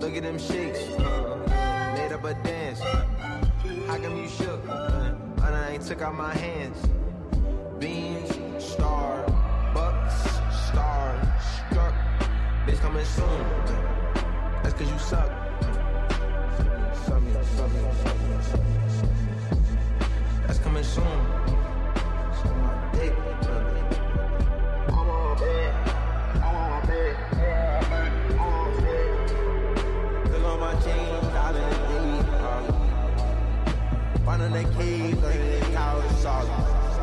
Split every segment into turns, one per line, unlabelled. Look at them shakes. uh, made up a dance. How come you shook? Uh, and I ain't took out my hands. Beans, star, bucks, star, struck. Bitch coming soon. That's cause you suck. Suck me, suck me, suck me, suck me, suck me. That's coming soon. Suck my dick. uh. I'm on my bed. I'm on my bed. I'm on my bed. Still on my chain, out in the deep, huh? Finding the keys, under the couch, sorry.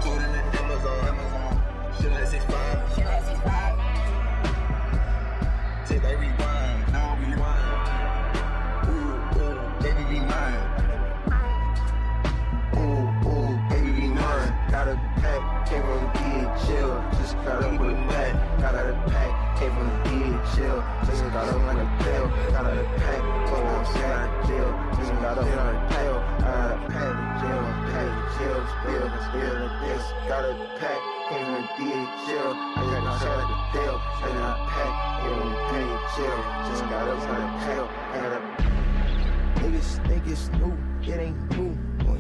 Food in the Amazon, Amazon. Shit at 65. Shit at 65. Take that rewind, now rewind. Ooh, ooh, baby be mine. Ooh, ooh, baby be mine. Got a pack, came from the chill. Just got up with a pack, got out a pack, came from the chill. Just got up like a pill, got out a pack, came outside of jail. Just got up like a pill, got out a pack, jail, pack, jail, spill, spill, this. Got a pack, came from the chill. I got outside of the deal, I got a pack, came from the chill. Just got up like a pill, I got a Niggas think it's new, it ain't new. boy.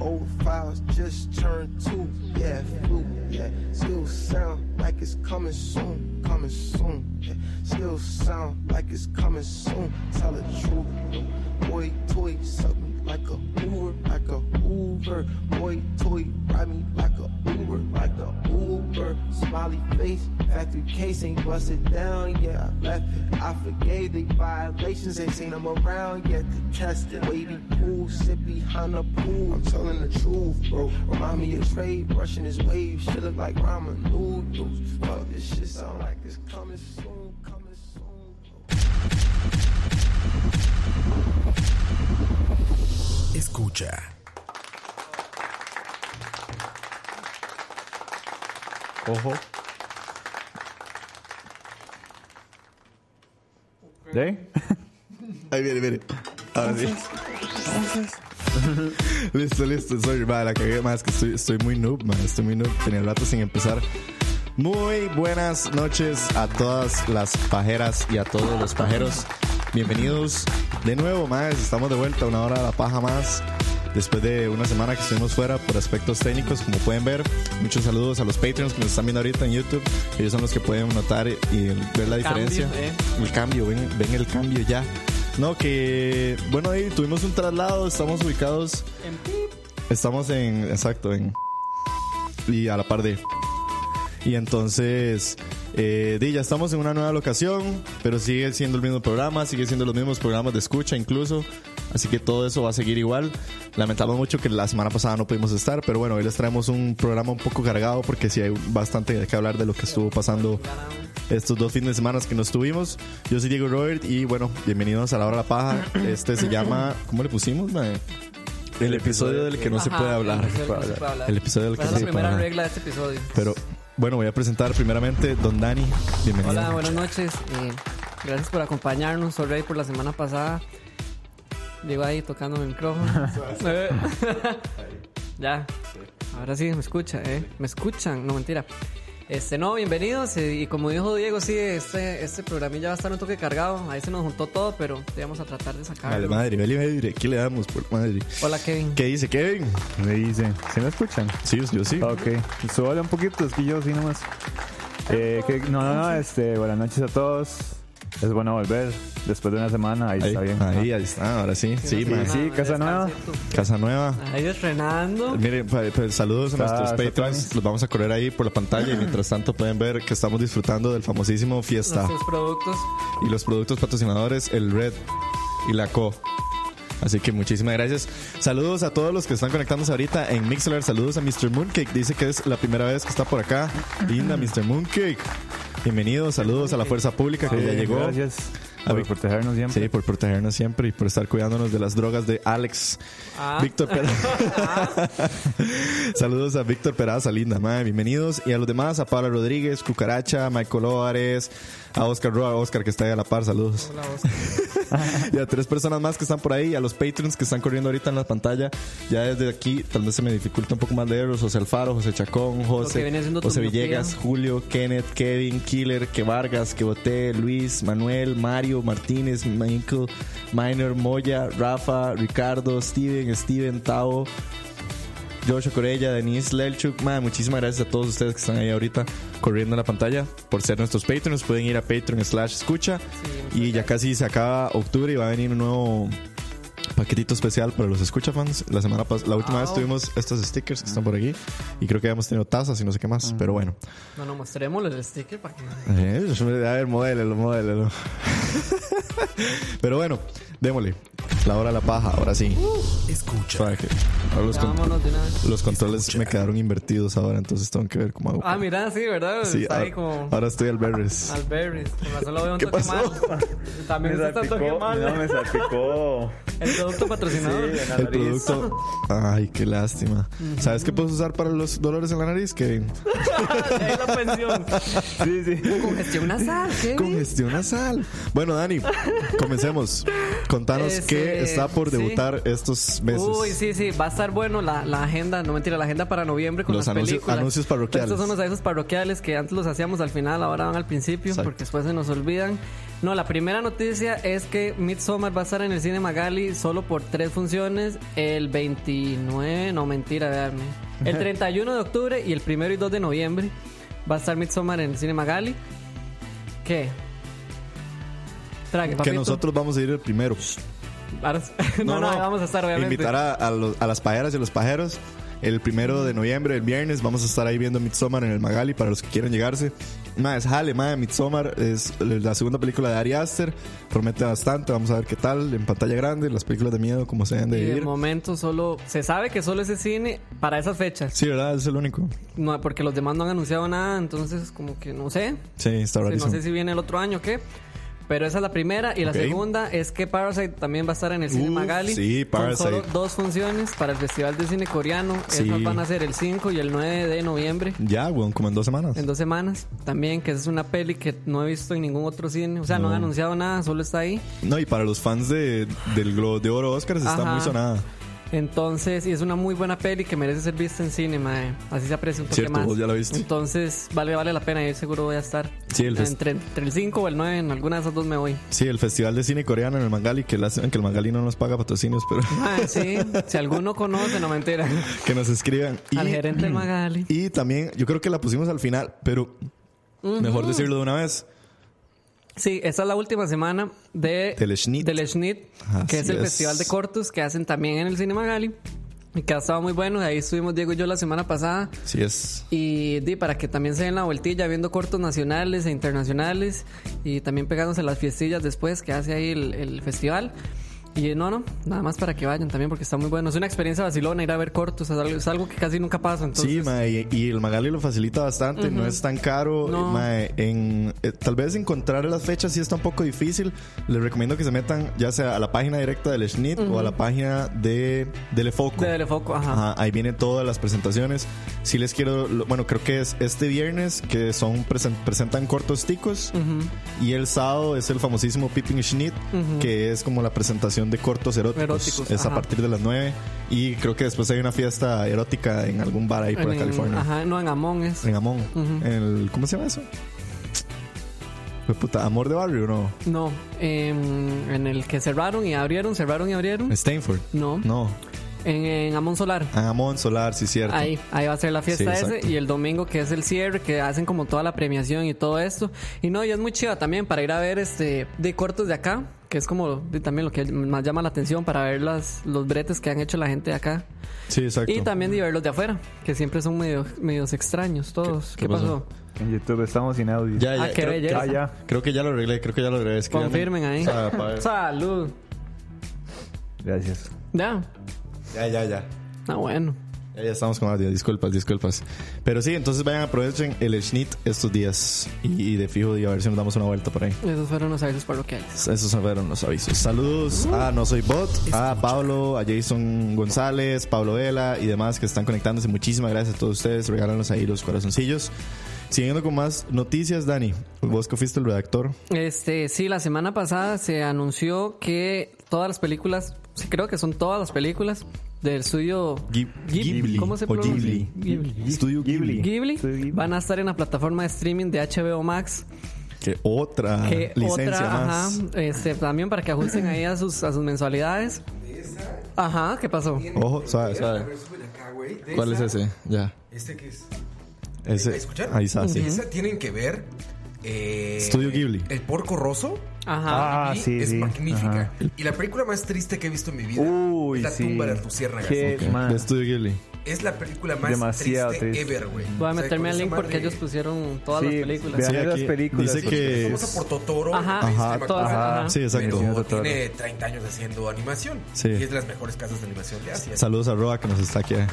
Old files just turned two, yeah, flu, yeah. Still sound like it's coming soon, coming soon, yeah. Still sound like it's coming soon, tell the truth. Boy, toy, suck me like a Uber, like a Uber. Boy, toy, ride me like a Uber, like a Uber. Smiley face, factory case ain't busted down, yeah. I left it, I forgave the violations, ain't seen them around yet to test it. Wavy pool, sit behind the pool, I'm telling the truth, bro. Remind me of trade, brushing his wave, shit look like ramen noodles. Fuck, this shit sound like it's coming soon, coming soon, bro.
Escucha.
Ojo. ¿De?
Ahí viene, viene. Ahora sí. listo, listo. Sorry, va, la cagué más que estoy, estoy muy noob, man. Estoy muy noob. Tenía el rato sin empezar. Muy buenas noches a todas las pajeras y a todos los pajeros. Bienvenidos de nuevo, más. Estamos de vuelta, una hora de la paja más. Después de una semana que estuvimos fuera por aspectos técnicos, como pueden ver, muchos saludos a los Patreons que nos están viendo ahorita en YouTube. Ellos son los que pueden notar y ver la diferencia.
eh.
El cambio, ven, ven el cambio ya. No, que bueno, ahí tuvimos un traslado, estamos ubicados. Estamos en. Exacto, en. Y a la par de. Y entonces. Eh, di, ya estamos en una nueva locación, pero sigue siendo el mismo programa, sigue siendo los mismos programas de escucha incluso. Así que todo eso va a seguir igual. Lamentamos mucho que la semana pasada no pudimos estar, pero bueno, hoy les traemos un programa un poco cargado porque sí hay bastante de qué hablar de lo que estuvo pasando estos dos fines de semana que nos tuvimos. Yo soy Diego Robert y bueno, bienvenidos a la hora de la paja. Este se llama, ¿cómo le pusimos? mae? El episodio del que no se
Ajá,
puede hablar.
El episodio del que no se puede hablar.
El episodio del que
Esa
no
es
se
la
puede
primera
hablar.
regla de este episodio.
Pero bueno, voy a presentar primeramente Don Dani. Bienvenido.
Hola, buenas noches. eh, gracias por acompañarnos. Sorry por la semana pasada. Llego ahí tocando el micrófono. Eh. ya. Ahora sí, me escucha, ¿eh? Me escuchan, no mentira. Este, no, bienvenidos. Y, y como dijo Diego, sí, este, este programilla va a estar un toque cargado. Ahí se nos juntó todo, pero te vamos a tratar de
Vale,
sacarlo.
madre, vale, madre. ¿Qué le damos por madre?
Hola, Kevin.
¿Qué dice Kevin?
Me dice, ¿se me escuchan?
Sí, yo sí.
Ah, Ok, súbale un poquito, es que yo sí nomás. Eh, que- no, no, no, este, buenas noches a todos. Es bueno volver después de una semana, ahí,
Ahí,
está bien.
ahí, ahí está, ahora sí. Sí,
sí,
ma.
sí, casa nueva.
Casa nueva.
Ahí estrenando.
Miren, pa- pa- saludos a
Está-
nuestros
está
patrons.
Tony.
Los vamos a correr ahí por la pantalla y mientras tanto pueden ver que estamos disfrutando del famosísimo Fiesta
Nuestros productos.
y los productos patrocinadores, el Red y la Co. Así que muchísimas gracias. Saludos a todos los que están conectándose ahorita en Mixler. Saludos a Mr. Mooncake. Dice que es la primera vez que está por acá. Linda, Mr. Mooncake. Bienvenido. Saludos a la fuerza pública que ya
Sí,
llegó.
Ah, Gracias
A
por
Vic-
protegernos siempre.
Sí, por protegernos siempre y por estar cuidándonos de las drogas de Alex.
Ah.
Víctor Peraza. Saludos a Víctor Peraza, linda madre, bienvenidos. Y a los demás, a Paula Rodríguez, Cucaracha, Michael Oares, a Oscar Roa, Oscar que está ahí a la par, saludos.
Hola, Oscar.
Y a tres personas más que están por ahí, a los Patreons que están corriendo ahorita en la pantalla. Ya desde aquí, tal vez se me dificulta un poco más leerlos. José Alfaro, José Chacón,
que
José,
viene siendo tu
José
miopía.
Villegas, Julio, Kenneth, Kevin, Killer, Que Vargas, Que Boté, Luis, Manuel, Mario, Martínez, Michael, Minor, Moya, Rafa, Ricardo, Steven, Steven, Tao, Joshua Corella, Denise Lelchuk. Madre, muchísimas gracias a todos ustedes que están ahí ahorita corriendo en la pantalla por ser nuestros Patreons. Pueden ir a Patreon slash escucha.
muchas
y ya casi se acaba octubre y va a venir un nuevo paquetito especial para los escucha fans. La semana pas- la última
Wow.
vez tuvimos estos stickers que están por aquí y creo que habíamos tenido tazas y no sé qué más, pero bueno.
No, no, mostrémosle el sticker para que.
Eh, a ver, modélelo, modélelo. pero bueno, démosle. La hora de la paja, ahora sí.
Escucha,
Suave que- ahora los
Ya
con-
vámonos de una vez.
los controles me quedaron invertidos ahora, entonces tengo que ver cómo hago.
Ah, mira, sí, ¿verdad?
Sí,
Está ahí
ahora,
como.
ahora estoy al Berries.
Al Berries. Por razón lo veo un
¿Qué
toque
pasó?
mal. También usted está un toque
no,
mal.
me salpicó.
El producto patrocinador.
Sí, en la
El
nariz.
producto. Ay, qué lástima. ¿Sabes qué puedes usar para los dolores en la nariz? Que
De ahí la pensión.
Sí, sí.
Congestión nasal, ¿qué?
congestiona sal. Bueno, Dani, comencemos. Contanos
Este,
qué está por
sí.
debutar estos meses.
Uy, sí, sí, va a estar bueno la, la agenda, no mentira, la agenda para noviembre con
Los
las
anuncio-
películas.
anuncios parroquiales.
Estos son los anuncios parroquiales que antes los hacíamos al final, ahora van al principio
Exacto.
porque después se nos olvidan. No, la primera noticia es que Midsommar va a estar en el Cine Magali solo por tres funciones, el 29, no mentira, veanme. El 31 de octubre y el 1 y 2 de noviembre va a estar Midsommar en el Cine Magali. ¿Qué? Trague,
que
papito.
nosotros vamos a ir el primero.
Ahora- No, no,
No, no.
ahí vamos a estar obviamente.
Invitar a, a los- a las pajeras y los pajeros. El primero de noviembre, el viernes, vamos a estar ahí viendo Midsommar en el Magali para los que quieran llegarse. Más es Jale, madre, Midsommar es la segunda película de Ari Aster. Promete bastante, vamos a ver qué tal. En pantalla grande, las películas de miedo, como se deben de
Y de
vivir.
momento solo se sabe que solo ese cine para esas fechas,
Sí, ¿verdad? Es el único.
no, porque los demás no han anunciado nada, entonces como que no sé,
Sí, está
Sí, no
rarísimo.
sé si viene el otro año o qué. Pero esa es la primera y la
Ok.
segunda es que Parasite también va a estar en el
Uf,
cine Magali.
sí,
con solo
Parasite.
dos funciones para el Festival de Cine Coreano.
Sí.
Esas van a ser el 5 y el 9 de noviembre.
Ya, weón, como en dos semanas.
En dos semanas también, que esa es una peli que no he visto en ningún otro cine. O sea, no, han anunciado nada, solo está ahí.
No, y para los fans de, del Globo de Oro Oscars está
Ajá.
muy sonada.
Entonces, y es una muy buena peli que merece ser vista en cine, mae. Así se aprecia un toque
Cierto,
más.
vos ya la viste.
Entonces, vale, vale la pena. Yo seguro voy a estar
Sí, el fest-
entre, entre el 5 o el 9. En alguna de esas dos me voy.
Sí, el Festival de Cine Coreano en el Magali, que, la- que el Magali no nos paga patrocinios, pero
Ah, sí. si alguno conoce, no me entera.
que nos escriban. Y,
Al gerente Magali.
y también, yo creo que la pusimos al final, pero mejor decirlo de una vez.
Sí, esta es la última semana de
Del Schnitt.
del Schnitt,
Así
que es el
es.
festival de cortos que hacen también en el Cine Magali. Y que ha estado muy bueno. Ahí estuvimos Diego y yo la semana pasada.
Sí, es.
Y di, para que también se den la vueltilla viendo cortos nacionales e internacionales y también pegándose las fiestillas después que hace ahí el, el festival. Y eh, no, no, nada más para que vayan también porque está muy bueno. Es una experiencia vacilona ir a ver cortos, es algo, es algo que casi nunca pasa. Entonces,
Sí, mae, y, y el Magali lo facilita bastante, no es tan caro.
No.
mae, en, eh, tal vez encontrar las fechas sí está un poco difícil. Les recomiendo que se metan ya sea a la página directa del SNIT o a la página de, de Lefoco.
de Telefoco, ajá.
Ajá, ahí vienen todas las presentaciones. sí les quiero, lo- bueno, creo que es este viernes que son presen- presentan cortos ticos y el sábado es el famosísimo Pippin Schnitt, que es como la presentación de cortos eróticos.
Eróticos,
es
ajá.
a partir de las 9 y creo que después hay una fiesta erótica en algún bar ahí por
En-
California.
Ajá, no, en Amón es.
En Amón.
Ujú.
El- ¿Cómo se llama eso? Fue puta, amor de barrio, ¿no?
No, em, en el que cerraron y abrieron, cerraron y abrieron.
Stanford.
No,
No.
En, en Amón Solar.
Amón Solar, sí, cierto.
Ahí, ahí va a ser la fiesta
Sí,
ese
exacto.
y el domingo que es el cierre que hacen como toda la premiación y todo esto. Y no, y es muy chiva también para ir a ver este de cortos de acá, que es como de- también lo que más llama la atención para ver las, los bretes que han hecho la gente de acá.
Sí, exacto.
Y también de ver los de afuera, que siempre son medio, medios extraños todos. ¿Qué,
qué
pasó?
pasó?
En YouTube estamos sin audio.
Ya, ya,
Ah, qué
creo,
belleza.
Ah, ya.
creo que ya lo arreglé, creo que ya lo arreglé. Es que ya no-
Confirmen ahí.
O sea, pa-
Salud.
Gracias.
Ya.
ya, ya, ya.
Ah, bueno.
Ya, ya estamos con audio, disculpas, disculpas. Pero sí, entonces vayan, aprovechen el Schnitt estos días y, y de fijo, y a ver si nos damos una vuelta por ahí.
Esos fueron los avisos parroquiales.
Esos fueron los avisos. Saludos a No Soy Bot, a Pablo, a Jason González, Pablo Vela y demás que están conectándose. Muchísimas gracias a todos ustedes. Regálanos ahí los corazoncillos. Siguiendo con más noticias, Dani, vos que fuiste el redactor.
Este, sí, la semana pasada se anunció que todas las películas, sí, creo que son todas las películas del estudio
Ghi- Ghibli,
¿Cómo se
o
pronuncia?
Ghibli.
Ghibli.
Estudio Ghibli.
Ghibli
Estudio Ghibli.
van a estar en la plataforma de streaming de HBO Max.
Que otra
Que
Ah, licencia
otra,
más.
ajá, este, también para que ajusten ahí a sus, a sus mensualidades. Ajá, ¿qué pasó?
Ojo, suave, suave. ¿Cuál es ese? Ya.
¿Este qué es?
Ese.
¿Ahí escucharon?
Ahí está, sí.
Esa tienen que ver. eh,
Estudio Ghibli.
El porco roso.
Ajá.
Ah,
y
sí,
es
sí.
magnífica.
Ajá.
Y la película más triste que he visto en mi vida
Uy,
es La
sí.
tumba de las luciérnagas.
Qué
Ok,
man.
de Estudio Ghibli.
Es la película más
Demasiado
triste,
triste.
ever, güey.
Voy a
O sea, con
meterme al
esa
link porque
madre-
ellos pues, pusieron todas
Sí,
las películas.
vean.
Sí,
esas
aquí
películas,
Dice
sí.
Es
que.
famosa por Totoro. este,
Ajá. este,
que es
Ajá,
Emma
todas,
Corrin,
ajá.
Ah. Sí, exacto.
Pero
Totoro.
tiene 30 años haciendo animación.
Sí.
Y es de las mejores casas de animación de Asia.
Saludos a Roa que nos está aquí. eh.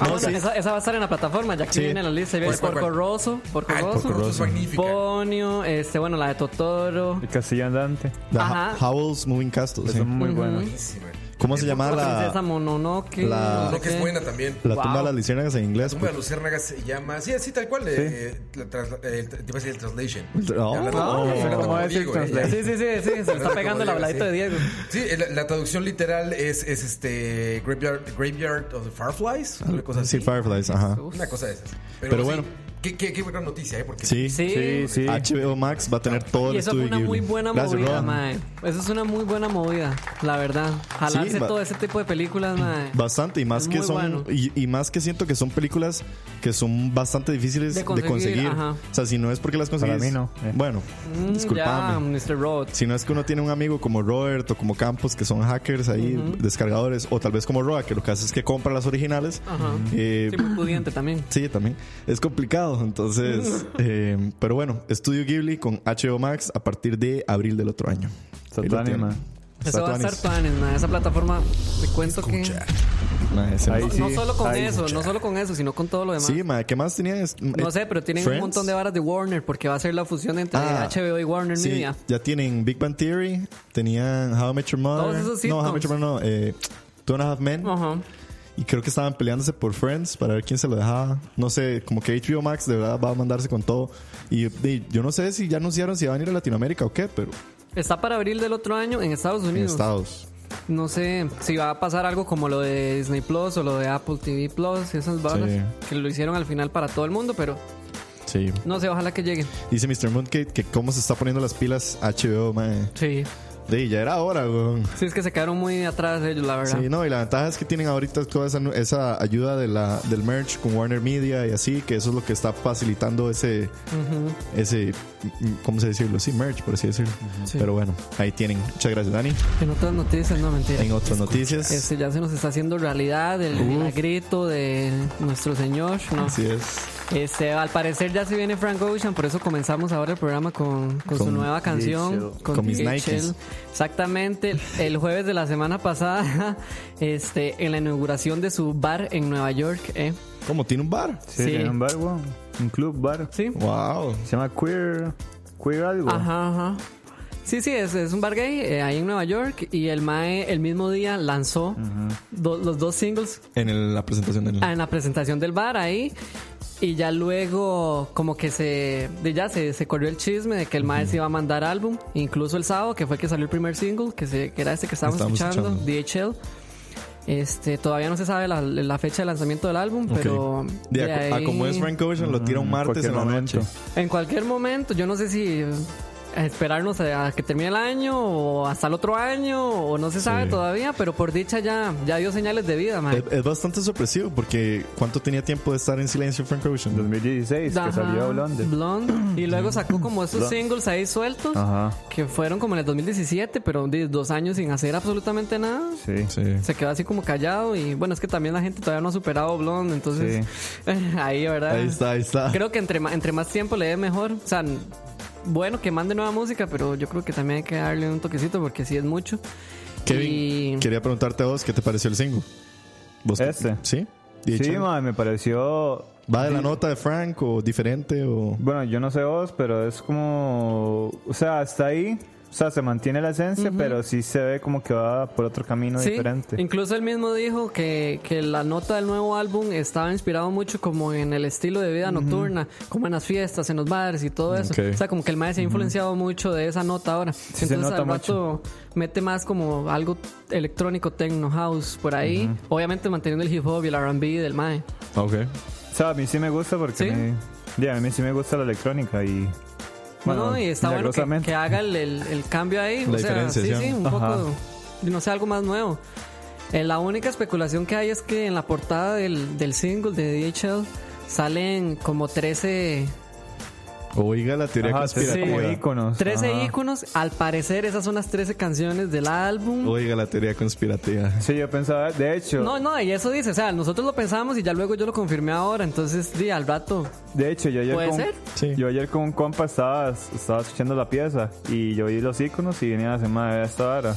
Ah, bueno, esa, esa va a estar en la plataforma, ya que
Sí.
viene en la lista. Viene
Pues, ¿cuál,
Porco
cuál?
Rosso, Porco
Ah, el
Rosso,
porco roso es magnífica.
Ponio, este, bueno, la de Totoro.
El castillo andante.
The
Ajá.
Ho- Howl's Moving Castle.
Es
sí.
muy bueno.
Buenísima.
¿Cómo se llama
La princesa
la,
Mononoke.
la-
no sé
Lo que
qué.
es buena también.
la
Wow.
tumba de las luciérnagas en inglés?
La tumba de Luciérnagas se llama. Sí, así tal cual. eh, la trans- eh, te iba a decir el translation.
Oh.
Hablando
Ah,
como-
¿cómo
como
es el
Diego, eh,
translation?
Sí, sí, sí, sí, se le está
Hablando
pegando el
como Diego, sí.
habladito de Diego.
Sí, eh, la, la traducción literal es, es este Graveyard, Graveyard of the Fireflies. Una cosa
Sí,
así.
Fireflies, ajá.
Una cosa de esas. Pero,
Pero
bueno.
bueno.
qué, qué, qué buena noticia, ¿eh? Porque
Sí.
Sí.
Sí, sí.
HBO Max va a tener todo
Y
el
eso fue
estudio
una muy
Ghibli.
buena
Gracias,
movida,
Roa.
mae. Eso es una muy buena movida, la verdad. Jalarse
va-
todo ese tipo de
Mm,
películas, mae.
Bastante, y más
Es
que
muy
son.
bueno.
Y, y más que siento que son películas que son bastante difíciles
De
de
conseguir,
conseguir.
ajá.
O sea, si no es porque las
Para
conseguís.
mí no, eh.
Bueno,
Mm, Ya,
disculpame.
Mr. Road.
Si no es que uno tiene un amigo como Robert o como Campos que son hackers ahí, descargadores, o tal vez como Roa, que lo que hace es que compra las originales.
Ajá.
Eh,
Ah. Sí, pues. muy pudiente también.
Sí, también. Es complicado, entonces. eh, pero bueno, Estudio Ghibli con HBO Max a partir de abril del otro año. Ahí lo
Satuani,
tienen.
man.
Eso va a
Satuanis.
estar tuanis, mae. Esa plataforma, te cuento que...
Mae, se me-
Ahí sí.
No solo con
Ahí.
eso, no solo con eso, sino con todo lo demás.
Sí, mae, ¿qué más tenía? Es- eh,
no sé, pero tienen un
Friends.
montón de varas de Warner porque va a ser la fusión entre
Ah,
HBO y Warner
Sí,
Media.
ya tienen Big Bang Theory, tenían How I Met Your
Todos
Mother.
esos
no, How I Met
sitcoms.
Your Mother no. eh, Two and a Half Men.
Ajá.
Y creo que estaban peleándose por Friends para ver quién se lo dejaba. No sé, como que HBO Max de verdad va a mandarse con todo. Y, y yo no sé si ya anunciaron si van a ir a Latinoamérica o qué, pero
Está para abril del otro año en Estados
en
Unidos.
Estados.
No sé si va a pasar algo como lo de Disney Plus o lo de Apple TV Plus, esas varas
Sí.
que lo hicieron al final para todo el mundo, pero
Sí.
no sé, ojalá que llegue.
Dice Mr. Mooncake que cómo se está poniendo las pilas HBO, mae.
Sí.
eh. De ya era hora, weón.
Sí, es que se quedaron muy atrás de ellos, la verdad.
Sí, no, y la ventaja es que tienen ahorita toda esa, esa ayuda de la, del merch con Warner Media y así, que eso es lo que está facilitando ese, ese, mm, ¿cómo se decirlo? Sí, merch, por así decirlo.
Sí.
Pero bueno, ahí tienen. Muchas gracias, Dani.
En otras noticias, no, mentira.
En otras noticias.
Este ya se nos está haciendo realidad el milagrito de nuestro señor, ¿no?
Así es.
Este, al parecer ya se viene Frank Ocean, por eso comenzamos ahora el programa con, con su
Con
nueva canción.
DHL.
Con mis
DHL.
Nikes.
Exactamente, el jueves de la semana pasada, este, en la inauguración de su bar en Nueva York, ¿eh?
¿Cómo? ¿Tiene un bar?
Sí,
Sí.
tiene un bar, weón. Un club bar.
Sí.
Wow.
Se llama Queer. Queer algo.
Ajá, ajá. Sí, sí, es, es un bar gay eh, ahí en Nueva York y el Mae el mismo día lanzó do- los dos singles
En el- la presentación del.
ah, en la presentación del bar ahí y ya luego como que se de ya se, se corrió el chisme de que el Mae se iba a mandar álbum, incluso el sábado que fue que salió el primer single que, se, que era este que estábamos
Estábamos
escuchando, DHL. Este, todavía no se sabe la, la fecha de lanzamiento del álbum,
Ok.
pero
De a-
de
a como es
ahí-
Frank Ocean, lo tira un martes
cualquier
en la
momento.
noche.
en cualquier momento, yo no sé si eh, esperarnos a que termine el año o hasta el otro año o no se sabe
Sí.
todavía, pero por dicha ya, ya dio señales de vida, man.
Es, es bastante sorpresivo porque ¿cuánto tenía tiempo de estar en silencio Frank Ocean?
2016,
Ajá,
que salió Blonde.
Blonde. Y luego sacó como esos
Blonde.
singles ahí sueltos
Ajá,
que fueron como en el 2017, pero de- dos años sin hacer absolutamente nada.
sí.
Sí.
Se quedó así como callado y bueno, es que también la gente todavía no ha superado Blonde, entonces ahí, ¿verdad?
Ahí está, ahí está.
Creo que entre, ma- entre más tiempo le dé mejor. O sea, n- bueno, que mande nueva música, pero yo creo que también hay que darle un toquecito porque sí es mucho.
Kevin,
Y-
quería preguntarte a vos, ¿qué te pareció el single? ¿Vos te-
Este.
¿Sí?
Sí,
DHL.
mae, me pareció.
¿Va de la nota de Frank o diferente o...?
Bueno, yo no sé vos, pero es como. O sea, está ahí. O sea, se mantiene la esencia, pero sí se ve como que va por otro camino
Sí,
diferente.
incluso él mismo dijo que, que la nota del nuevo álbum estaba inspirado mucho como en el estilo de vida nocturna, como en las fiestas, en los bares y todo eso.
Ok.
O sea, como que el maestro se ha influenciado mucho de esa nota ahora.
se
Entonces
nota
al rato mete más como algo electrónico, techno house por ahí. Obviamente manteniendo el hip hop y el R&B del mae.
Ok.
O sea, a mí sí me gusta porque.
¿Sí?
Me, ya, a mí sí me gusta la electrónica y.
Bueno, y está bueno que,
milagrosamente.
que haga el, el- el cambio ahí.
La
o sea, sí,
diferenciación.
sí, un
Ajá.
poco, no sé, algo más nuevo. Eh, la única especulación que hay es que en la portada del, del single de DHL salen como 13,
Oiga la teoría
Ajá,
conspirativa.
sí, como íconos.
13
Ajá.
íconos. Al parecer, esas son las 13 canciones del álbum.
Oiga la teoría conspirativa.
Sí, yo pensaba, de hecho,
No, no, y eso dice, o sea, nosotros lo pensamos y ya luego yo lo confirmé ahora, entonces sí, al rato.
de hecho, yo ayer
¿Puede
con,
ser?
Sí.
yo ayer con un compa estaba, estaba escuchando la pieza y yo vi los íconos y venía a decir, madre, vea esta vara.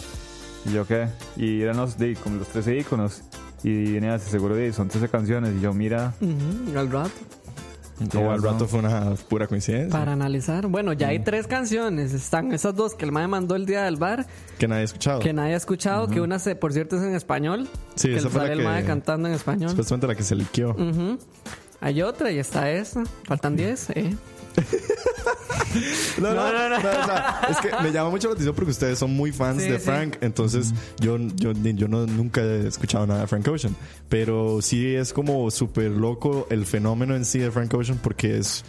Y yo, ¿qué? Y eran los, de, como los 13 íconos. Y venía a decir, seguro, de, son 13 canciones. Y yo, mira,
Ujú, al rato.
O al rato fue una pura coincidencia.
Para analizar. Bueno, ya hay tres canciones. Están esas dos que el mae mandó el día del bar.
Que nadie ha escuchado.
Que nadie ha escuchado, que una, se, por cierto, es en español.
Oh. Sí,
que
esa fue la
sale el
que-
mae cantando en español.
Supuestamente la que se liqueó.
Ujú. Hay otra y está esta. Faltan 10. eh.
No, no,
No, no,
no,
no.
o sea, es que me llama mucho la atención porque ustedes son muy fans
Sí,
de
sí.
Frank. Entonces, yo, yo, yo no, nunca he escuchado nada de Frank Ocean. Pero sí es como súper loco el fenómeno en sí de Frank Ocean porque es,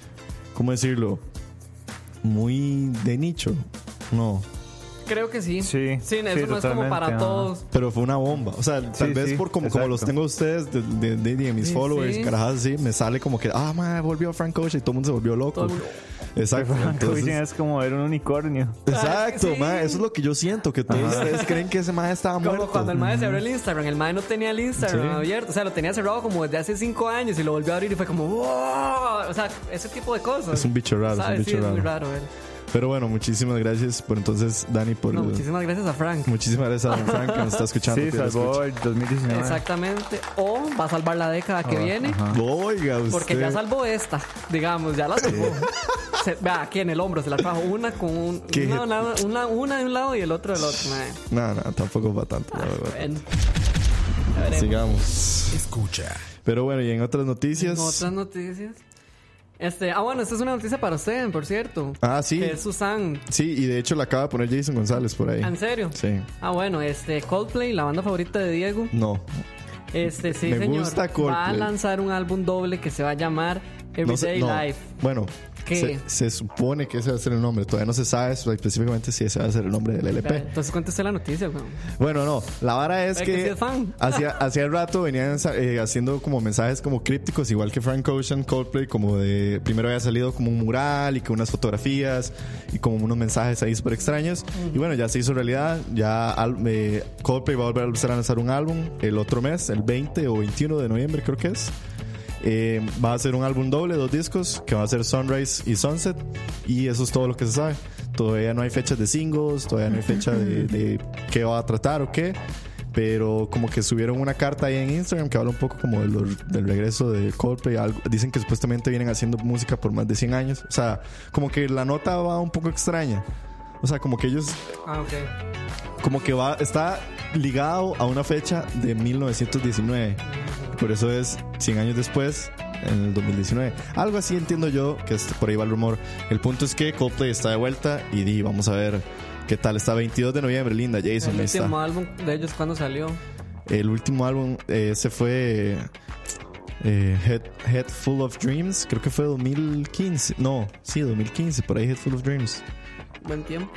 ¿cómo decirlo? Muy de nicho. No.
Creo que sí.
Sí,
eso no
sí,
es como
totalmente,
para
ajá.
todos.
Pero fue una bomba. O sea, tal
Sí,
vez
sí,
por como, como
exacto.
los tengo a ustedes, de, de, de- de mis
Sí,
followers,
sí.
carajadas así, me sale como que, ah, madre, volvió Frank Ocean y todo el mundo se volvió loco.
Todo el mundo.
Exacto.
Coaching
entonces-
es como ver un unicornio.
Exacto,
Ah, sí.
ma, eso es lo que yo siento, que todos ustedes creen que ese mae estaba
Como
muerto.
cuando el mae se abrió el Instagram. El mae no tenía el Instagram
Sí.
abierto. O sea, lo tenía cerrado como desde hace 5 años y lo volvió a abrir y fue como, "Wow". O sea, ese tipo de cosas.
Es un bicho raro, es un
¿Sabes?
bicho
sí, Es muy
raro.
raro, él.
Pero bueno, muchísimas gracias por entonces, Dani, por
No,
el-
muchísimas gracias a Frank.
muchísimas gracias a Don Frank que nos está escuchando.
Sí,
que lo
salvó
escucha.
el 2019.
Exactamente. O va a salvar la década
Ah,
que viene.
Oiga, usted.
Porque ya salvó esta, digamos, ya la salvó. Se- vea, aquí en el hombro se la trajo una con un,
Qué-
una, una- una- una de un lado y el otro del otro. mae.
No, no, tampoco va tanto. la verdad.
Ah, Bueno, ya veremos.
Sigamos.
Escucha.
Pero bueno, y en otras noticias.
Otras noticias. Este, ah, bueno, esta es una noticia para usted, por cierto.
Ah, sí.
Que es Susan.
Sí, y de hecho la acaba de poner Jason González por ahí.
¿En serio?
Sí.
Ah, bueno, este Coldplay, la banda favorita de Diego.
No.
Este, sí,
Me
señor.
gusta Coldplay.
Va a lanzar un álbum doble que se va a llamar
No sé-
Everyday
no.
Life.
Bueno,
¿Qué?
Se, se supone que ese va a ser el nombre. Todavía no se sabe específicamente si ese va a ser el nombre del LP.
Entonces, cuéntese la noticia, weón.
Bueno, no, la vara es
Ay,
que,
que sí es fan.
hacía hacía rato venían sa- eh, haciendo como mensajes como crípticos, igual que Frank Ocean, Coldplay, como de primero había salido como un mural y que unas fotografías y como unos mensajes ahí súper extraños. Y bueno, ya se hizo realidad, ya al- eh, Coldplay va a volver a empezar a lanzar un álbum el otro mes, el 20 o 21 de noviembre creo que es. Eh, va a ser un álbum doble, dos discos, que va a ser Sunrise y Sunset. Y eso es todo lo que se sabe. Todavía no hay fechas de singles, todavía no hay fecha de, de qué va a tratar o qué. Pero como que subieron una carta ahí en Instagram que habla un poco como de los- del regreso de Coldplay. algo- dicen que supuestamente vienen haciendo música por más de 100 años. O sea, como que la nota va un poco extraña. O sea, como que ellos
Ah, ok.
como que va, está ligado a una fecha de 1919. Por eso es 100 años después, en el 2019. Algo así entiendo yo, que es- por ahí va el rumor. El punto es que Coldplay está de vuelta y di, vamos a ver qué tal está. 22 de noviembre, linda Jason.
El
ahí está.
último álbum de ellos, ¿cuándo salió?
El último álbum eh, se fue eh, Head, Head Full of Dreams, creo que fue 2015. No, sí, 2015, por ahí Head Full of Dreams.
Buen tiempo.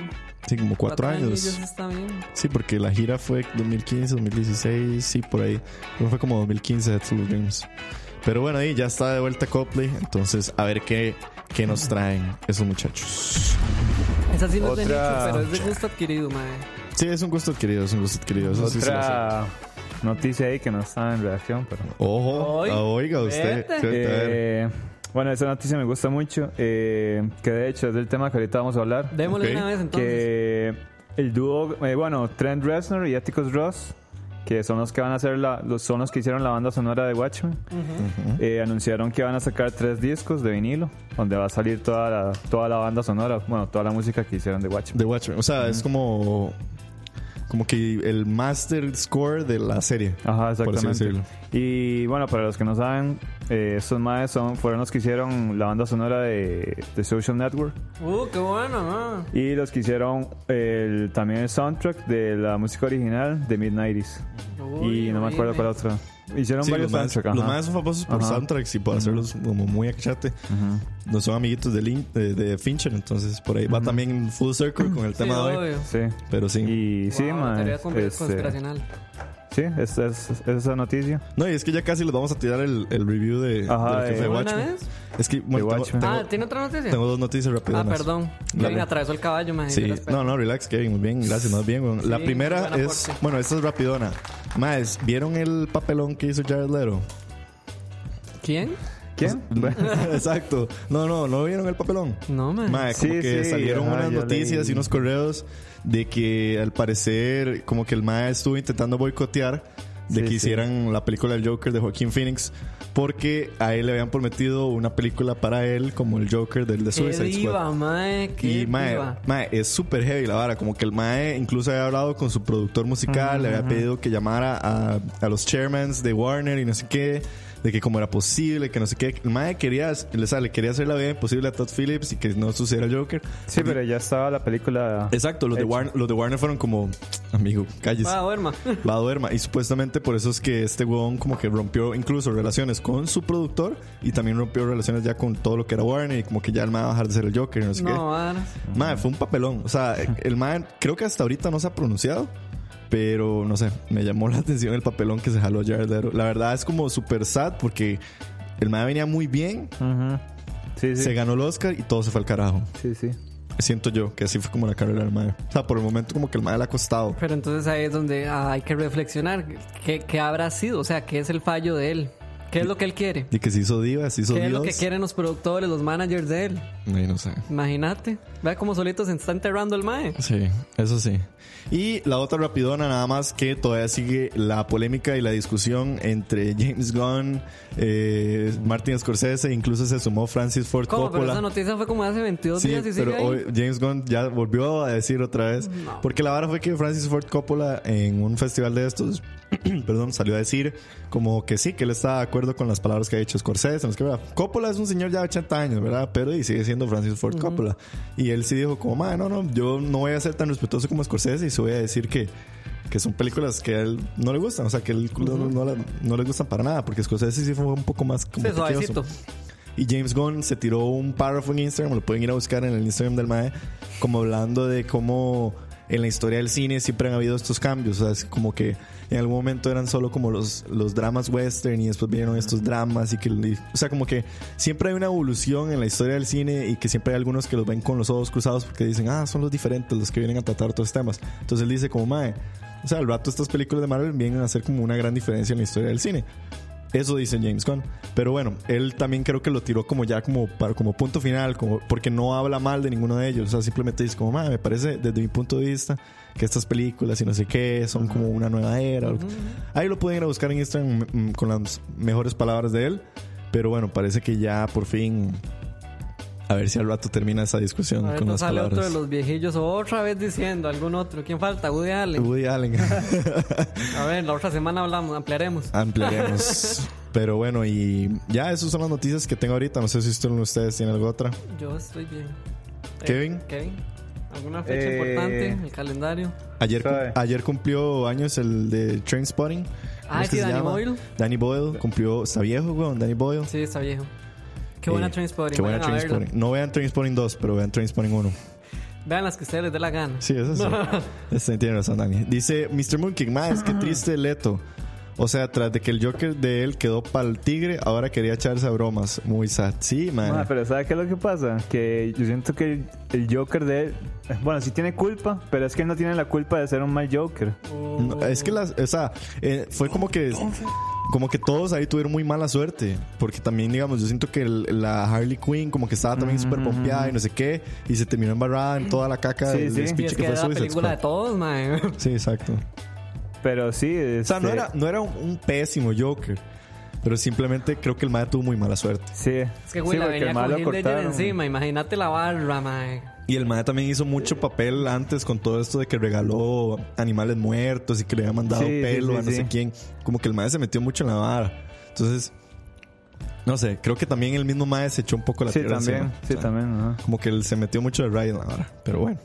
Sí, como cuatro años.
ellos Está bien.
Sí, porque la gira fue 2015, 2016, sí, por ahí. Creo que Fue como 2015 Head Full of Dreams. Pero bueno, ahí ya está de vuelta Copley. Entonces, a ver qué, qué nos traen esos muchachos.
Esa sí no es de
Otra-
nicho, pero es de gusto adquirido, madre.
Sí, es un gusto adquirido, es un gusto adquirido. Eso sí se lo acepto.
Otra noticia ahí que no está en redacción, pero.
Ojo,
Ay,
oiga usted.
vete.
sí, ahorita, a ver.
Eh, bueno, esa noticia me gusta mucho. eh, que de hecho es del tema que ahorita vamos a hablar.
Démosle
Ok.
una vez entonces.
que el dúo, eh, bueno, Trent Reznor y Atticus Ross, que son los que van a hacer la, los, son los que hicieron la banda sonora de Watchmen, eh, anunciaron que van a sacar tres discos de vinilo, donde va a salir toda la, toda la banda sonora, bueno, toda la música que hicieron de Watchmen.
The Watchmen. O sea,
Mm.
es como. Como que el master score de la serie.
Ajá,
por así
exactamente.
decirlo.
Y bueno, para los que no saben, eh, estos maes son, fueron los que hicieron la banda sonora de, de Social Network.
Uh, qué bueno, ¿no?
Y los que hicieron el, también el soundtrack de la música original de Mid-90s.
Uy,
Y no me acuerdo
horrible.
cuál otra. Hicieron
Sí,
varios
los, más,
soundtracks.
los
ajá.
más son famosos por
Ajá.
soundtracks y por hacerlos como muy a cachate. No son amiguitos de, Lin- de, de Fincher, entonces por ahí va también Full Circle con el
Sí,
tema de hoy.
obvio.
Sí.
Pero sí.
Y sí,
Wow,
man,
teoría con-
este,
conspiracional.
sí, esa es, es esa noticia.
No, y es que ya casi les vamos a tirar el, el review de,
Ajá,
de lo que
de-
fue
¿Una
Watchmen.
vez?
Es que bueno,
De
tengo,
Watchmen.
tengo-
ah, ¿tiene otra noticia?
tengo dos noticias rápidas.
ah,
más.
perdón.
Dale.
Kevin atravesó el caballo, madre.
Sí, no, no, relax, Kevin, muy bien, gracias, no, bien. weón. La
Sí,
primera
buen
es,
aporte.
bueno, esta es rapidona. Más, ¿vieron el papelón que hizo Jared Leto?
¿Quién?
¿Quién? Bueno,
Exacto. No, no, no vieron el papelón.
No, man.
Mae, como
Sí,
que
sí,
salieron
ajá,
unas
yo
noticias
leí.
y unos correos de que al parecer como que el mae estuvo intentando boicotear de
Sí,
que
sí.
hicieran la película del Joker de Joaquín Phoenix porque a él le habían prometido una película para él como el Joker del de
Qué
Suicide Squad.
diva, madre. Qué
Y mae,
diva.
mae, es súper heavy la vara. Como que el Mae incluso había hablado con su productor musical, le había pedido que llamara a, a los chairmans de Warner y no sé qué, de que cómo era posible, que no sé qué. El Mae quería, le sale, quería hacer la vida imposible a Todd Phillips y que no sucediera el Joker.
sí, pero ya estaba la película.
Exacto, los de,
hecha.
Warner, los de Warner fueron como, amigo, cállese.
Va, duerma.
Va duerma. Y supuestamente por eso es que este huevón como que rompió incluso relaciones con su productor y también rompió relaciones ya con todo lo que era Warner y como que ya el mae va a dejar de ser el Joker y no sé qué.
No, varas.
Mae, fue un papelón. O sea, el mae creo que hasta ahorita no se ha pronunciado. Pero no sé, me llamó la atención el papelón que se jaló Jared Leto. La verdad es como súper sad porque el mae venía muy bien,
Ujú. Sí,
se
sí.
ganó el Oscar y todo se fue al carajo.
Sí, sí.
Siento yo que así fue como la carrera del mae. O sea, por el momento como que el mae le ha costado.
Pero entonces ahí es donde ah, hay que reflexionar. ¿Qué, ¿Qué habrá sido? O sea, ¿qué es el fallo de él? ¿Qué es lo que él quiere?
Y que se hizo diva, se hizo
¿Qué es lo que
dios.
quieren los productores, los managers de él?
Ay, no sé.
Imagínate. Vea cómo solito se está enterrando el mae.
Sí, eso sí. Y la otra rapidona nada más que todavía sigue la polémica y la discusión entre James Gunn, eh, Martin Scorsese, incluso se sumó Francis Ford
¿Cómo? Pero
Coppola.
esa noticia fue como hace 22
Sí,
días y sigue
pero
ahí.
hoy James Gunn ya volvió a decir otra vez. Porque la vara fue que Francis Ford Coppola en un festival de estos, perdón, salió a decir como que sí, que él está de acuerdo con las palabras que ha dicho Scorsese. no sé qué, ¿verdad? Coppola es un señor ya de 80 años, ¿verdad? Pero y sigue siendo Francis Ford Coppola. Y él sí dijo como, "Ma, no, no, yo no voy a ser tan respetuoso como Scorsese y sí voy a decir que... Que son películas que a él no le gustan, o sea, que a él no, no la- no le gustan para nada, porque Scorsese sí fue un poco más como
Sí, suavecito.
y James Gunn se tiró un párrafo en Instagram, lo pueden ir a buscar en el Instagram del MAE, como hablando de cómo en la historia del cine siempre han habido estos cambios. O sea, es como que en algún momento eran solo como los, los dramas western y después vinieron estos dramas y que... y- o sea, como que siempre hay una evolución en la historia del cine y que siempre hay algunos que los ven con los ojos cruzados porque dicen, ah, son los diferentes los que vienen a tratar otros temas. Entonces él dice como MAE, o sea, al rato estas películas de Marvel vienen a hacer como una gran diferencia en la historia del cine. Eso dice James Gunn. Pero bueno, él también creo que lo tiró como ya como para como punto final, como porque no habla mal de ninguno de ellos. O sea, simplemente dice como, "Ma, me parece desde mi punto de vista que estas películas y no sé qué son como una nueva era. Ahí lo pueden ir a buscar en Instagram mm, con las mejores palabras de él. Pero bueno, parece que ya por fin A ver si al rato termina esa discusión
A ver,
con
nos
las
sale otro
palabras.
de los viejillos otra vez diciendo algún otro. ¿Quién falta? Woody Allen.
Woody Allen.
A ver, la otra semana hablamos,
Ah.
ampliaremos.
Ampliaremos. Pero bueno, y ya esas son las noticias que tengo ahorita. No sé si usted- ustedes tienen algo otra.
Yo estoy bien. Eh,
Kevin.
Kevin. ¿Alguna fecha
Eh,
importante? El calendario.
Ayer, cum-
Suave.
ayer cumplió años el de Train Spotting.
Ah, sí, Danny Boyle.
Danny Boyle cumplió. Está viejo, weón. Danny Boyle.
Sí, está viejo. Qué
Eh,
buena Trainspotting.
Qué buena
vayan a verla.
Trainspotting. No vean Trainspotting 2, pero vean Trainspotting 1.
Vean las que ustedes les dé la gana.
Sí, eso sí. Este, tiene razón, Dani. Dice Mr. Moonkick, más que triste Leto. O sea, tras de que el Joker de él quedó para el tigre, ahora quería echarse a bromas. Muy sad. Sí, man.
Ma, pero ¿sabes qué es lo que pasa? Que yo siento que el- el Joker de él, bueno, sí tiene culpa, pero es que él no tiene la culpa de ser un mal Joker.
No, es que las, o sea, eh, fue como que como que todos ahí tuvieron muy mala suerte, porque también digamos, yo siento que el- la Harley Quinn como que estaba también súper pompeada y no sé qué, y se terminó embarrada en toda la caca
Sí,
del
sí.
Y
despiche
es que
que fue
era la
Suicide
película de
Squad.
todos, mae.
Sí, exacto.
Pero sí,
O sea, no
este,
era no era un, un pésimo Joker, pero simplemente creo que el mae tuvo muy mala suerte.
Sí.
Es que,
Sí,
güey, la
porque el
venía
mae
con
lo
Heath Ledger
cortaron.
encima. Imagínate la barra, mae.
Y el mae también hizo mucho papel antes con todo esto de que regaló animales muertos y que le había mandado
Sí, sí,
pelo
sí,
a no sé
sí.
quién. Como que el mae se metió mucho en la vara. Entonces, no sé, creo que también el mismo mae se echó un poco la
Sí,
tierra
también.
encima. O
Sí,
sea,
también. ajá.
Como que él se metió mucho de rayo en la vara. Pero bueno,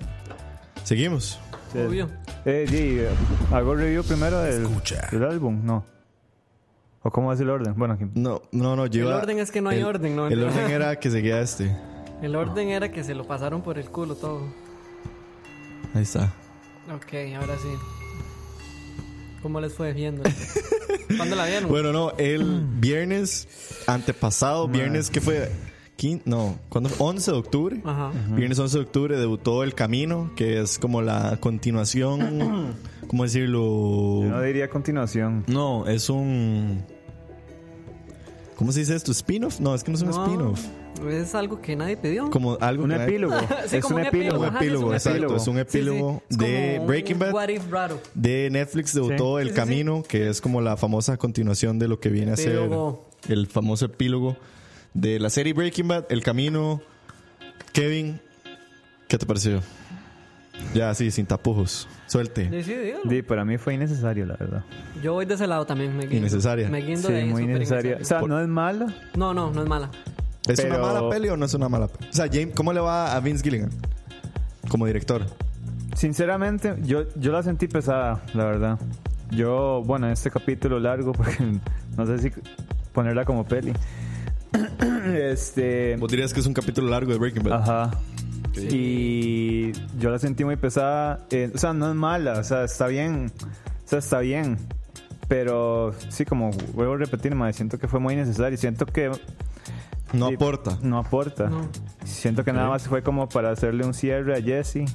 seguimos.
Sí.
Obvio.
Eh, sí, eh, hago review primero del,
Escucha.
del álbum, no. ¿O cómo es el orden? Bueno, aquí.
No, no, no, yo
El
iba-
orden es que no hay
el-
orden, ¿no?
El orden era que seguía este.
El orden era que se lo pasaron por el culo todo.
Ahí está.
Ok, ahora sí. ¿Cómo les fue viendo? ¿Cuándo la vieron?
Bueno, no, el viernes antepasado, viernes que fue Quin- no, ¿cuándo fue? 11 de octubre.
Ajá.
Viernes 11 de octubre debutó El Camino, que es como la continuación, ¿cómo
Yo no
decirlo?
diría continuación.
No, es un ¿Cómo se dice esto? ¿Spin-off? No, es que no es un
No,
spin-off.
Es algo que nadie pidió.
Como algo
Un
que-
epílogo.
Sí,
es
como
un
un
epílogo.
Un
Ajá, es
epílogo,
un
exacto.
epílogo.
Es un
Sí, sí,
epílogo
es
de
como un
Breaking Bad.
What if raro.
De Netflix debutó El
Sí, sí, sí.
Camino, que es como la famosa continuación de lo que viene a ser
Epílogo.
el famoso epílogo de la serie Breaking Bad, El Camino. Kevin, ¿qué te pareció? Ya, sí, sin tapujos. Suelte.
Sí, sí, dígalo.
Sí, para mí fue innecesario, la verdad.
Yo voy de ese lado también. Me guindo.
Innecesaria.
Me guindo
Sí,
de ahí,
muy
súper
innecesaria. O sea, no es malo.
No, no, no es mala.
¿Es una
Pero-
mala peli o no es una mala peli? O sea, James, ¿cómo le va a Vince Gilligan como director?
Sinceramente, yo, yo la sentí pesada, la verdad. Yo, bueno, este capítulo largo, porque no sé si ponerla como peli. este.
Vos dirías que es un capítulo largo de Breaking Bad.
Ajá. Y yo la sentí muy pesada. eh, o sea, no es mala, o sea, está bien. O sea, está bien. Pero sí, como vuelvo a repetir, mae, siento que fue muy innecesario. Siento que
No
Sí.
aporta.
no aporta.
No.
Siento que nada más fue como para hacerle un cierre a Jesse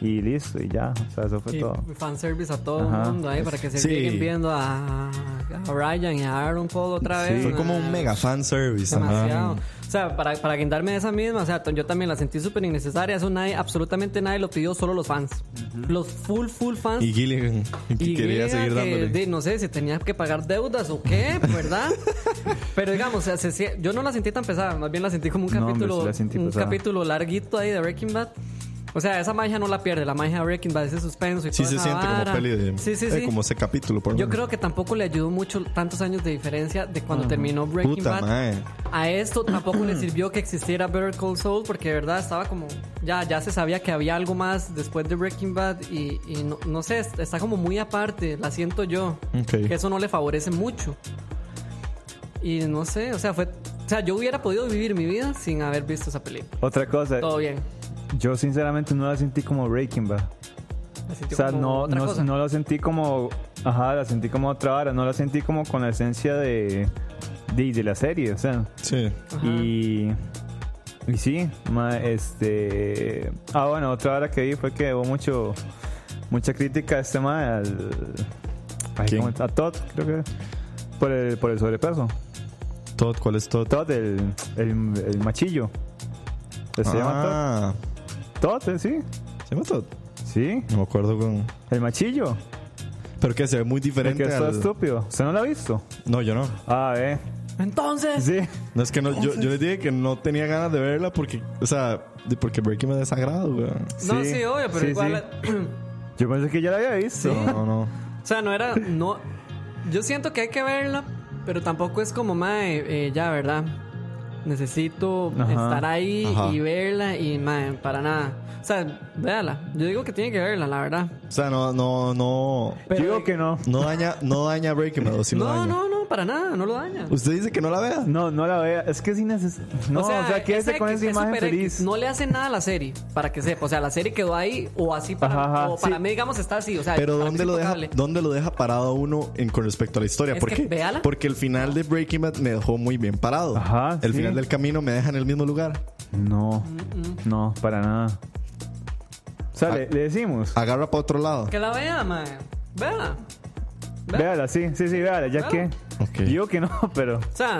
y listo, y ya. O sea, eso fue
Y
todo.
fanservice a todo
Ajá.
el mundo ahí para que se
Pues Sí.
lleguen viendo a, a Ryan y a Aaron Paul otra
Sí.
vez.
Fue
ma.
como un mega fanservice. ajá.
Demasiado. O sea, para, para guindarme de esa misma, o sea, yo también la sentí súper innecesaria. Eso nadie, absolutamente nadie lo pidió, solo los fans. Los full, full fans.
Y Gilligan, que
Y
quería
mira
seguir
que,
dándole.
di, no sé si tenía que pagar deudas o qué, ¿verdad? Pero digamos, o sea, se sie- yo no la sentí tan pesada, más bien la sentí como un
No, hombre,
capítulo,
sí la sentí
un
pesada.
capítulo larguito ahí de Breaking Bad. O sea, esa magia no la pierde, la magia de Breaking Bad, ese suspenso y
Sí
toda
se
esa
siente
vara.
como peli de...
Sí, sí,
eh,
sí.
como ese capítulo, por lo
Yo
menos.
creo que tampoco le ayudó mucho tantos años de diferencia de cuando terminó Breaking
Puta
Bad.
madre.
A esto tampoco le sirvió que existiera Better Call Saul porque de verdad estaba como ya ya se sabía que había algo más después de Breaking Bad y, y no, no sé es- está como muy aparte la siento yo
Ok.
que eso no le favorece mucho y no sé o sea fue o sea yo hubiera podido vivir mi vida sin haber visto esa película
Otra cosa,
todo bien
yo sinceramente no la sentí como Breaking Bad.
La sentí
O sea,
como
no,
otra
no,
cosa.
no la sentí como. Ajá, la sentí como otra vara. No la sentí como con la esencia de. de, de la serie, o sea.
Sí.
Ajá.
Y. Y sí, ma, este. Ah, bueno, otra vara que vi fue que hubo mucho. mucha crítica a este ma al. ay,
¿Quién?
¿cómo es? a Todd, creo que. Por el, por el sobrepeso.
Todd, ¿cuál es Todd?
Todd, el, el, el machillo. Se llama
ah,
Todd. Todd, eh, sí.
¿se llama Todd?
Sí,
No me acuerdo con...
el machillo.
Pero que se ve muy
El que
diferente
es todo
al...
estúpido. ¿Usted no lo ha visto?
No, yo no.
Ah, eh.
Entonces,
Sí.
No, es que no, yo, yo les dije que no tenía ganas de verla porque, o sea, de- porque Breaking me desagrado, weón.
no,
Sí.
sí, obvio, pero
Sí,
igual.
Yo pensé que ya la había visto.
No, no.
O sea, no era. No, yo siento que hay que verla, pero tampoco es como, mae, eh, ya, ¿verdad? Necesito
Ajá.
estar ahí
Ajá.
y verla y, mae, para nada. O sea, véala. Yo digo que tiene que verla, la verdad.
O sea, no, no, no.
Pero-
Yo digo que no.
No daña, no daña Breaking Bad, o sí lo
no,
daña.
no, no, para nada, no lo daña.
Usted dice que no la vea.
No, no la vea. Es que es innecesario. Pues, No, o sea, quédese
esa
con
X
esa
es
imagen
super X.
feliz.
No le hace nada a la serie, para que sepa. O sea, la serie quedó ahí o así para,
Ajá, ajá,
o para
sí.
mí, digamos, está así. O sea,
Pero
para mí
¿dónde
es
lo, deja,
intocable.
¿dónde lo deja parado uno en, con respecto a la historia?
Es
¿Por
que
qué?
véala.
Porque el final de Breaking Bad me dejó muy bien parado.
Ajá,
El
sí.
final del camino me deja en el mismo lugar.
No, no, para nada. O sea,
Ah.
le, le decimos.
Agarra para otro lado.
Que la vea, mae. Véala. Vea.
Véala, sí, sí, sí, véala, ya
Ah.
que.
Ok.
Yo Digo que no, pero.
O sea,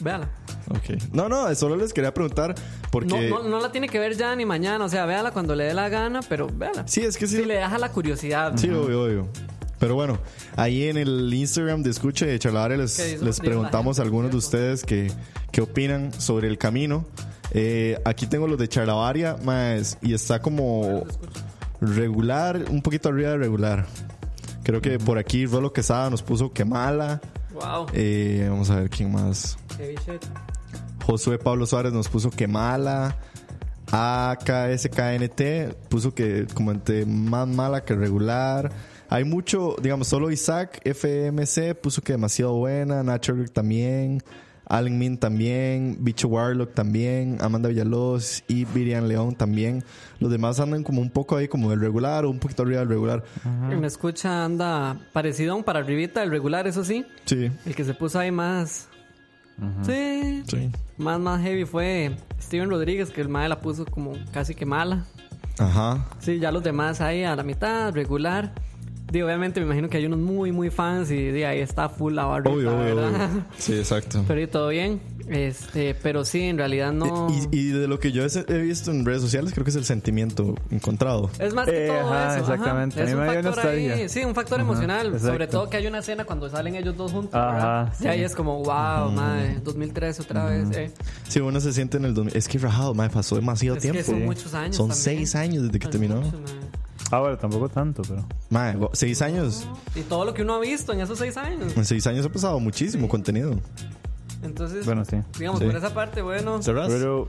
véala.
Ok. No, no, solo les quería preguntar porque.
No, no, no la tiene que ver ya ni mañana. O sea, véala cuando le dé la gana, pero véala.
Sí, es que sí.
Si le deja la curiosidad.
Sí, obvio, obvio. Pero bueno, ahí en el Instagram de Escucha y de Charlavaria
¿Qué
les,
dice?
les
Dice la
preguntamos a
gente,
algunos de
¿cierto?
ustedes que, que opinan sobre el camino. Eh, aquí tengo los de Charlavaria más, y está como regular, un poquito arriba de regular. Creo que por aquí Rolo Quesada nos puso que mala.
Wow.
Eh, vamos a ver quién más.
Qué bichete.
Josué Pablo Suárez nos puso que mala. AKSKNT puso que como entre más mala que regular. Hay mucho, digamos, solo Isaac FMC puso que demasiado buena. Nacho Rick también. Allen Min también. Bicho Warlock también. Amanda Villalobos y Virian León también. Los demás andan como un poco ahí como del regular o un poquito arriba del regular.
Me escucha, anda parecido a un para arribita, el regular, eso sí.
Sí,
El que se puso ahí más. Sí.
sí.
Más, más heavy fue Steven Rodríguez, que el mae la puso como casi que mala.
Ajá.
Sí, ya los demás ahí a la mitad, regular. Digo, obviamente me imagino que hay unos muy, muy fans y de ahí está full la barrita,
Obvio, obvio,
¿verdad?
obvio. Sí, exacto.
Pero y todo bien. Este, pero sí, en realidad no.
Y, y de lo que yo he- he visto en redes sociales, creo que es el sentimiento encontrado.
Es más que
Eh,
todo
ajá,
eso.
exactamente.
Ajá. Es
A mí
un
me dio
factor ahí,
nostalgia.
sí, un factor emocional. Sobre
exacto.
todo que hay una escena cuando salen ellos dos juntos.
Ajá,
¿verdad?
sí.
Y ahí es como, wow, madre, 2003 otra vez. eh.
Si uno se siente en el 2000, es que rajado, madre, pasó demasiado
Es
tiempo.
que son muchos años.
Son
también.
seis años desde que
Son
terminó.
muchos, mae.
Ah, bueno, tampoco tanto, pero.
Madre, go- seis años.
Y todo lo que uno ha visto en esos seis años.
En seis años ha pasado muchísimo contenido.
Entonces,
Bueno, sí.
digamos,
Sí.
por esa parte, bueno.
¿Cerrás?
Pero.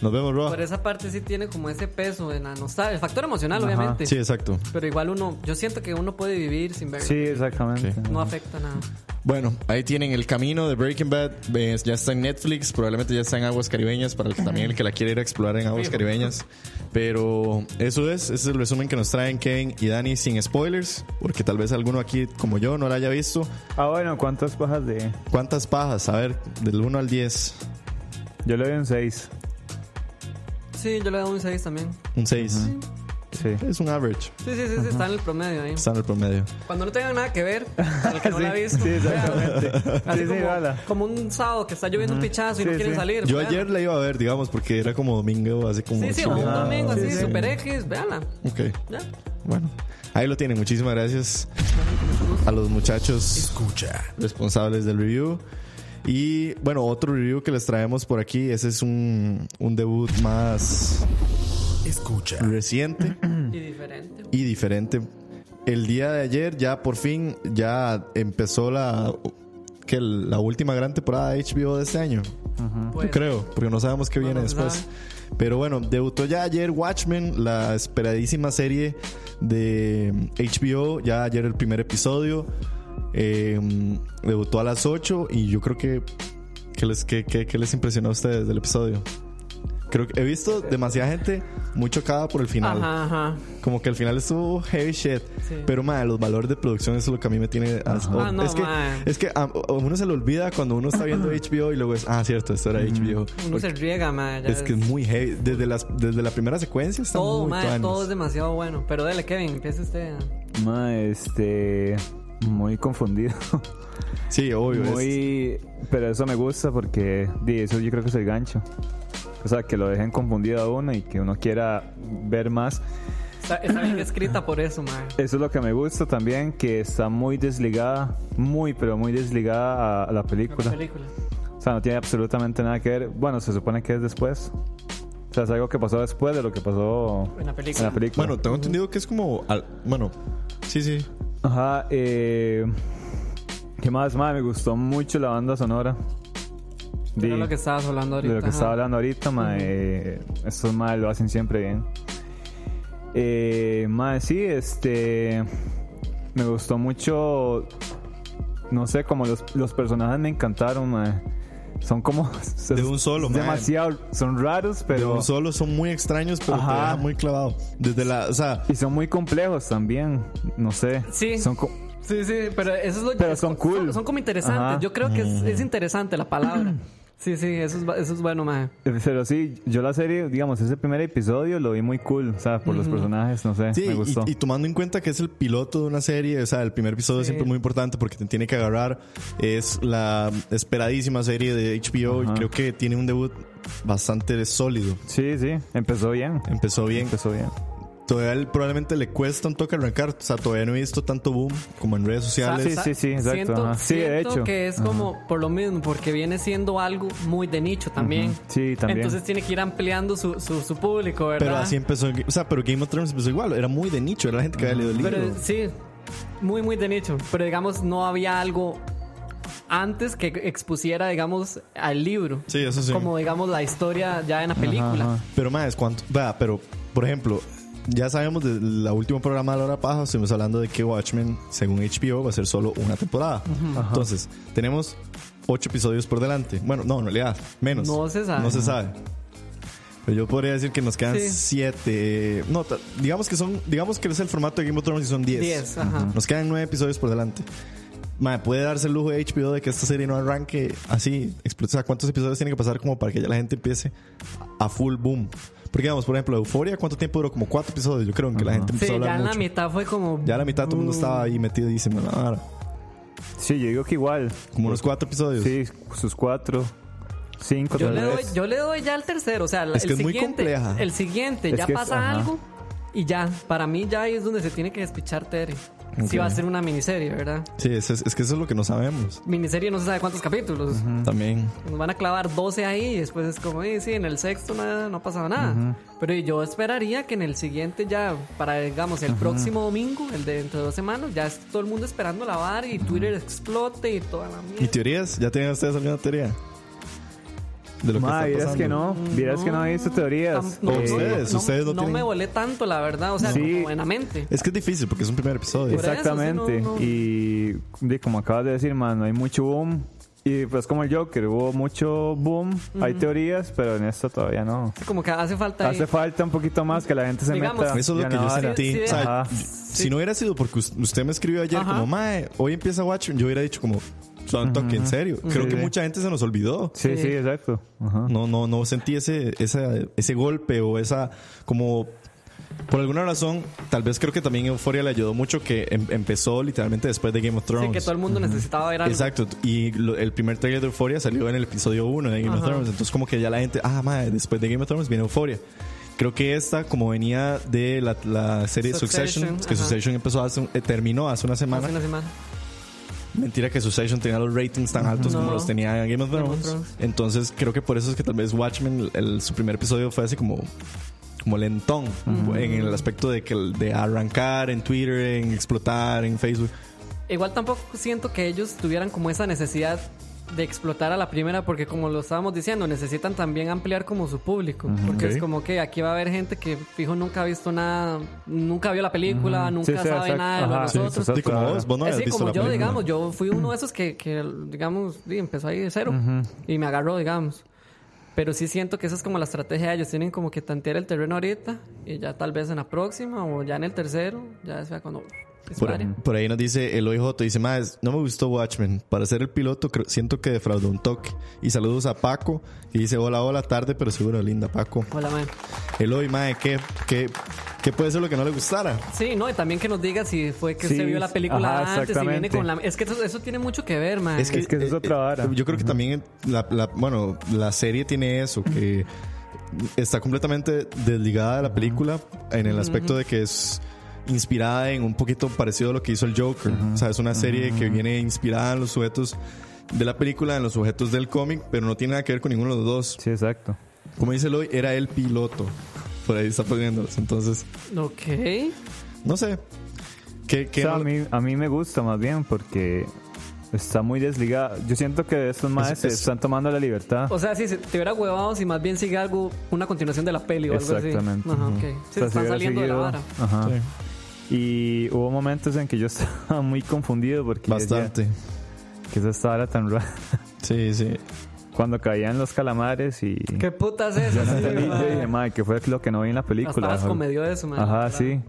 Nos vemos, Roa.
Por esa parte sí tiene como ese peso en la nostalgia. El factor emocional, obviamente.
Sí, exacto.
Pero igual uno, yo siento que uno puede vivir sin verlo.
Sí, exactamente.
No afecta nada.
Bueno, ahí tienen el camino de Breaking Bad. Eh, ya está en Netflix, probablemente ya está en Aguas Caribeñas para el que también el que la quiere ir a explorar en Aguas Caribeñas. Pero eso es, ese es el resumen que nos traen Kevin y Dani sin spoilers, porque tal vez alguno aquí como yo no la haya visto.
Ah, bueno, ¿cuántas pajas de.?
¿Cuántas pajas? A ver, del 1 al 10,
Yo le doy un 6.
Sí, yo le doy un 6 también.
un 6.
Sí.
Es un average,
Sí, sí, sí, sí, está en el promedio ahí.
está en el promedio.
Cuando no tenga nada que ver, para el que no
sí,
la ha visto.
sí,
véalo.
exactamente.
Así
sí, sí,
como,
véala.
como un sábado que está lloviendo un pichazo y
Sí,
no quieren
sí.
salir.
Yo
véala.
ayer la iba a ver, digamos, porque era como domingo, así como...
Sí, sí, o un
chileado.
domingo así,
Sí, sí.
super X, véala.
Ok,
Ya.
bueno. Ahí lo tienen, muchísimas gracias a los muchachos
Escucha.
responsables del review. Y bueno, otro review que les traemos por aquí, ese es un, un debut más
Escucha.
reciente
Mm.
Y diferente.
y diferente. El día de ayer ya por fin ya empezó la, que la última gran temporada de HBO de este año.
Mm.
Pues,
Creo, porque no sabemos qué
No,
viene
no se
después.
sabe.
Pero bueno, debutó ya ayer Watchmen, la esperadísima serie de mm, HBO. Ya ayer el primer episodio. Eh, debutó a las 8 y yo creo que... ¿Qué les, qué- qué- qué les impresionó a ustedes del episodio? Creo que he visto demasiada gente muy chocada por el final.
Ajá, ajá.
Como que al final estuvo heavy shit.
Sí.
Pero, madre, los valores de producción, eso es lo que a mí me tiene. as-
Ah, no,
es, que,
mae.
es que a, a uno se le olvida cuando uno está viendo HBO y luego es, ah, cierto, esto era HBO.
Uno se riega, madre. ya
Es que es muy heavy. Desde, las, desde la primera secuencia está
todo,
muy
madre,
tuanis.
todo es demasiado bueno. Pero dale, Kevin, empieza usted.
Ma, este. Muy confundido.
Sí, obvio. es-
Muy. Pero eso me gusta porque. di, eso yo creo que es el gancho. O sea, que lo dejen confundido a uno y que uno quiera ver más.
Está, está bien escrita por eso, madre.
Eso es lo que me gusta también, que está muy desligada, muy pero muy desligada a, a la película.
Película.
O sea, no tiene absolutamente nada que ver. Bueno, se supone que es después. O sea, es algo que pasó después de lo que pasó
En la película.
En la película.
Bueno, tengo entendido que es como. al- bueno, sí, sí.
Ajá, eh, ¿qué más? Madre, me gustó mucho la banda sonora.
Era
Di-
lo que estabas hablando ahorita.
de lo que
ajá.
estaba hablando ahorita, mae, eh, estos más lo hacen siempre bien. Eh, mae, sí, este. Me gustó mucho. No sé, como los, los personajes me encantaron, mae. Son como.
De un solo, mae.
Demasiado. Son raros, pero.
Pero solo son muy extraños, pero te
Ajá.
deja muy clavado. Desde la. O sea,
Y son muy complejos también. No sé.
Sí.
Son co-
Sí, sí, pero eso es lo
Pero son cool.
Son, son como interesantes.
Ajá. Mm.
Yo creo que es, es interesante la palabra. Sí, sí, eso es, ba- eso es bueno, mae.
eh, pero sí, yo la serie, digamos, ese primer episodio lo vi muy cool, o sea, por los personajes, no sé,
sí,
me gustó.
y, y tomando en cuenta que es el piloto de una serie, o sea, el primer episodio siempre es muy importante porque te tiene que agarrar. Es la esperadísima serie de HBO y creo que tiene un debut bastante sólido.
Sí, sí, empezó bien.
Empezó bien.
Empezó bien.
Todavía él probablemente le cuesta un toque arrancar. O sea, todavía no he visto tanto boom como en redes sociales.
Ah,
Sí, sí, sí, exacto,
Siento,
ajá. Sí, de
siento
hecho.
que es como por lo mismo, porque viene siendo algo muy de nicho también.
Ujú. Sí, también.
Entonces tiene que ir ampliando su, su, su público, ¿verdad?
Pero así empezó. O sea, pero Game of Thrones empezó igual. Era muy de nicho. Era la gente que había leído el libro.
Pero sí, muy, muy de nicho. Pero digamos, no había algo antes que expusiera, digamos, al libro.
Sí, eso sí.
Como, digamos, la historia ya en la película.
ajá.
Pero más, ¿cuánto? Vea, pero, por ejemplo, ya sabemos del último programa de La Hora Paja, estuvimos hablando de que Watchmen, según HBO, va a ser solo una temporada. Entonces, tenemos ocho episodios por delante. Bueno, no, en realidad, menos.
No se sabe.
No se sabe. Pero yo podría decir que nos quedan
Sí.
siete. No, ta- digamos que son. Digamos que es el formato de Game of Thrones y son diez.
Diez, ajá.
Nos quedan nueve episodios por delante. Mae, puede darse el lujo de HBO de que esta serie no arranque así. expl- O sea, ¿cuántos episodios tiene que pasar como para que ya la gente empiece a full boom? Porque, digamos, por ejemplo, Euforia, ¿cuánto tiempo duró? Como cuatro episodios. Yo creo en que la gente empezó
Sí,
a
ya
hablar
en la
mucho.
mitad Mm. fue como.
ya a la mitad todo el mundo estaba ahí metidísimo. ¿no? Ahora,
Sí, yo digo que igual.
como unos cuatro episodios.
Sí, sus cuatro, cinco
Yo
tal
le, doy,
vez.
yo le doy ya el tercero, o sea, la-
Es que
el
es muy
siguiente,
compleja.
el siguiente,
Es
ya
que es-
pasa
ajá.
algo y ya, para mí ya ahí es donde se tiene que despichar Tere. Si va a ser una miniserie, ¿verdad?
Sí, es, es- es que eso es lo que no sabemos.
Miniserie no se sabe cuántos capítulos.
También.
Nos van a clavar 12 ahí y después es como, "Eh, sí, en el sexto nada, no ha pasado nada. Pero yo esperaría que en el siguiente ya, para digamos el próximo domingo, el de dentro de dos semanas, ya es todo el mundo esperando la vara y Twitter explote y toda la
¿Y
mierda.
teorías? ¿Ya tienen ustedes alguna teoría? De lo
Ma,
que está
vieras
pasando.
que no, vieras que no he visto teorías.
Tam- no,
O
no,
ustedes,
no-
ustedes no
no
tienen-
me volé tanto, la verdad, o sea,
eh, Sí.
como buenamente.
Es que es difícil porque es un primer episodio.
Por eso,
Exactamente.
sí, no, no.
Y de- como acabas de decir, man, no hay mucho boom. Y pues como el Joker, hubo mucho boom. Hay teorías, pero en esto todavía no.
Como que hace falta ahí.
Hace falta un poquito más que la gente se
Digamos,
meta.
Eso es lo
ya
que
en
yo
la vara.
sentí.
Sí, sí,
o sea,
Ajá.
yo- si no hubiera sido porque us- usted me escribió ayer
Ajá.
como, mae, hoy empieza Watchmen, yo hubiera dicho como, santo, que en serio. Creo que
Sí.
mucha gente se nos olvidó.
Sí, sí,
Sí.
exacto. Ajá.
No, no, no sentí ese, esa- ese golpe o esa, como, por alguna razón, tal vez creo que también Euforia le ayudó mucho que em- empezó literalmente después de Game of
Sí,
Thrones.
que todo el mundo necesitaba ver algo.
Exacto, y lo- el primer trailer de Euforia salió en el episodio 1 de Game of Thrones, entonces como que ya la gente, ah, madre, después de Game of Thrones viene Euforia. Creo que esta, como venía de la, la serie Succession,
Succession,
que
ajá.
Succession empezó hace, un- eh, terminó hace una semana.
Hace una semana.
Mentira que Succession tenía los ratings tan altos como
No.
los tenía Game of Thrones.
Thrones.
Entonces creo que por eso es que tal vez Watchmen, el- su primer episodio fue así como, como lentón, en el aspecto de, que, de arrancar en Twitter, en explotar, en Facebook.
Igual tampoco siento que ellos tuvieran como esa necesidad de explotar a la primera porque como lo estábamos diciendo necesitan también ampliar como su público porque
Ok.
es como que aquí va a haber gente que fijo nunca ha visto nada nunca vio la película nunca
Sí,
sabe
sí, exacto.
nada de lo
Ajá,
de
sí,
nosotros
Y
exacto.
como "Oh, vos, vos no
Es
habías
decir,
visto
Eh, como
la
yo,
película.
digamos, yo fui uno de esos que, que, digamos, di, empezó ahí de cero y me agarró, digamos. Pero sí siento que esa es como la estrategia de ellos. Tienen como que tantear el terreno ahorita y ya tal vez en la próxima o ya en el tercero, ya sea cuando
Por,
disparen.
por ahí nos dice el OIJ, dice, más no me gustó Watchmen. Para ser el piloto creo- siento que defraudó un toque. Y saludos a Paco. Y dice, hola, hola, tarde, pero seguro, linda, Paco.
Hola, man.
Eloy, mae, ¿qué, qué, qué puede ser lo que no le gustara?
Sí, no, y también que nos diga si fue que
Sí,
se vio la película
ajá,
antes, si viene
exactamente.
con la... Es que eso, eso tiene mucho que ver, man.
Ah, Es que esa es
eh,
otra
eh,
vara.
Yo creo que también la, la- bueno, la serie tiene eso, que está completamente desligada de la película en el aspecto de que es inspirada en un poquito parecido a lo que hizo el Joker. O sea, es una serie que viene inspirada en los sujetos de la película, en los sujetos del cómic, pero no tiene nada que ver con ninguno de los dos.
Sí, exacto.
Como dice Lloyd, era el piloto. Por ahí está poniéndolos. Entonces,
Ok.
no sé. ¿Qué, qué
O sea,
no-
a, mí, a mí me gusta más bien porque está muy desligada. Yo siento que estos maes se
es-
están tomando la libertad.
O sea, si se- te hubiera huevado, si más bien sigue algo, una continuación de la peli o algo así.
Exactamente.
Ajá, ok.
O
Sí,
sea, si
están
hubiera
saliendo de la
seguido-
vara.
Ajá.
Sí,
Y hubo momentos en que yo estaba muy confundido porque decía,
bastante.
que esa estaba tan rara.
Sí, sí.
Cuando caían los calamares y...
¿Qué putas es eso?
Y yo dije, madre, que fue lo que no vi en la película.
Hasta las
Ajá.
comedió eso, man.
Ajá,
Claro.
sí.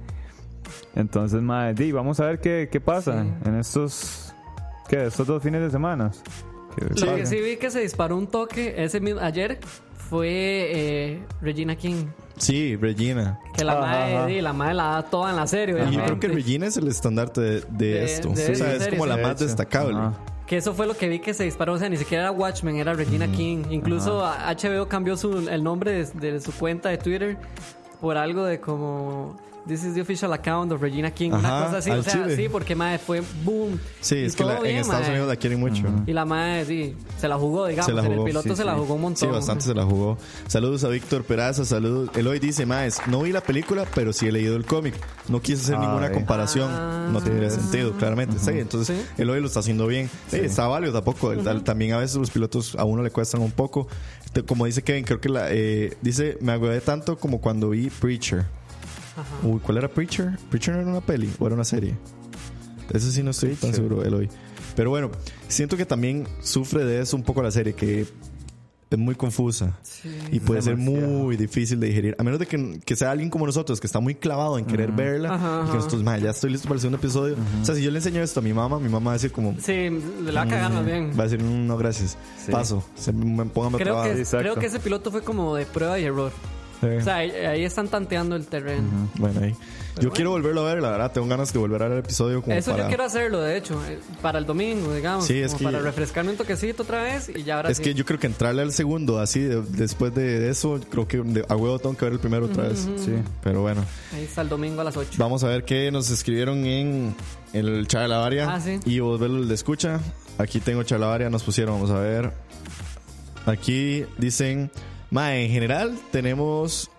Entonces, madre, di, vamos a ver qué, qué pasa en estos... ¿Qué? Estos dos fines de semana. Que-
Lo que sí vi que se disparó un toque ese mismo, ayer fue eh, Regina King.
Sí, Regina.
Que la
Ajá, ajá.
madre, sí, la madre la da toda en la serie,
Y yo
obviamente.
creo que Regina es el estandarte de, de
De-
esto.
de
o sea,
esa
es
serie,
como la
sí.
más
hecho.
destacable.
Ajá.
Que eso fue lo que vi que se disparó. O sea, ni siquiera era Watchmen, era Regina King. Incluso a- HBO cambió su- el nombre de, de su cuenta de Twitter por algo de como. This is the official account of Regina King. Una
Ajá,
cosa así.
al
O sea,
chile.
sí, porque madre fue boom.
Sí,
Y
es que
todo
la- en
bien,
Estados
madre.
Unidos la quieren mucho.
Y la madre, sí, se la jugó, digamos.
Se la
en el
jugó,
piloto
sí,
se la
sí.
jugó un
Sí,
montón.
bastante se la jugó. Saludos a Víctor Peraza, saludos. Eloy dice, Maes, no vi la película, pero sí he leído el cómic. No quise hacer
Ah,
ninguna
ve.
comparación.
Ah,
no tiene sentido, claramente. Sí, entonces Eloy lo está haciendo bien. Sí, está válido tampoco. El- tal- También a veces los pilotos a uno le cuestan un poco. Te- Como dice Kevin, creo que la... eh, dice, me agüedé tanto como cuando vi Preacher. Uy, ¿cuál era Preacher? ¿Preacher no era una peli o era una serie? Eso sí no estoy tan seguro, Eloy. Pero bueno, siento que también sufre de eso un poco la serie, que es muy confusa y puede ser
Demasiado.
muy difícil de digerir. A menos de que, que sea alguien como nosotros, que está muy clavado en querer verla,
Ajá,
y que
ajá.
nosotros, "Ma, ya estoy listo para el segundo episodio. O sea, si yo le enseño esto a mi mamá, mi mamá va a decir como...
Sí, le va a cagar más bien.
Va a decir, "Mm, no, gracias. Paso. Se, me, póngame a
Creo
trabajar.
que,
Exacto.
creo que ese piloto fue como de prueba y error.
Sí.
O sea, ahí, ahí están tanteando el terreno.
Bueno, ahí. Yo quiero volverlo a ver, la verdad. Tengo ganas de volver a ver el episodio como
Eso
para...
yo quiero hacerlo, de hecho, eh, para el domingo, digamos.
Sí, es
como
que-
Para refrescarme un toquecito otra vez y ya ahora
Es
sí.
que yo creo que entrarle al segundo así, de- después de eso, creo que de- a huevo tengo que ver el primero otra vez.
Sí.
Pero bueno,
Ahí está el domingo a las 8.
vamos a ver qué nos escribieron en, en el chat de la varia.
Ah, sí.
Y vos verlo el de escucha. Aquí tengo chat de la varia, nos pusieron, vamos a ver. Aquí dicen, ma, en general tenemos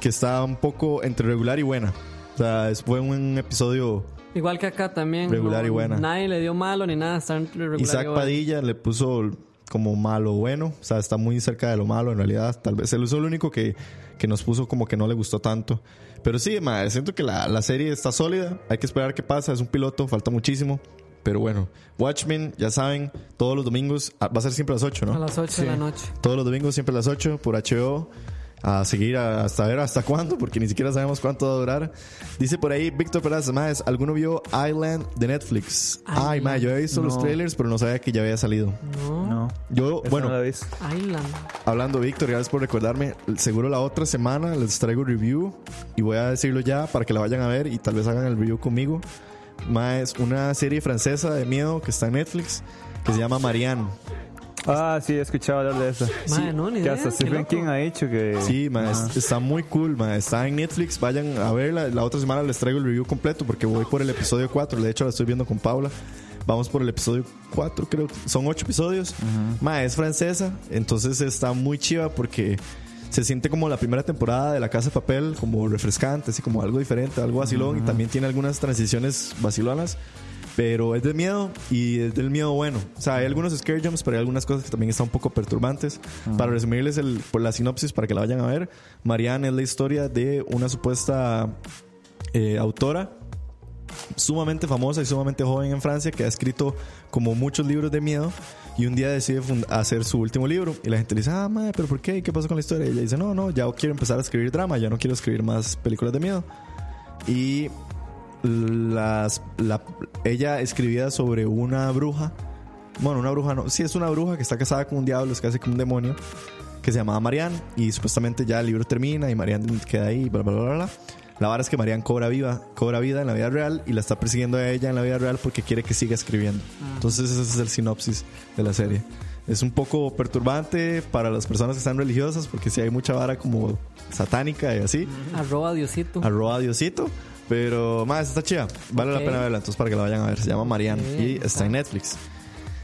que está un poco entre regular y buena. O sea, es- fue un episodio...
Igual que acá también.
Regular y buena.
Nadie le dio malo ni nada. Están regular y
Isaac
buena.
Padilla le puso como malo bueno, o sea, está muy cerca de lo malo en realidad, tal vez él es el único que, que nos puso como que no le gustó tanto. Pero sí, ma, siento que la, la serie está sólida, hay que esperar qué pasa, es un piloto, falta muchísimo, pero bueno, Watchmen, ya saben, todos los domingos, ah, va a ser siempre a las 8, ¿no?
A las 8 de la noche.
Todos los domingos siempre a las 8 por HBO. A seguir a- hasta ver hasta cuándo, porque ni siquiera sabemos cuánto va a durar. Dice por ahí Víctor Peraza Maes, ¿alguno vio Island de Netflix? Ay, ma, yo he visto los trailers, pero no sabía que ya había salido.
No.
Yo,
Esa
bueno,
no la viste.
Island.
hablando Víctor, gracias por recordarme. Seguro la otra semana les traigo review y voy a decirlo ya para que la vayan a ver y tal vez hagan el review conmigo. Ma, es una serie francesa de miedo que está en Netflix que se llama Marianne.
Ah, sí, he escuchado hablar de eso.
Madre, no, ni
que
idea.
hasta
qué
Stephen
loco.
King ha dicho que...
Sí, ma, es- está muy cool, ma. Está en Netflix, vayan a verla. La otra semana les traigo el review completo porque voy por el episodio 4. De hecho, la estoy viendo con Paula. Vamos por el episodio 4, creo. Son 8 episodios. Ma, es francesa, entonces está muy chiva porque se siente como la primera temporada de La Casa de Papel, como refrescante, así como algo diferente, algo vacilón. Y también tiene algunas transiciones vacilonas. Pero es de miedo y es del miedo bueno. O sea, hay algunos scare jumps, pero hay algunas cosas que también están un poco perturbantes. Para resumirles el, por la sinopsis, para que la vayan a ver, Marianne es la historia de una supuesta eh, autora sumamente famosa y sumamente joven en Francia que ha escrito como muchos libros de miedo y un día decide fund- hacer su último libro y la gente le dice, ah, madre, pero ¿por qué? ¿Qué pasó con la historia? Y ella dice, no, no, ya quiero empezar a escribir drama, ya no quiero escribir más películas de miedo. Y las, la- ella escribía sobre una bruja, bueno, una bruja no, sí es una bruja que está casada con un diablo, es casi como un demonio, que se llamaba Marianne y supuestamente ya el libro termina y Marianne queda ahí, bla, bla, bla, bla. bla. La vara es que Marianne cobra, viva, cobra vida en la vida real y la está persiguiendo a ella en la vida real porque quiere que siga escribiendo. Entonces ese es el sinopsis de la serie. Es un poco perturbante para las personas que están religiosas porque si hay mucha vara como satánica y así.
Arroba Diosito.
Arroba Diosito. Pero más, está chida. Vale
Ok.
la pena verla, entonces para que la vayan a ver. Se llama Mariana
Ok,
y está, en Netflix.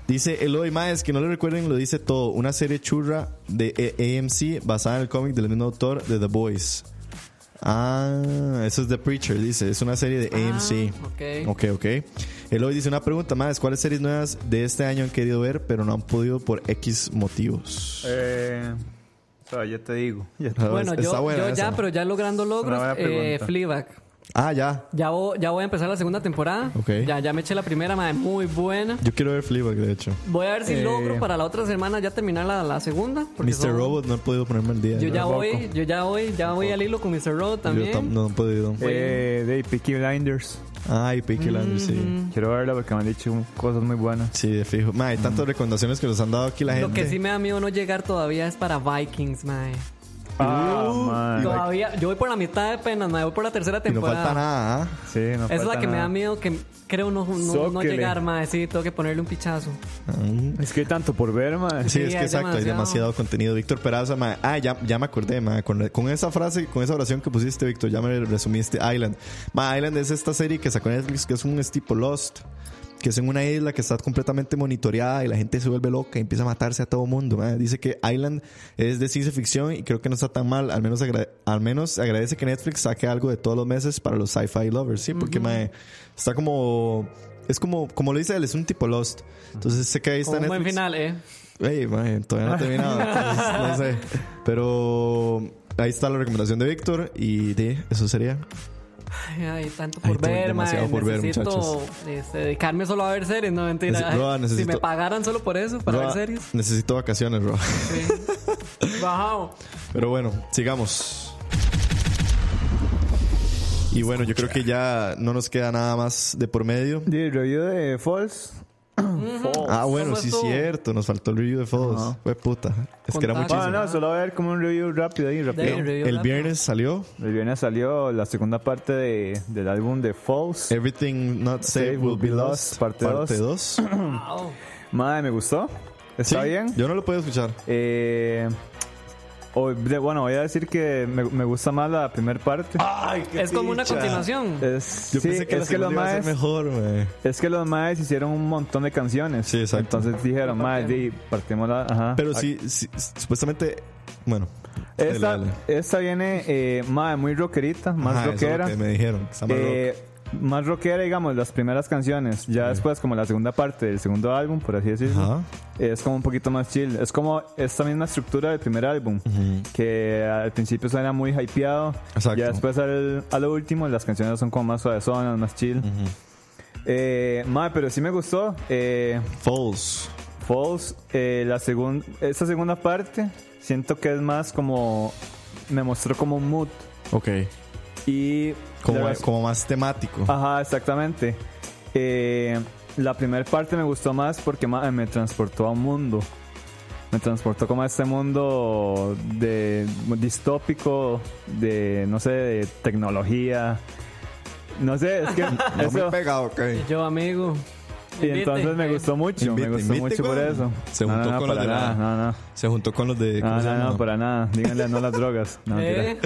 Dice Eloy Maes, que no le recuerden, lo dice todo. Una serie churra de E- AMC basada en el cómic del mismo autor de The Boys. Ah, eso es The Preacher, dice. Es una serie de AMC.
Ah, ok.
Ok, ok. Eloy dice una pregunta más. ¿Cuáles series nuevas de este año han querido ver pero no han podido por X motivos?
Eh, o sea, ya te digo. Ya te-
Ah,
Bueno,
está
yo,
buena
yo ya,
esa.
pero ya logrando logros,
buena
eh,
pregunta.
Fleabag.
Ah, ya.
Ya, vo- ya voy a empezar la segunda temporada.
Ok.
Ya, ya me eché la primera, madre, muy buena.
Yo quiero ver Fleabag, de hecho.
Voy a ver si
Eh,
logro para la otra semana ya terminar la, la segunda. porque
Mr.
son-
Robot no he podido ponerme al día.
Yo ya
Tampoco.
voy, yo ya voy, ya voy al hilo con Mr. Robot
Yo tam-
también.
no, no he podido.
Eh, de Peaky Blinders.
Ay, Peaky Blinders, sí.
Mm.
Quiero verla porque me han dicho cosas muy buenas.
Sí, de fijo. Ma, hay tantas recomendaciones que nos han dado aquí la gente.
Lo que sí me da miedo no llegar todavía es para Vikings, mae.
Ah,
uh,
man.
Todavía, yo voy por la mitad de penas, mae, voy por la tercera
Y no
temporada.
falta nada. ¿ah?
Sí, no
Esa es la
falta
que me
nada.
da miedo que creo no, no- no,
Zóquele.
llegar, mae. Sí, tengo que ponerle un pichazo.
Mm.
Es que hay tanto por ver, man.
Sí,
Sí,
es que
hay
exacto, hay
demasiado.
demasiado contenido. Víctor Peraza, ma. Ah, ya, ya me acordé, ma. Con, con esa frase, con esa oración que pusiste, Víctor, ya me resumiste Island. Ma, Island es esta serie que sacó Netflix que es un es tipo Lost. Que es en una isla que está completamente monitoreada y la gente se vuelve loca y empieza a matarse a todo mundo. ma. Dice que Island es de ciencia ficción y creo que no está tan mal. Al menos, agra- al menos agradece que Netflix saque algo de todos los meses para los sci-fi lovers, ¿sí? Porque ma, está como. Es como, como lo dice él, es un tipo Lost. Entonces sé que ahí está
Con un buen
Netflix.
final, eh.
Ey, mae, todavía no he terminado. entonces, no sé. Pero ahí está la recomendación de Víctor y de eso sería.
Ay, hay tanto
Hay
por
todo-
ver, mae.
demasiado por ver,
Necesito,
muchachos.
este, dedicarme solo a ver series, no mentira.
Nece-
Ay,
Roa, necesito-
Si me pagaran solo por eso, para
Roa,
ver series.
Necesito vacaciones, Roa.
Sí. Bajado.
Pero bueno, sigamos. Y bueno, yo creo que ya no nos queda nada más de por medio.
Sí, review de Falls.
Ah, bueno, sí,
estuvo?
cierto. Nos faltó el review de Fodos. Fue puta. Es que
Contacto.
era muchísimo.
Bueno, no, solo voy a ver como un review rápido ahí, rápido.
Dale. review
El
rápido.
viernes salió
El viernes salió la segunda parte de- del álbum de Falls.
Eh. Everything Not Safe Will Be Lost,
parte
dos.
Wow.
Madre, me gustó. Está
Sí,
bien.
Yo no lo puedo escuchar.
Eh, o- de- bueno, voy a decir que me, me gusta más la primera parte.
Ah,
Es como una continuación.
Es,
Yo
sí,
pensé que la
es que los
segunda iba a ser
maes,
mejor, güey.
es que los maes hicieron un montón de canciones.
Sí, exacto.
Entonces dijeron, maes, di, partimos la. Ajá. Ah.
Pero sí, sí, supuestamente, bueno. dale,
Esta,
dale.
esta viene, eh, mae, muy rockerita, más
Ajá, eso es lo
rockera.
que me dijeron. que está más
Eh, más rockera, digamos, las primeras canciones. Ya después, como la segunda parte del segundo álbum, por así decirlo,
Ajá.
es como un poquito más chill. Es como esta misma estructura del primer álbum, que al principio suena muy hypeado.
Exacto.
Ya después, al, a lo último, las canciones son como más suavezonas, más chill. Eh, mae, pero sí me gustó. Eh,
rock. False.
Falls, eh, la segun- esta segunda parte, siento que es más como. Me mostró como un mood.
Ok.
Y.
Como,
la-
como más temático.
Ajá, exactamente. Eh, la primera parte me gustó más porque ma, me transportó a un mundo. Me transportó como a este mundo de distópico, de no sé, de tecnología. No sé, es que
No
eso-
me pegado, ok.
Y yo, amigo.
y
invite.
entonces me gustó mucho,
Invite,
me gustó
invite,
mucho por
güey.
eso.
Se
No, no,
juntó
no,
con los
para
de la-
nada, no, no.
Se juntó con los de. ¿cómo
No,
se
Ah, no,
llama?
no, para nada. Díganle no a las drogas. No, mentira.
Eh,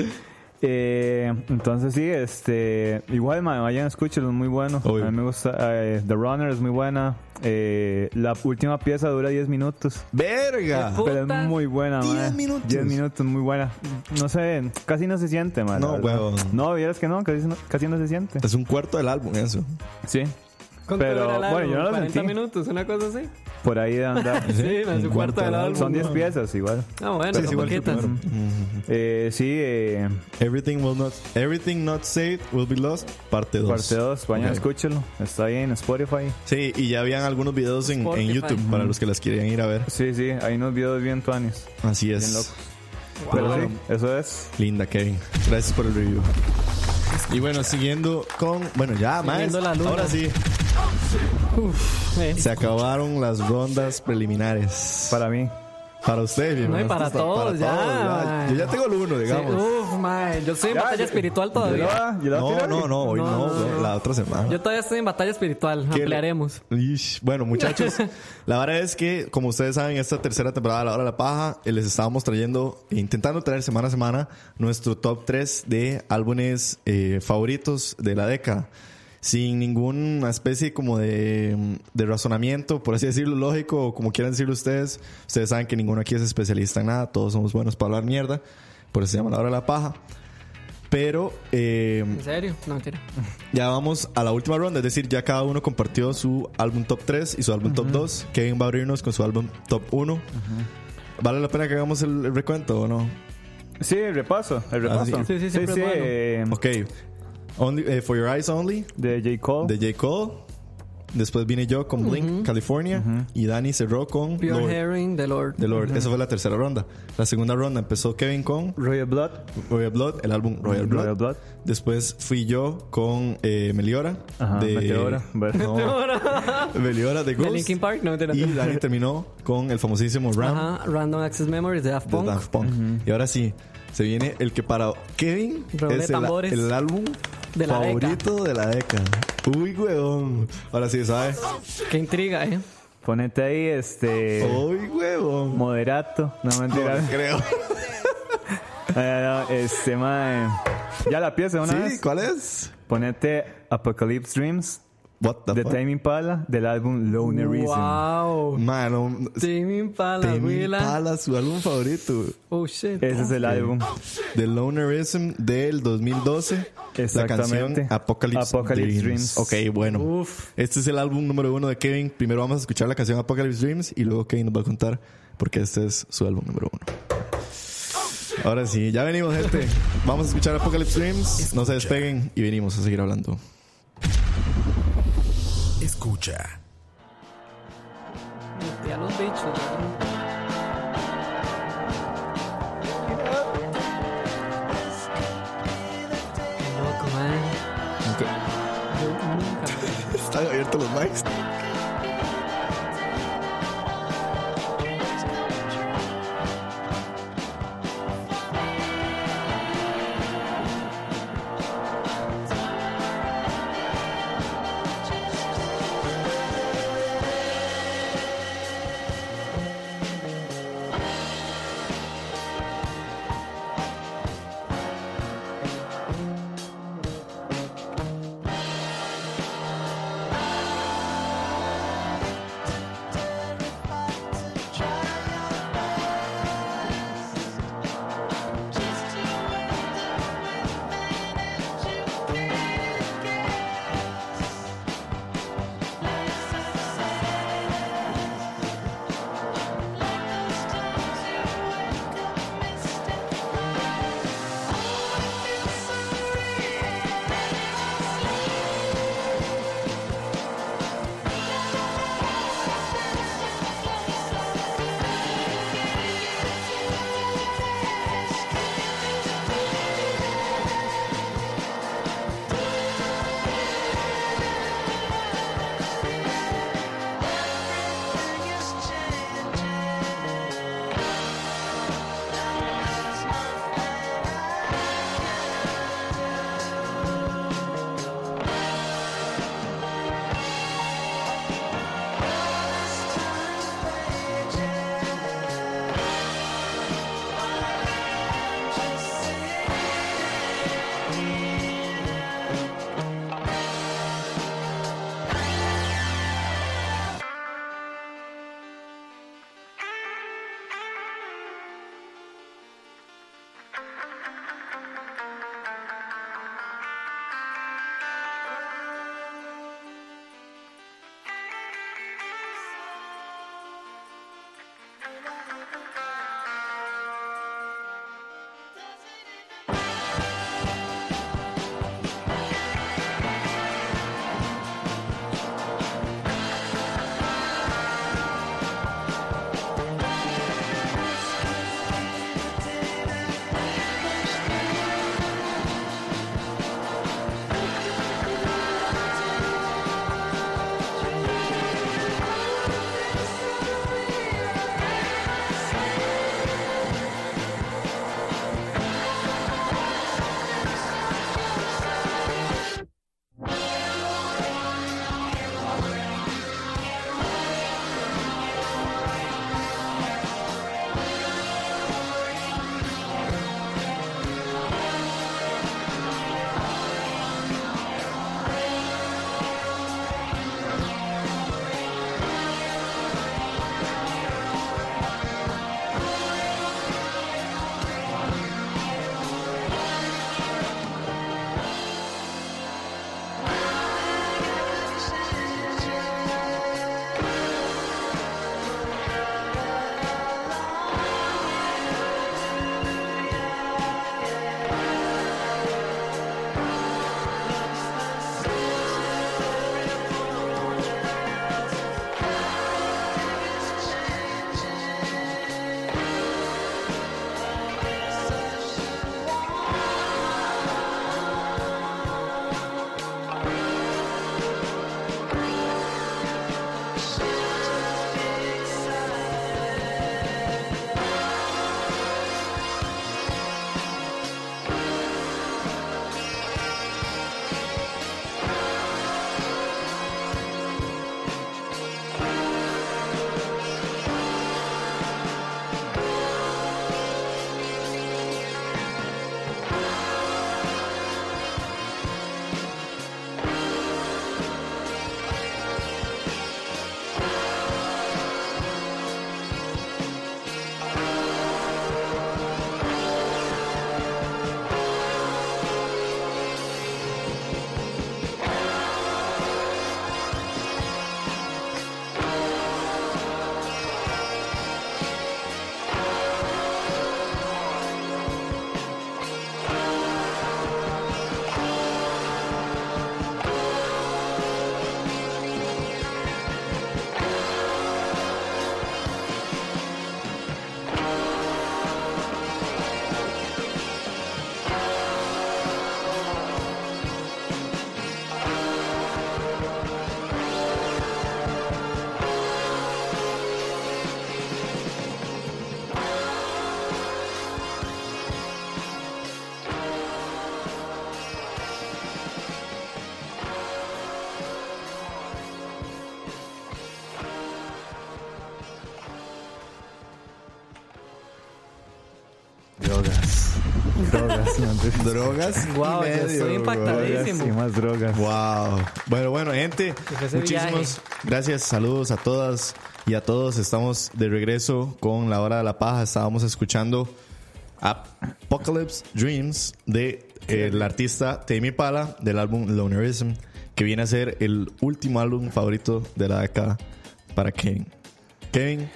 Eh, entonces sí, este, igual man, vayan, escúchenlo, es muy bueno.
Obvio.
A mí me gusta, eh, The Runner es muy buena. Eh, la última pieza dura 10 minutos.
¡Verga!
Puta.
Pero es muy buena,
10
man.
minutos.
10 minutos, muy buena. No sé, casi no se siente, man. la
No,
verdad.
huevón.
No, vieras que no, casi no, casi no se siente.
Es un cuarto del álbum, eso.
Sí,
¿cuánto
Pero,
dura el
bueno,
álbum?
yo no lo
40
sentí.
minutos, una cosa así.
por ahí de andar.
Sí, en su cuarto del álbum.
Son 10 piezas igual.
Ah, bueno,
Sí, es
son
igual que el
poquitas.
primero.
Eh, sí, eh,
Everything, will not, everything Not Saved Will Be Lost, parte 2.
parte 2, vayan,
Ok.
escúchenlo. Está ahí en Spotify.
Sí, y ya habían algunos videos en, en
Spotify.
YouTube para los que las querían ir a ver.
Sí, sí, hay unos videos bien tuanis.
Así es.
Bien locos.
Pero
Pero
bueno,
sí, eso es.
Linda, Kevin. Gracias por el review. Y bueno, siguiendo con. Bueno, ya, más.
Siguiendo la luna.
Ahora sí,
Eh,
se acabaron las rondas preliminares.
Para mí.
Para usted, bien.
No, y para todos, ya, man.
Yo ya tengo el uno,
Sí,
digamos.
Uf, mae, yo estoy en batalla espiritual todavía.
Yo la
no,
tiré.
no, no, hoy
No,
no,
no,
güey,
no.
la otra semana.
Yo todavía estoy en batalla espiritual,
¿Qué le-
ampliaremos.
Ish. Bueno, muchachos, la verdad es que, como ustedes saben, esta tercera temporada de La Hora de la Paja, eh, les estábamos trayendo, e intentando traer semana a semana, nuestro top 3 de álbumes eh, favoritos de la década. Sin ninguna especie como de, mm, de razonamiento, por así decirlo, lógico, o como quieran decirlo ustedes. Ustedes saben que ninguno aquí es especialista en nada, todos somos buenos para hablar mierda, por eso se llama La Hora de la Paja. Pero eh,
¿En serio? No, mentira.
ya vamos a la última ronda, es decir, ya cada uno compartió su álbum top 3 y su álbum top 2. Kevin va a abrirnos con su álbum top 1. ¿Vale la pena que hagamos el, el recuento o no?
Sí, el repaso. El
Ah,
repaso.
sí.
Sí, sí, siempre es bueno.
eh,
Ok. Only, eh, For Your Eyes Only,
De J. Cole.
de J. Cole. Después vine yo con Blink, California. Y Dani cerró con
Pure
Lord.
Herring, The Lord.
de Lord. Esa fue la tercera ronda. La segunda ronda empezó Kevin con
Royal Blood.
Royal Blood, el álbum Royal Blood.
Royal Blood.
Después fui yo con eh, Meliora.
Ajá,
de
Meteora. Bueno.
No, Meliora
de
de Ghost.
Linkin Park, no mentira.
Y Dani terminó con el famosísimo Ram
Ajá, Random Access Memories de Daft
Ah. de
Punk.
Daft Punk. Y ahora sí, se viene el que para Kevin
Redoble
es
de
el,
tambores.
el álbum
De la
favorito de la década. Uy, huevón. Ahora sí, ¿sabes?
Qué intriga, ¿eh?
Ponete ahí, este.
Uy, huevón.
Moderato. No, mentira.
No, creo.
Eh, no, este, mae. Ya la pieza de una
¿Sí?
vez.
¿Cuál es?
Ponete Apocalypse Dreams
What the
de
fuck?
Tame Impala del álbum Lonerism.
Wow.
Mano,
Tame Impala,
Tame
Willa.
Impala, su álbum favorito.
Oh, shit.
Ese es el álbum.
The Lonerism del 2012. La canción
Exactamente.
Apocalypse,
Apocalypse Dreams.
Ok, bueno.
Uf.
Este es el álbum número uno de Kevin. Primero vamos a escuchar la canción Apocalypse Dreams y luego Kevin nos va a contar porque este es su álbum número uno. Ahora sí, ya venimos, gente. Vamos a escuchar Apocalypse Dreams. No se despeguen y venimos a seguir hablando.
Escucha.
Ya los bichos. ¿no? Qué loco, man. Yo nunca.
Están abiertos los mics.
Apocalypse
Drogas, man.
Drogas.
Wow, yo estoy impactadísimo.
Drogas y más drogas.
Wow. Bueno, bueno, gente.
fue ese
Muchísimas gracias. Saludos a todas y a todos. Estamos de regreso con La Hora de la Paja. Estábamos escuchando Apocalypse Dreams de eh, el artista Tame Pala del álbum Lonerism, que viene a ser el último álbum favorito de la década para Kevin. Kevin,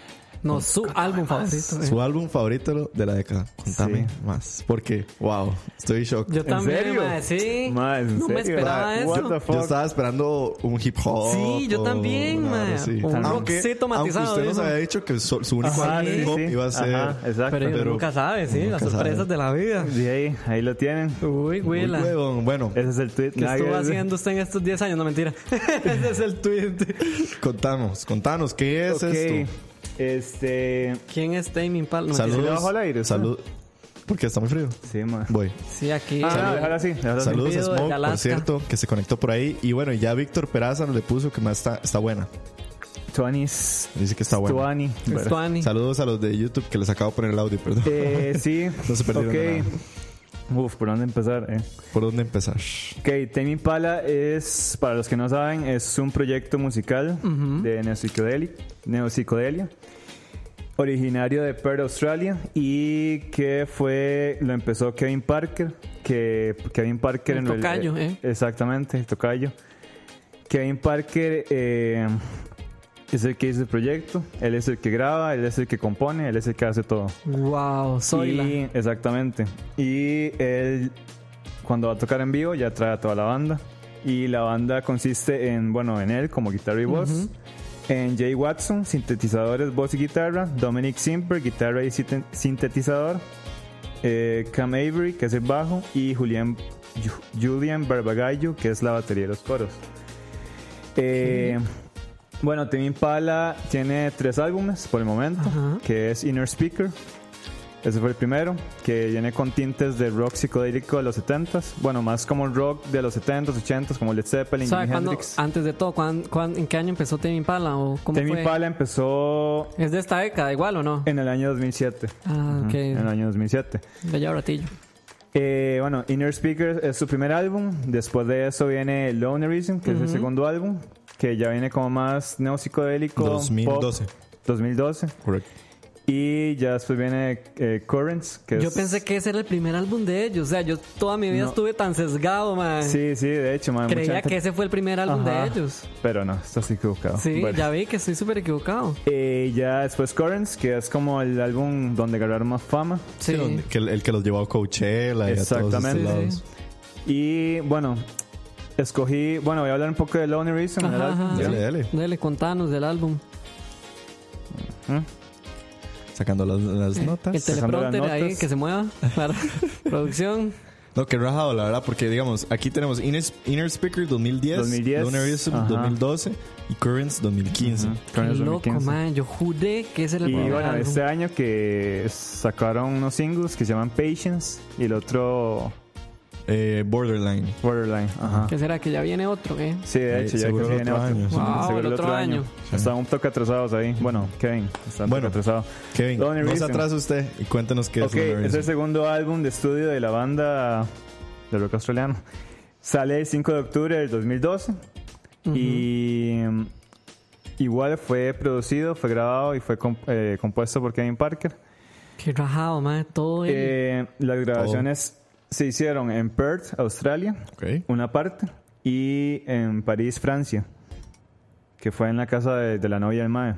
No, su álbum favorito. eh.
su álbum favorito de la década. Contame
Sí.
más. Porque, wow, estoy en shock.
Yo también,
serio?
mae, sí.
Ma, ¿en
no me
serio?
esperaba
Ma,
eso.
what the fuck?
Yo estaba esperando un hip hop.
Sí, yo
o
también,
una
ma.
vara así.
Un
Aunque,
rockcito
aunque
matizado
usted
de
nos
eso.
había dicho que su, su único
Ajá,
álbum
sí,
hop
sí.
iba a ser.
Ajá, exacto.
Pero,
pero-
nunca sabes, sí, las
nunca
sorpresas
sabe.
de la vida.
Y ahí, ahí lo tienen.
Uy,
Muy
güela.
huevón. Bueno,
Ese es el tweet
¿Qué estuvo haciendo usted en estos 10 años? No, mentira. Ese es el tweet.
contamos, contanos, ¿qué es
Ok.
esto?
Este.
¿Quién es Tame Impala? No,
Saludos.
mentira.
¿Le bajo al aire, usted?
Salud. Porque está muy frío.
Sí, man.
Voy.
Sí, aquí.
Ah, no, déjalo así. déjalo así.
Saludos a
Envido desde
Smoke, por
Alaska.
cierto, que se conectó por ahí. Y bueno, ya Víctor Peraza nos le puso que más está, está buena.
Tuanis.
Dice que está buena.
Tuani.
Es
Bueno.
Tuani.
Saludos a los de YouTube que les acabo de poner el audio, perdón.
Eh, sí.
No se perdieron de nada.
Ok. Uf, ¿por dónde empezar? Eh?
¿Por dónde empezar?
Ok, Tame Impala es, para los que no saben, es un proyecto musical de neopsicodeli- neopsicodelia, originario de Perth, Australia, y que fue, lo empezó Kevin Parker, que Kevin Parker...
El
en real-
tocayo, ¿eh?
Exactamente, el tocayo. Kevin Parker eh, es el que hizo el proyecto, él es el que graba, él es el que compone, él es el que hace todo.
Wow, soy la.
Y- Exactamente. Y él, cuando va a tocar en vivo, ya trae a toda la banda. Y la banda consiste en, bueno, en él como guitarra y voz. En Jay Watson, sintetizadores, voz y guitarra. Dominic Simper, guitarra y sinte- sintetizador. eh, Cam Avery, que es el bajo. Y Julian, Ju- Julian Barbagallo, que es la batería de los coros. Eh, bueno, Tame Impala tiene tres álbumes por el momento,
Ajá.
que es Inner Speaker, ese fue el primero, que viene con tintes de rock psicodélico de los 70s, bueno, más como rock de los 70s, 80s, como Led
O
Zeppelin,
sea,
Jimi
cuando-
Hendrix.
antes de todo, ¿cuán- cuán- en qué año empezó Tame Impala? ¿O cómo
Tame
fue?
Impala empezó
¿Es de esta década igual o no?
en el año 2007.
Ah, ok.
En el año 2007.
Ya lleva ratillo.
Eh, bueno, Inner Speakers es su primer álbum. Después de eso viene Lonerism, que es el segundo álbum, que ya viene como más neopsicodélico. pop.
2012.
2012.
Correcto.
Y ya después viene eh, Currents, que
Yo
es-
pensé que ese era el primer álbum de ellos. O sea, yo toda mi vida
No.
estuve tan sesgado, man.
Sí, sí, de hecho, man, mucha
Creía
gente-
que ese fue el primer álbum
Ajá.
de ellos.
Pero no, estás equivocado.
Sí,
Bueno.
ya vi que estoy súper equivocado.
Eh, ya después Currents, que es como el álbum donde ganaron más fama.
Sí.
donde- que el, el que los llevó a Coachella y a todos estos
Exactamente.
lados.
Y bueno, escogí, bueno, voy a hablar un poco de Lonely Reason.
Ajá,
¿verdad?
ajá.
Dale, dale.
Dale, contanos del álbum.
Sacando las, las
El
notas.
Sacando las
teleprompter ahí,
notas.
que se mueva. Para producción.
No, que rajado, la verdad, porque digamos, aquí tenemos Inner, Inner Speaker 2010,
2010,
Lunarism
ajá.
2012 y Currents 2015.
Qué
Currents
loco,
2015.
man. Yo juré que ese era el
Y
primer
bueno,
álbum.
este año que sacaron unos singles que se llaman Patience y el otro
Eh, Borderline.
Borderline. Ajá.
¿Qué será? Que ya viene otro, ¿eh?
Sí, de
Eh,
hecho, ya que
seguro
se
el
viene
otro
otro.
año.
Ujú,
Wow,
seguro
el otro año.
Sí.
Están un toque atrasados ahí. Bueno, Kevin, está un
Bueno,
toque atrasado.
Kevin,
Lonely
no se
Reason.
atrasa usted y cuéntenos qué
Ok,
es
es
Lunarism.
el segundo álbum de estudio de la banda de rock australiano. Sale el 5 de octubre del 2012 y mm, igual fue producido, fue grabado y fue comp- eh, compuesto por Kevin Parker.
Qué rajado, man. Todo el...
Eh, las grabaciones se hicieron en Perth, Australia,
Ok.
una parte, y en París, Francia, que fue en la casa de, de la novia del Mae.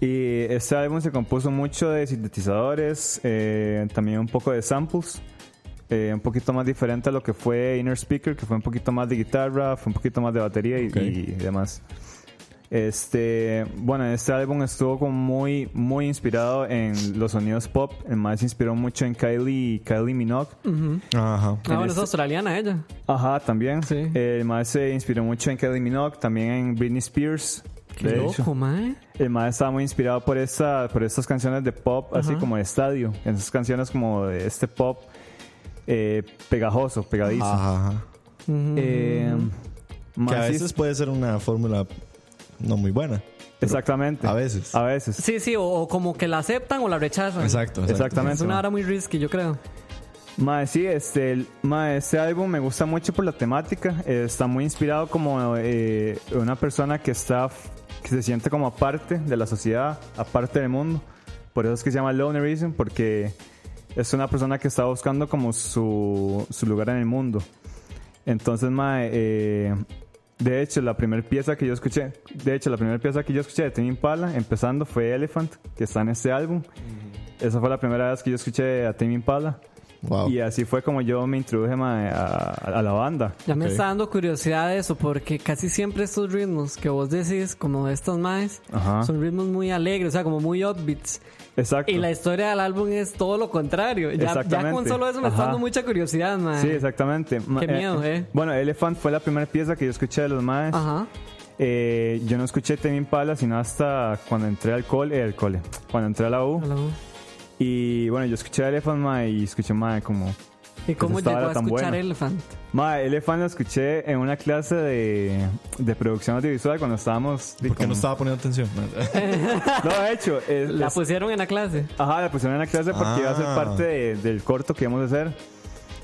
Y este álbum se compuso mucho de sintetizadores, eh, también un poco de samples, eh, un poquito más diferente a lo que fue Inner Speaker, que fue un poquito más de guitarra, fue un poquito más de batería y,
Ok.
y demás. Este, bueno, este álbum estuvo como muy, muy inspirado en los sonidos pop. El más se inspiró mucho en Kylie, Kylie Minogue.
Ajá.
ah, bueno, es australiana ella.
Ajá, también.
Sí.
El más se inspiró mucho en Kylie Minogue, también en Britney Spears.
Qué
de
loco,
hecho.
man.
El más estaba muy inspirado por, esta, por estas canciones de pop, así como de estadio. Esas canciones como de este pop eh, pegajoso, pegadizo.
Ajá, ajá.
Eh,
Que a
mae, sí,
veces puede ser una fórmula no muy buena.
Exactamente.
a veces.
A veces.
Sí, sí, o, o como que la aceptan o la rechazan.
Exacto.
Exactamente.
Es una hora muy risky, yo creo.
Mae, sí, este, el- mae, este álbum me gusta mucho por la temática. eh, está muy inspirado como eh, una persona que está, f- que se siente como aparte de la sociedad, aparte del mundo. Por eso es que se llama Lonerism, porque es una persona que está buscando como su, su lugar en el mundo. Entonces, mae, eh, de hecho, la primera pieza que yo escuché, de hecho, la primera pieza que yo escuché de Tim Impala, empezando, fue Elephant, que está en este álbum. Esa fue la primera vez que yo escuché a Tim Impala.
Wow.
Y así fue como yo me introduje mae, a, a la banda.
Ya me
Ok.
está dando curiosidad de eso, porque casi siempre estos ritmos que vos decís, como estos más,
Ajá.
son ritmos muy alegres, o sea, como muy upbeats.
Exacto.
Y la historia del álbum es todo lo contrario. Ya, ya con
Exactamente.
solo eso me está
Ajá.
dando mucha curiosidad, man.
Sí, exactamente. Ma-
Qué miedo, eh. Ah.
Bueno, Elephant fue la primera pieza que yo escuché de los maes.
Ajá.
Eh, yo no escuché Tame Impala sino hasta cuando entré al cole, eh, al cole, cuando entré a la U.
Hello.
Y bueno, yo escuché Elephant mae, y escuché mae como
¿Y cómo
esta
llegó a
vara tan
escuchar
buena.
Elephant?
Mae, Elephant lo escuché en una clase de, de producción audiovisual cuando estábamos.
¿Por qué
como-
no estaba poniendo atención?
No, de hecho, eh, es-
La
es-
pusieron en la clase.
Ajá, la pusieron en la clase porque iba a ser
Ah.
parte de- del corto que íbamos a hacer.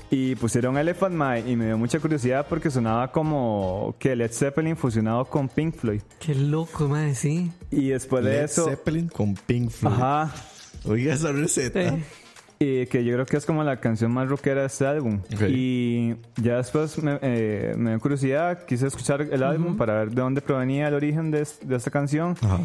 Y pusieron Elephant Mae y me dio mucha curiosidad porque sonaba como que Led Zeppelin fusionado con Pink Floyd.
Qué loco, man, sí.
Y después de
Led
eso...
Zeppelin con Pink Floyd.
Ajá.
Oiga esa
Sí.
receta.
Ah. Y que yo creo que es como la canción más rockera de este álbum.
Ok.
Y ya después me, eh, me dio curiosidad, quise escuchar el álbum para ver de dónde provenía el origen de, es- de esta canción.
Ajá.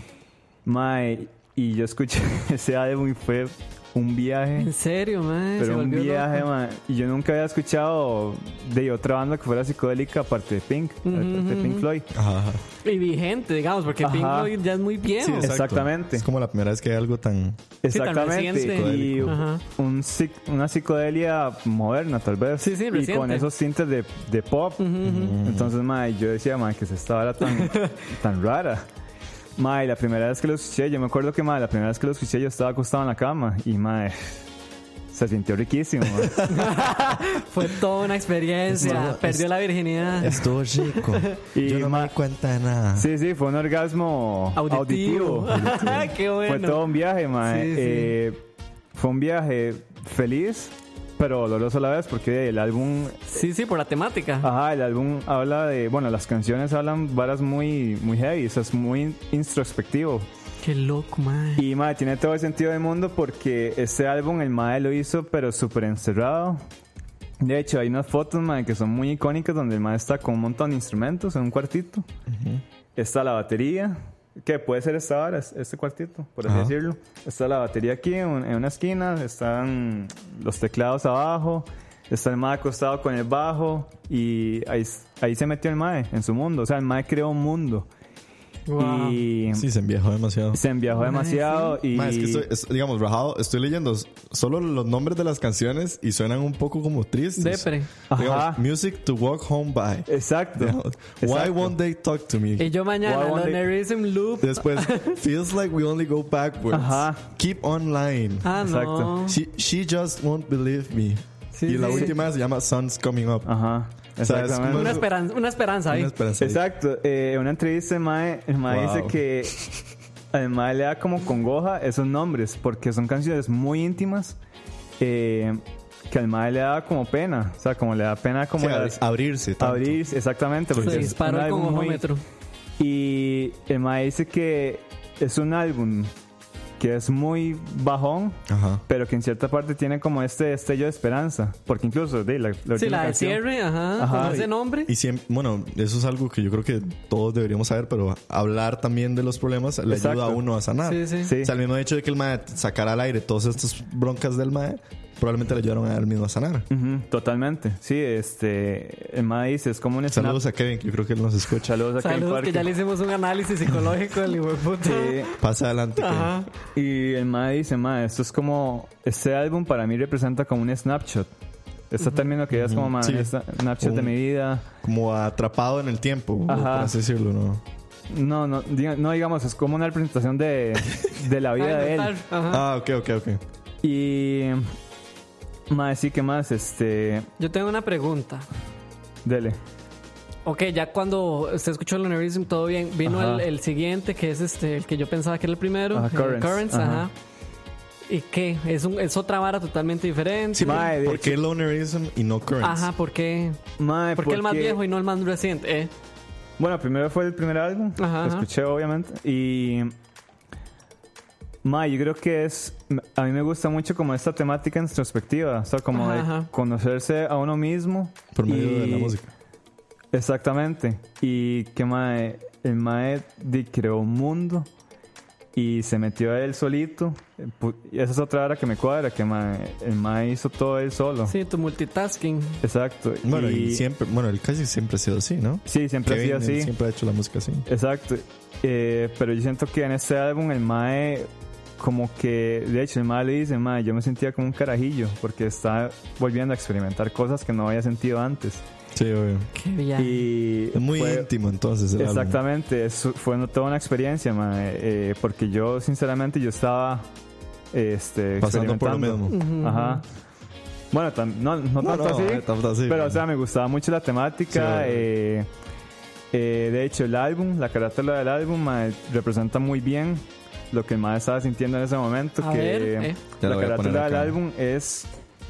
Mae, y yo escuché ese álbum y fue un viaje.
En serio, man. se
Pero un
volvió
viaje,
loco.
man. Y yo nunca había escuchado de otra banda que fuera psicodélica aparte de Pink, aparte de Pink Floyd.
Ajá. ajá.
Y vigente, digamos, porque Pink
Ajá.
Floyd ya es muy viejo.
Sí, exacto.
Exactamente.
Es como la primera vez que hay algo tan.
tan
Exactamente.
reciente.
y
Ajá.
un psic- una psicodelia moderna, tal vez.
Sí, sí,
Y con
reciente.
esos tintes de, de pop. Entonces, mae, yo decía, mae, que se estaba tan, tan rara. Mae, la primera vez que lo escuché, yo me acuerdo que, mae, la primera vez que lo escuché, yo estaba acostado en la cama. Y, mae, se sintió riquísimo. mae.
Fue toda una experiencia.
Estuvo-
Perdió
es-
la virginidad.
Estuvo rico.
Y
Yo no
ma-
me di cuenta de nada.
Sí, sí, fue un orgasmo
auditivo. Ah,
auditivo.
Qué bueno.
Fue todo un viaje, mae.
Sí, sí.
Eh, fue un viaje feliz, pero doloroso a la vez, porque el álbum,
Sí, sí, por la temática.
ajá, el álbum habla de, bueno, las canciones hablan varas muy, muy heavy, o sea, es muy introspectivo.
Qué loco, man.
Y mae, tiene todo el sentido del mundo porque este álbum el mae lo hizo, pero súper encerrado. De hecho, hay unas fotos, mae, que son muy icónicas donde el mae está con un montón de instrumentos en un cuartito. Está la batería, que puede ser esta vara, es- este cuartito, por así
Ajá.
decirlo. Está la batería aquí en un- en una esquina, están los teclados abajo, está el mae acostado con el bajo y ahí, ahí se metió el mae en su mundo. O sea, el mae creó un mundo.
Wow.
Y
Sí, se enviejó demasiado.
se enviajó demasiado y...
Ma, es que estoy, es- digamos, rajado, estoy leyendo solo los nombres de las canciones y suenan un poco como tristes.
Depre.
Digamos,
Ajá.
Music to walk home by.
Exacto.
Digamos, Why
Exacto.
won't they talk to me?
Y yo mañana,
Why won't they-
Lonerism Loop.
Después, feels like we only go backwards.
Ajá.
Keep online.
Ah, no.
Exacto.
She, she just won't believe me.
Sí,
y la
sí, sí.
última se llama Sun's Coming Up.
Ajá.
O sea, es
Exactamente.
Una esperanza, una esperanza ahí.
Una esperanza.
Exacto. Eh, en una entrevista, el Mae, el mae
Wow.
dice que el Mae le da como congoja esos nombres porque son canciones muy íntimas eh, que al Mae le da como pena. O sea, como le da pena
O
como
sea,
las-
abrirse. tanto.
abrir, exactamente. Porque
Se
es
disparó
un
el
álbum muy-
congojómetro.
Y el Mae dice que es un álbum que es muy bajón,
Ajá.
pero que en cierta parte tiene como este destello de esperanza. Porque incluso, de, la, la
Sí,
última
la de
canción-
cierre, ajá.
Ajá.
Con ese nombre.
Y siempre, bueno, eso es algo que yo creo que todos deberíamos saber, pero hablar también de los problemas le
Exacto.
ayuda a uno a sanar.
Sí, sí.
Sí.
O sea, el mismo hecho de que el MAE sacara al aire todas estas broncas del MAE, probablemente le ayudaron a él mismo a sanar.
Ujú, totalmente. Sí, este. El MAE dice, es como un snap.
Saludos a Kevin, que yo creo que él nos escucha.
Saludos a Kevin
Saludos, que
Parker.
ya le hicimos un análisis psicológico al hijo de puta.
Sí,
Pasa adelante. Kevin.
Ajá.
Y el MAE dice, MAE, esto es como. Este álbum para mí representa como un snapshot. Este término que ya es como, MAE,
Sí.
es snapshot de
Un-
mi vida.
Como atrapado en el tiempo,
Ajá.
por así decirlo, ¿no?
No, no, diga- no digamos, es como una representación de, de la vida
Ay,
de él.
notar, ajá.
Ah, ok, ok, ok.
Y. MAE, sí, ¿qué más? Este.
Yo tengo una pregunta.
Dele.
Ok, ya cuando usted escuchó el Lonerism, todo bien. Vino
Ajá.
el, el siguiente, que es este, el que yo pensaba que era el primero.
Ajá,
el
Currents,
Currents, ajá.
ajá.
¿Y qué? Es, un, es otra vara totalmente diferente.
Sí,
Mae, de
¿Por qué Lonerism y no Currents?
Ajá, ¿por qué?
Mae,
¿Por qué el más
Eh, porque-
viejo y no el más reciente? Eh,
Bueno, primero fue el primer álbum.
Ajá,
lo
ajá.
escuché, obviamente. Y. Ma, yo creo que es. A mí me gusta mucho como esta temática introspectiva. O sea, como
Ajá,
de
ajá.
conocerse a uno mismo.
Por medio de la
y-
música.
Exactamente. Y que mae, el mae di- creó un mundo y se metió él solito. Pu- Y esa es otra hora que me cuadra, que mae, el mae hizo todo él solo.
sí, tu multitasking.
Exacto.
Bueno, y siempre, bueno, él casi siempre ha sido así, ¿no?
Sí, siempre ha sido
Kevin, él
así.
Siempre ha hecho la música así.
Exacto. Eh, pero yo siento que en este álbum el Mae, como que, de hecho, el Mae le dice, Mae, yo me sentía como un carajillo, porque está volviendo a experimentar cosas que no había sentido antes.
Sí, obvio.
Qué bien.
Y
Es muy
fue-
íntimo entonces el álbum.
Exactamente, eso fue una- toda una experiencia, mae, eh, porque yo sinceramente yo estaba este,
Pasando por lo
experimentando.
mismo.
Ajá. Bueno, tam- no, no
No,
tanto
no,
así,
eh, tanto así,
pero
pero-
o sea, me gustaba mucho la temática.
Sí,
eh, eh, de hecho, el álbum, la carátula del álbum mae, representa muy bien lo que el mae estaba sintiendo en ese momento.
A
que
ver, eh.
Ya
La
lo voy a
carátula
poner
del
acá.
álbum es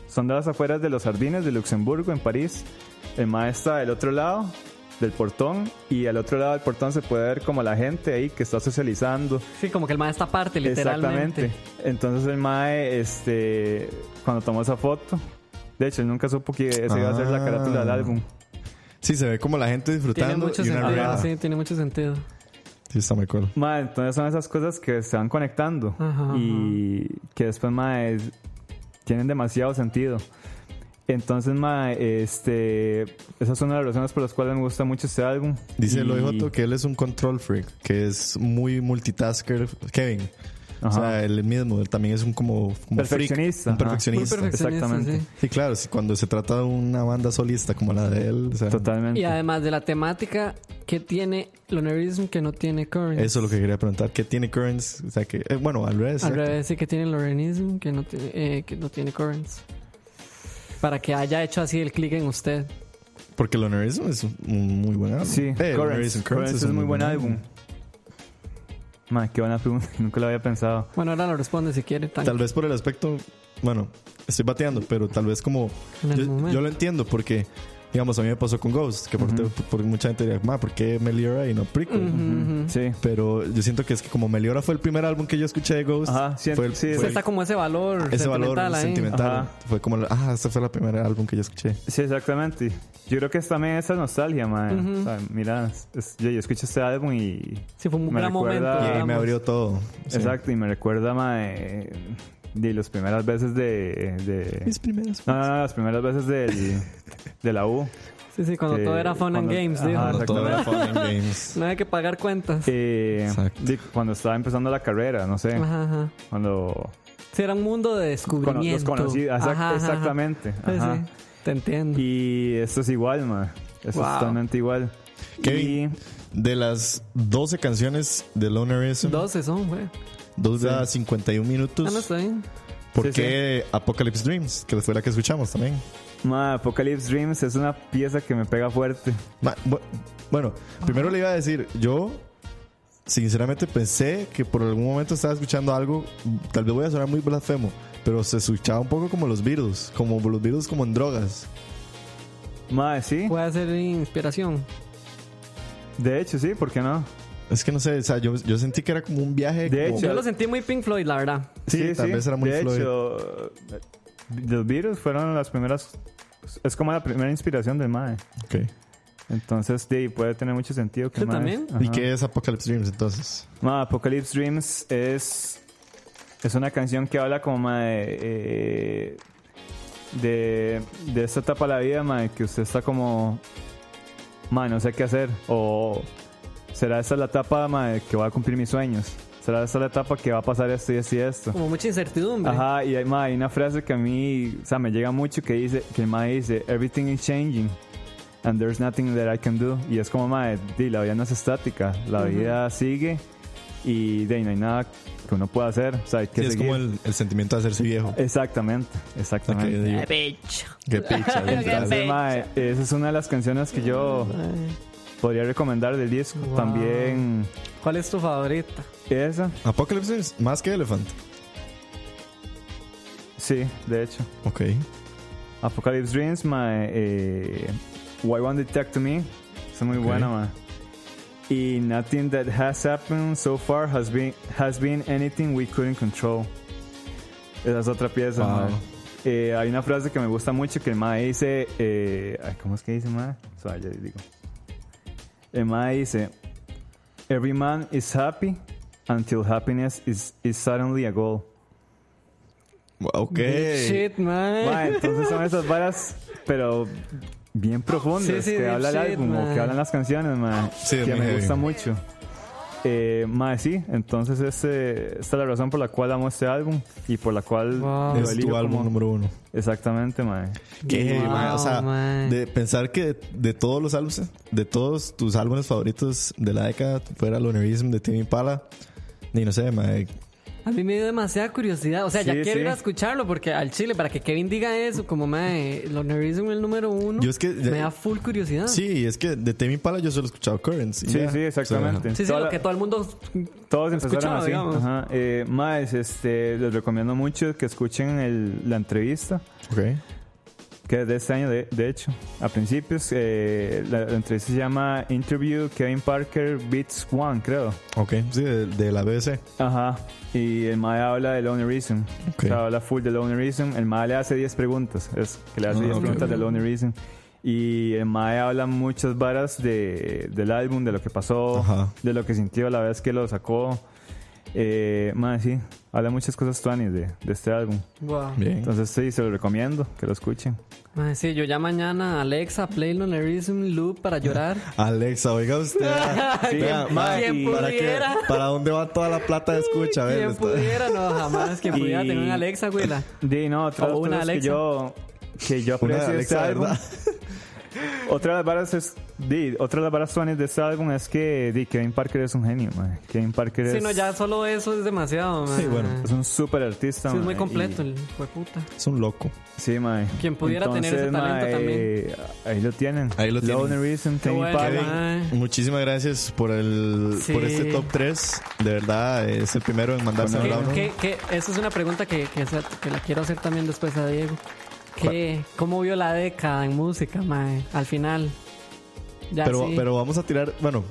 son de las afueras de los jardines de Luxemburgo, en París. El maestro está del otro lado del portón y al otro lado del portón se puede ver como la gente ahí que está socializando.
Sí, como que el más esta parte, literalmente.
Exactamente. Entonces el mae, este, cuando tomó esa foto, de hecho él nunca supo que esa iba a ser la
Ah.
carátula del álbum.
Sí, se ve como la gente
Tiene
disfrutando
mucho
y una
sentido.
reja. Sí.
Sí, tiene mucho sentido.
está muy cool.
Mae, entonces son esas cosas que se van conectando
Ajá,
y que después mae, es- tienen demasiado sentido. Entonces, mae, este, esa es una de las razones por las cuales me gusta mucho este álbum.
Dice
Y-
el OJ que él es un control freak, que es muy multitasker. Kevin. O
Ajá.
sea, él mismo, él también es un como, como
Perfeccionista.
Freak, un
Ajá.
Muy
perfeccionista.
perfeccionista,
Exactamente.
sí.
Sí, claro, sí, cuando se trata de una banda solista como la de él, o sea,
Totalmente.
Y además de la temática que tiene Lonerism que no tiene Current.
eso es lo que quería preguntar. ¿Qué tiene Currents? O sea, que, eh, bueno, al revés.
Al
exacto.
revés, sí que tiene Lorenism, que no tiene, eh, que no tiene Currents. Para que haya hecho así el clic en usted.
Porque Lonerism es un muy buen álbum.
Sí,
Eh,
Currents.
Lonerism, Currents
Currents es,
un
muy buen álbum. Mae, qué buena pregunta. Nunca lo había pensado.
Bueno, ahora lo responde si quiere. tan-
Tal vez por el aspecto, bueno, estoy bateando, pero tal vez como
En el
yo,
momento.
yo lo entiendo porque digamos a mí me pasó con Ghost, que por, por mucha gente diría, "Ma, ¿por qué Meliora y no Prequel?"
Ujú, Sí.
Pero yo siento que es que como Meliora fue el primer álbum que yo escuché de Ghost,
Ajá, sí,
fue el-
Sí,
sí,
fue el-
Pues está como ese valor
ese valor
sentimental ahí.
sentimental
Ajá.
fue como, la- ah, este fue el primer álbum que yo escuché.
Sí, exactamente. Yo creo que es también esa nostalgia, mae. O sea, mira, es- yo, yo escucho este álbum y
Sí, fue un
Me
gran momento.
recuerda-
Y ahí me
digamos.
abrió todo. Sí.
Exacto, y me recuerda mae, de las primeras veces de. de
Mis primeros.
no, no, no, las primeras veces del, de la U.
Sí, sí, cuando
que-
todo era fun
cuando-
and games,
ajá,
digo.
Cuando todo era Fun and Games.
No había que pagar cuentas.
Eh,
Exacto.
de cuando estaba empezando la carrera, no sé.
Ajá, ajá.
Cuando.
Sí, era un mundo de
cono- los
descubrimiento.
conocí. exact-
Ajá, ajá,
exactamente.
ajá. Sí,
ajá.
sí, te entiendo.
Y esto es igual, mae. Esto
Wow.
es totalmente igual.
Kevin.
Y-
De las 12 canciones de Lonerism,
12 son, güey.
dos de 51
Ah, no
minutos.
está bien.
¿Por
Sí,
qué Apocalypse Dreams? Que fue la que escuchamos también.
Ma, Apocalypse Dreams es una pieza que me pega fuerte.
Ma- bu- Bueno, primero le iba a decir, yo sinceramente pensé que por algún momento estaba escuchando algo, tal vez voy a sonar muy blasfemo, pero se escuchaba un poco como los virus, como los virus como en drogas.
Ma, sí.
Puede ser inspiración.
De hecho, sí, ¿por qué no?
Es que no sé, o sea, yo, yo sentí que era como un viaje.
De
como-
hecho,
Yo lo sentí muy Pink Floyd, la verdad.
Sí, tal vez era muy
De
Floyd.
hecho, eh, los Beatles fueron las primeras. Es como la primera inspiración del Mae.
Ok.
Entonces, sí, puede tener mucho sentido que
¿Sí
el mae-
también?
Ajá.
¿Y qué es Apocalypse Dreams entonces?
Ma, Apocalypse Dreams es. Es una canción que habla como ma, de, eh, de. de esta etapa de la vida, ma, que usted está como. Ma, no sé qué hacer. O. ¿Será esta la etapa, ma, que va a cumplir mis sueños? ¿Será esta la etapa que va a pasar esto y esto y esto?
Como mucha incertidumbre.
Ajá, y hay, ma, hay una frase que a mí, o sea, me llega mucho que dice, que el ma dice, everything is changing and there's nothing that I can do. Y es como, ma, di, la vida no es estática, la vida sigue y de ahí no hay nada que uno pueda hacer, o sea, hay que
Sí, es
seguir.
como el, el sentimiento de hacerse viejo.
Exactamente,
Ok,
exactamente.
digo,
bitch.
Eh, qué picha, bien, tal.
Entonces, ma, esa es una de las canciones que yo podría recomendar del disco.
Wow.
También
¿Cuál es tu favorita?
esa.
Apocalypse Dreams, más que Elephant.
Sí, de hecho.
Ok.
Apocalypse Dreams, mae. Eh, Why Won't It Talk to Me. Es muy buena, mae. Y Nothing That Has Happened So Far Has Been, has been Anything We Couldn't Control. Esa es otra pieza,
Wow.
mae. Eh, hay una frase que me gusta mucho que el mae dice. Eh, ay, ¿Cómo es que dice, mae? O sea, ya les digo. El mae dice: Every man is happy until happiness is, is suddenly a goal.
Ok.
Shit, man.
Mae, entonces son esas varas, pero bien profundas
Sí, sí,
que
deep
habla el
shit,
álbum o
mae.
que hablan las canciones, mae,
Sí, es
que
muy
me
heavy.
gusta mucho. Eh, mae, sí, entonces este, esta es la razón por la cual amo este álbum y por la cual
Wow.
lo
Es tu
elijo
álbum
como-
número uno.
Exactamente, mae.
Ah, Qué heavy,
Wow,
mae. O sea,
mae.
de pensar que de, de todos los álbumes, de todos tus álbumes favoritos de la década, fuera Lunarism de Timmy Pala, ni no sé, mae.
A mí me dio demasiada curiosidad. O sea, ya
Sí,
quiero
sí.
ir a escucharlo porque al chile, para que Kevin diga eso, como mae, Lonerism el número uno.
Yo es que-
me da full curiosidad.
Sí, es que de Timmy Pala yo solo he escuchado Currents. y
Sí,
ya.
sí, exactamente.
Sí, sí,
Toda
lo
la-
que todo el mundo.
Todos empezaron
escuchado,
así.
digamos.
Ajá. Eh, más, este, les recomiendo mucho que escuchen el- la entrevista,
O sea, ok.
que es de este año, de, de hecho. A principios, eh, la, la entrevista se llama Interview Kevin Parker Beats One, creo.
Ok, sí, de, de la BBC.
Ajá. Y el MAE habla de Lonerism.
Ok.
O sea, habla full de Lonerism. El MAE le hace 10 preguntas. Es que le hace
Ah,
10
ok.
preguntas de Lonerism. Y el MAE habla muchas varas de, del álbum, de lo que pasó,
Ajá.
de lo que sintió la vez que lo sacó. Eh, mae, sí. Habla muchas cosas tuanis de, de este álbum.
Wow.
Bien.
Entonces, sí, se lo recomiendo que lo escuchen.
Mae, sí, yo ya mañana, Alexa, play Lonerism Loop para llorar.
Alexa, oiga usted.
Sí,
Vea,
¿quién-
mae,
quién
y- ¿para, qué-
pudiera?
¿Para dónde va toda la plata de escucha? A ver,
Quien
está-
pudiera, no, jamás. Quien
Y-
pudiera tener una Alexa, güey. la-
Di, no, otra
O una
que
Alexa.
yo, que yo
Una
aprecio de este
Alexa,
álbum.
¿verdad?
Otra de las varas es, di, otra de las varas tuanis de este álbum es que di, Kevin Parker es un genio, man. Kevin Parker es,
Sí, no, ya solo eso es demasiado, mae.
Sí, bueno.
es un super artista.
Sí, es muy
mae,
completo,
y-
el hijo de puta.
Es un loco.
sí, mae.
Quien pudiera tener ese talento
también. Ahí lo tienen.
Ahí lo tienen.
Lonerism, Kevin
bueno.
Parker.
Kevin. Ay.
Muchísimas gracias por el
Sí.
por este top 3. De verdad, es el primero en mandarse a
Bueno,
¿Qué-
la uno.
Eh, qué- qué- Esa es una pregunta que, que se- que la quiero hacer también después a Diego. ¿Qué, ¿Cómo vio la década en música, mae? Al final. Ya
Pero,
sí.
pero vamos a tirar. Bueno,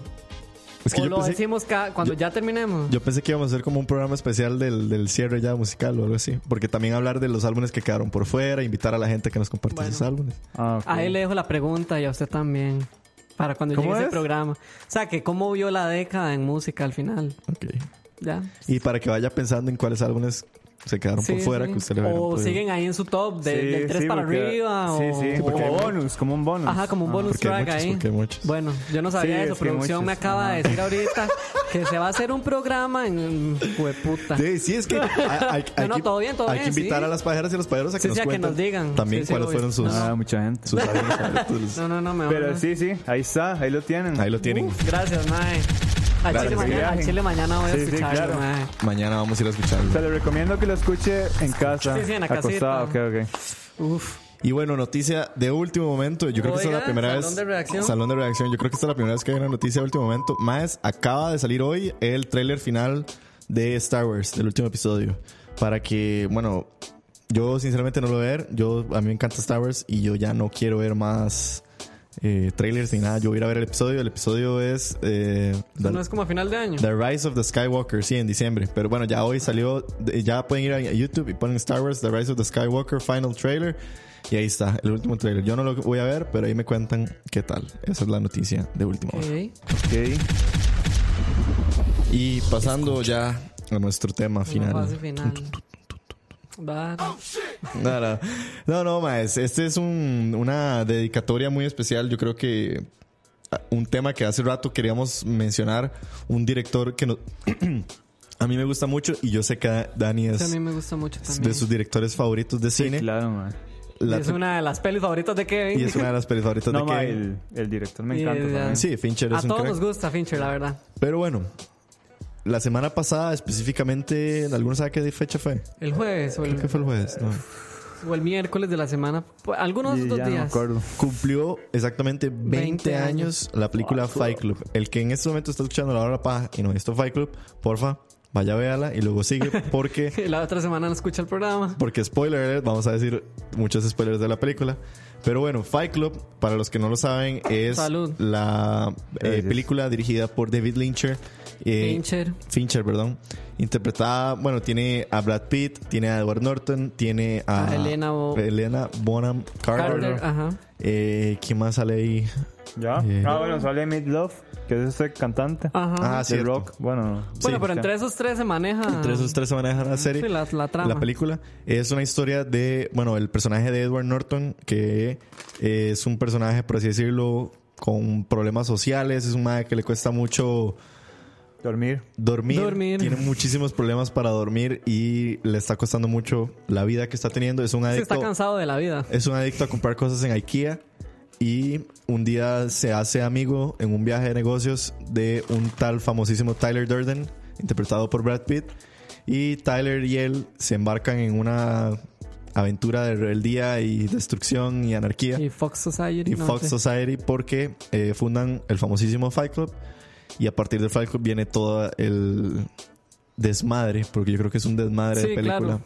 es que
o
yo
lo
pensé,
decimos ca- cuando ya terminemos.
yo pensé que íbamos a hacer como un programa especial del, del cierre ya musical o algo así. Porque también hablar de los álbumes que quedaron por fuera, invitar a la gente que nos comparta
Bueno.
sus álbumes.
Ah, ok.
A él le dejo la pregunta y a usted también. Para cuando
¿Cómo
llegue ese
es?
programa. O sea, que cómo vio la década en música al final.
Ok.
Ya.
Y para que vaya pensando en cuáles álbumes se quedaron
Sí,
por fuera
sí.
que usted le hubiera
O
podido-
siguen ahí en su top, de-
Sí,
del 3
sí,
para
porque-
arriba.
Sí,
o,
sí,
o-
como bonus, como un bonus.
Ajá, como un bonus
Ah, porque hay
track
muchos,
ahí.
porque hay muchos.
Bueno, yo no sabía
Sí,
eso.
es que hay
Producción me
muchos,
acaba de
ajá.
decir ahorita que se va a hacer un programa en hueputa.
Sí, sí, es que hay, hay- hay
no,
que-
todo bien, todo
hay
bien,
que invitar
sí.
a las pajeras y los pajeros a que,
Sí,
nos,
sí, a que
cuenten
nos digan.
también
Sí, sí,
cuáles
obvio.
fueron sus,
Ah, mucha gente.
sus álbumes favoritos.
No, no, no, me
Pero
van a-
sí, sí, ahí está, ahí lo tienen.
Ahí lo tienen.
Uf, gracias, mae. Al
Gracias,
chile,
que
mañana, al
viajen.
chile mañana voy a
Sí, sí,
escucharlo,
claro.
mae.
Mañana vamos a ir a
Se
escucharlo.
le recomiendo que lo escuche en casa.
Sí, sí, en la
acostado,
casita.
ok, ok.
Uf.
Y bueno, noticia de último momento. Yo creo que esta es la
Oiga,
primera
salón
vez.
de reacción.
Salón de reacción. Yo creo que esta es la primera vez que hay una noticia de último momento. Más acaba de salir hoy el tráiler final de Star Wars, del último episodio. Para que, bueno, yo sinceramente no lo voy a ver. Yo, a mí me encanta Star Wars y yo ya no quiero ver más eh, trailers ni nada. Yo voy a ir a ver el episodio. El episodio es. eh,
Eso
The-
no es como a final de año.
The Rise of the Skywalker, sí, en diciembre. Pero bueno, ya hoy salió, de- ya pueden ir a YouTube y ponen Star Wars, The Rise of the Skywalker, Final Trailer. Y ahí está, el último trailer. Yo no lo voy a ver, pero ahí me cuentan qué tal. Esa es la noticia de última hora.
Ok.
Ok.
Y pasando ya a nuestro tema
Una
final.
fase final. Va.
Oh. No, no, no, no, maes. Este es un- una dedicatoria muy especial. Yo creo que ah, un tema que hace rato queríamos mencionar. Un director que no- a mí me gusta mucho y yo sé que a Dani es
A mí me gusta mucho también.
de sus directores favoritos de
Sí,
cine.
claro, man.
La-
es una de las pelis favoritas de Kevin.
Y es una de las pelis favoritas
No,
de
ma,
Kevin.
el, el director me
Y-
encanta también.
Sí, Fincher
a
es un
todos nos
crack.
gusta Fincher, la verdad.
Pero bueno, la semana pasada específicamente, ¿alguno sabe qué fecha fue?
El jueves o
Creo que
el,
fue el jueves. No.
o el miércoles de la semana. Pues, Algunos de
Y
estos
ya no me
días.
acuerdo.
Cumplió exactamente 20,
20
años la película Fight Club. El que en este momento está escuchando la hora de la paja y no ha visto Fight Club, porfa, vaya véala y luego sigue porque
La otra semana no escucha el programa.
porque spoiler, alert, vamos a decir muchos spoilers de la película. Pero bueno, Fight Club, para los que no lo saben, es
Salud.
la eh,
Gracias.
película dirigida por David Lyncher. eh,
Fincher.
Fincher, perdón. Interpretada, bueno, tiene a Brad Pitt, tiene a Edward Norton, tiene a,
A Elena Bo-
Elena Bonham Carter.
Carter, ajá.
Eh, ¿Quién más sale ahí?
¿Ya?
Yeah.
Ah, bueno, sale Mid Love, que es este cantante
Ajá.
Eh. Ah,
de
cierto.
rock. Bueno,
bueno, pero
sí.
entre esos tres se maneja.
Entre esos tres se manejan la serie.
Ah. Sí, la, la trama.
La película es una historia de, bueno, el personaje de Edward Norton, que eh, es un personaje, por así decirlo, con problemas sociales, es un madre que le cuesta mucho
Dormir.
dormir,
Dormir.
tiene muchísimos problemas para dormir y le está costando mucho la vida que está teniendo, es un
Se está
adicto,
cansado de la vida.
es un adicto a comprar cosas en IKEA y un día se hace amigo en un viaje de negocios de un tal famosísimo Tyler Durden, interpretado por Brad Pitt. Y Tyler y él se embarcan en una aventura de rebeldía y destrucción y anarquía
Y Fox Society.
y
no
Fox
sé.
Society porque eh, fundan el famosísimo Fight Club y a partir del Fight Club viene todo el desmadre, porque yo creo que es un desmadre
Sí,
de película.
claro.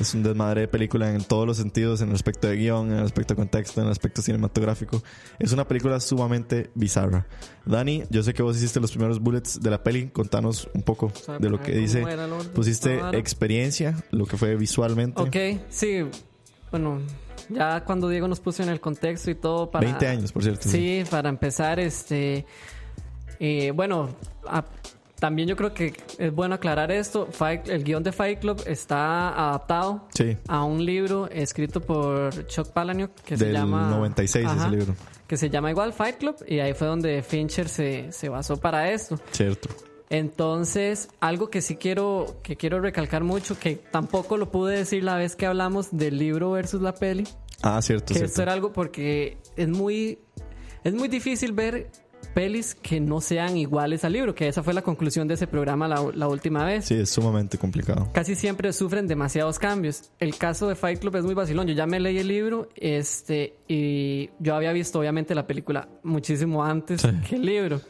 Es un desmadre de película en todos los sentidos, en el aspecto de guión, en el aspecto de contexto, en el aspecto cinematográfico. Es una película sumamente bizarra. Dani, yo sé que vos hiciste los primeros bullets de la peli, contanos un poco
O sea,
de lo
para
que
ver
dice.
cómo era el orden,
Pusiste
esta vara.
experiencia, lo que fue visualmente.
Ok, sí. Bueno, ya cuando Diego nos puso en el contexto y todo para...
20 años, por cierto.
Sí, para empezar, este... eh, bueno, a- también yo creo que es bueno aclarar esto. Fight- el guión de Fight Club está adaptado
Sí.
a un libro escrito por Chuck Palahniuk que se
Del
llama...
96 ese libro.
Que se llama igual Fight Club y ahí fue donde Fincher se, se basó para esto.
Cierto.
Entonces, algo que sí quiero, que quiero recalcar mucho, que tampoco lo pude decir la vez que hablamos del libro versus la peli,
Ah, cierto,
que
cierto.
esto era algo porque es muy, es muy difícil ver pelis que no sean iguales al libro, que esa fue la conclusión de ese programa la, la última vez.
Sí, es sumamente complicado.
Casi siempre sufren demasiados cambios. El caso de Fight Club es muy vacilón. Yo ya me leí el libro este, y yo había visto obviamente la película muchísimo antes que el libro.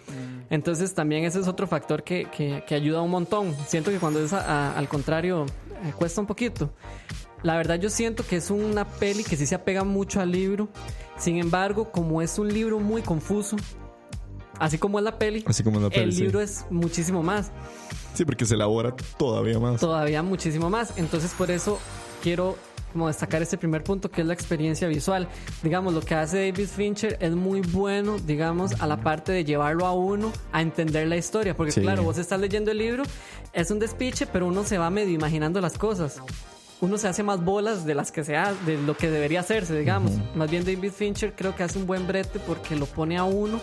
Entonces también ese es otro factor que, que- que ayuda un montón. Siento que cuando es a- a- al contrario eh, cuesta un poquito. La verdad yo siento que es una peli que sí se apega mucho al libro. Sin embargo, como es un libro muy confuso, así como es la peli,
Así como en la peli,
el
sí.
libro es muchísimo más.
Sí, porque se elabora todavía más.
todavía muchísimo más. Entonces por eso quiero como destacar este primer punto que es la experiencia visual. Digamos, lo que hace David Fincher es muy bueno, digamos, a la parte de llevarlo a uno a entender la historia. Porque
Sí.
claro, vos estás leyendo el libro, es un despiche, pero uno se va medio imaginando las cosas. Uno se hace más bolas de las que se ha- de lo que debería hacerse, digamos. Más bien David Fincher creo que hace un buen brete porque lo pone a uno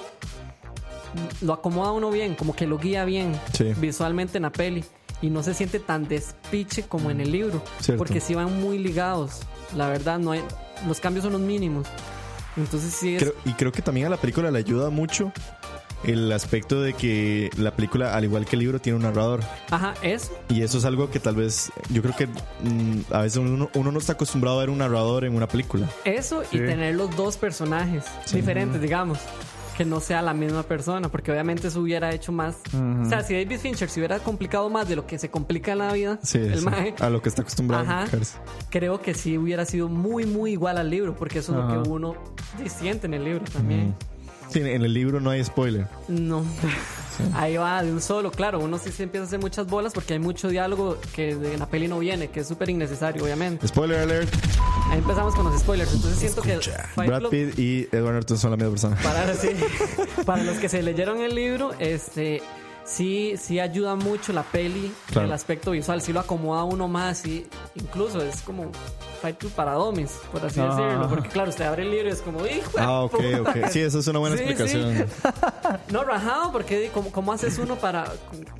lo acomoda uno bien, como que lo guía bien
Sí.
visualmente en la peli. Y no se siente tan despiche como en el libro.
Cierto.
Porque sí van muy ligados. La verdad, no hay, los cambios son los mínimos. Entonces sí es...
Creo- y creo que también a la película le ayuda mucho el aspecto de que la película, al igual que el libro, tiene un narrador.
Ajá, eso.
Y eso es algo que tal vez, yo creo que mm, a veces uno, uno no está acostumbrado a ver un narrador en una película.
Eso
Sí.
y tener los dos personajes
Sí.
diferentes, digamos. Que no sea la misma persona, porque obviamente eso hubiera hecho más. O sea, si David Fincher se hubiera complicado más de lo que se complica en la vida,
Sí,
el
sí,
maje,
a lo que está acostumbrado.
Ajá.
Carlos.
creo que sí hubiera sido muy, muy igual al libro, porque eso es
Ajá.
lo que uno siente en el libro también.
Sí, en el libro no hay spoiler.
No. Ahí va de un solo, claro. Uno sí se empieza a hacer muchas bolas porque hay mucho diálogo que de la peli no viene, que es súper innecesario, obviamente.
Spoiler alert.
Ahí empezamos con los spoilers. Entonces siento
Escucha,
que Fight
Brad
Club-
Pitt y Edward Norton son la misma persona.
para, sí, para los que se leyeron el libro, este sí, sí ayuda mucho la peli,
Claro.
el aspecto visual, sí lo acomoda uno más y incluso es como Fight Club para Domis, por así
Ah.
decirlo. Porque claro, usted abre el libro y es como, hijo. de
Ah, ok,
puta".
ok. Sí, eso es una buena
Sí, sí.
explicación.
No, rajado, porque ¿cómo, cómo haces uno para.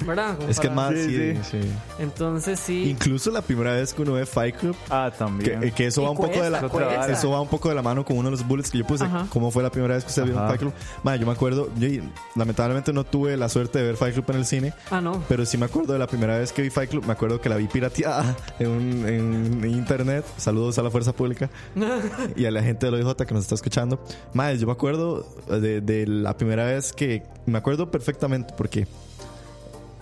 ¿Verdad? Como
Es que es
para-
más,
Sí,
sí, sí.
Entonces sí.
Incluso la primera vez que uno ve Fight Club,
Ah,
Que,
también.
que eso
Y
va un poco de la
cuesta, cuesta.
eso va un poco de la mano con uno de los bullets que yo puse.
Ajá.
¿Cómo fue la primera vez que usted vio un
Ajá.
Fight Club? Madre, yo me acuerdo, yo lamentablemente no tuve la suerte de ver Fight Club en el cine,
Ah, no.
pero sí me acuerdo de la primera vez que vi Fight Club, me acuerdo que la vi pirateada en, un- en internet. Saludos a la fuerza pública y a la gente del OIJ que nos está escuchando. Madre, yo me acuerdo de, de la primera vez que me acuerdo perfectamente porque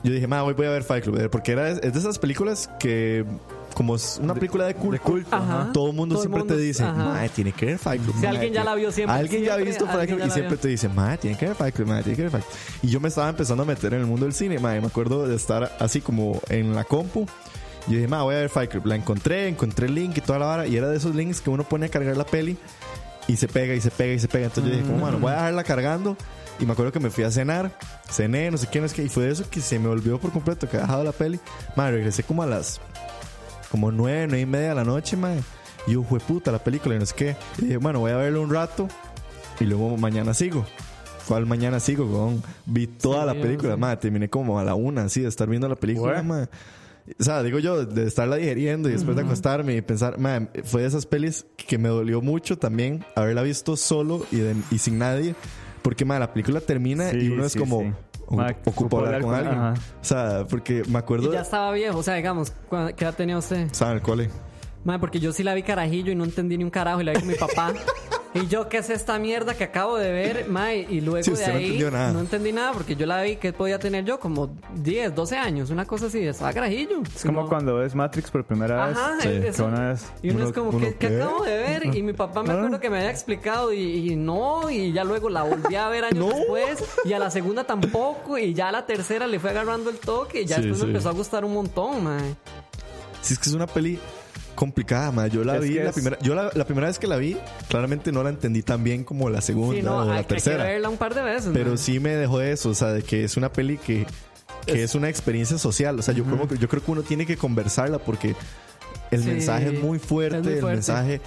yo dije, ma, hoy voy a ver Fight Club. eh, Porque era, es de esas películas que, como es una película de culto,
Ajá.
todo el mundo
Todo el
siempre
mundo,
te dice,
ajá.
ma, tiene que ver Fight Club.
Si
ma,
alguien ya
que-
la vio siempre,
Alguien ya ha
siempre,
visto Fight
alguien
Club
ya
y
la
siempre
vio.
te dice, ma, tiene que ver Fight Club, ma, tiene que ver Fight Club. Y yo me estaba empezando a meter en el mundo del cine, ma, y me acuerdo de estar así como en la compu. Yo dije, ma, voy a ver Fight Club. La encontré, encontré el link y toda la vara. Y era de esos links que uno pone a cargar la peli y se pega y se pega y se pega. Entonces yo dije, como,
Mm.
mano, voy a dejarla cargando. Y me acuerdo que me fui a cenar, cené, no sé qué, no sé qué. Y fue de eso que se me olvidó por completo que había dejado la peli. Madre, regresé como a las como nueve, nueve y media de la noche, madre. Y yo, fue puta la película y no sé qué. Y dije, bueno, voy a verlo un rato y luego mañana sigo. ¿Cuál mañana sigo, weón? Vi toda
Sí,
la
yo
película,
sé.
madre. Terminé como a la una, así, de estar viendo la película,
Bueno.
madre. O sea, digo yo, de estarla digeriendo y después de acostarme y pensar, man, fue de esas pelis que me dolió mucho también haberla visto solo y, de- y sin nadie. Porque, man, la película termina y
Sí,
uno es
sí,
como,
sí.
"O-
Ma,
ocupo hablar con alguien.
ajá.
O sea, porque me acuerdo,
Y ya
de,
estaba viejo, o sea, digamos, ¿cu- ¿qué edad tenía usted?
estaba en el cole.
Madre, porque yo sí la vi carajillo y no entendí ni un carajo y la vi con mi papá. Y yo, ¿qué es esta mierda que acabo de ver? Mae, y luego
Sí,
de
usted no
ahí
entendió nada.
entendí nada porque yo la vi que podía tener yo como 10, 12 años, una cosa así, estaba carajillo.
Es como cuando ves Matrix por primera vez.
Ajá,
Sí.
es-
que una vez-
y uno,
uno-
es como,
uno,
¿qué, qué
¿qué?
acabo de ver? Y mi papá me acuerdo que me había explicado y, y no, y ya luego la volví a ver años
No.
después, y a la segunda tampoco, y ya a la tercera le fue agarrando el toque, y ya
Sí,
después
sí.
me empezó a gustar un montón, mae.
Si es que es una peli complicada, man. Yo la
Es
vi,
que
la
es-
primera, yo la, la primera vez que la vi, claramente no la entendí tan bien como la segunda
Sí, no,
o
hay
la
que- hay
tercera.
que verla un par de veces.
Pero
mae.
sí me dejó eso, o sea, de que es una peli que, que es, una experiencia social. O sea, yo, como que- yo creo que uno tiene que conversarla porque el
Sí,
mensaje es muy fuerte,
es muy
el
fuerte.
mensaje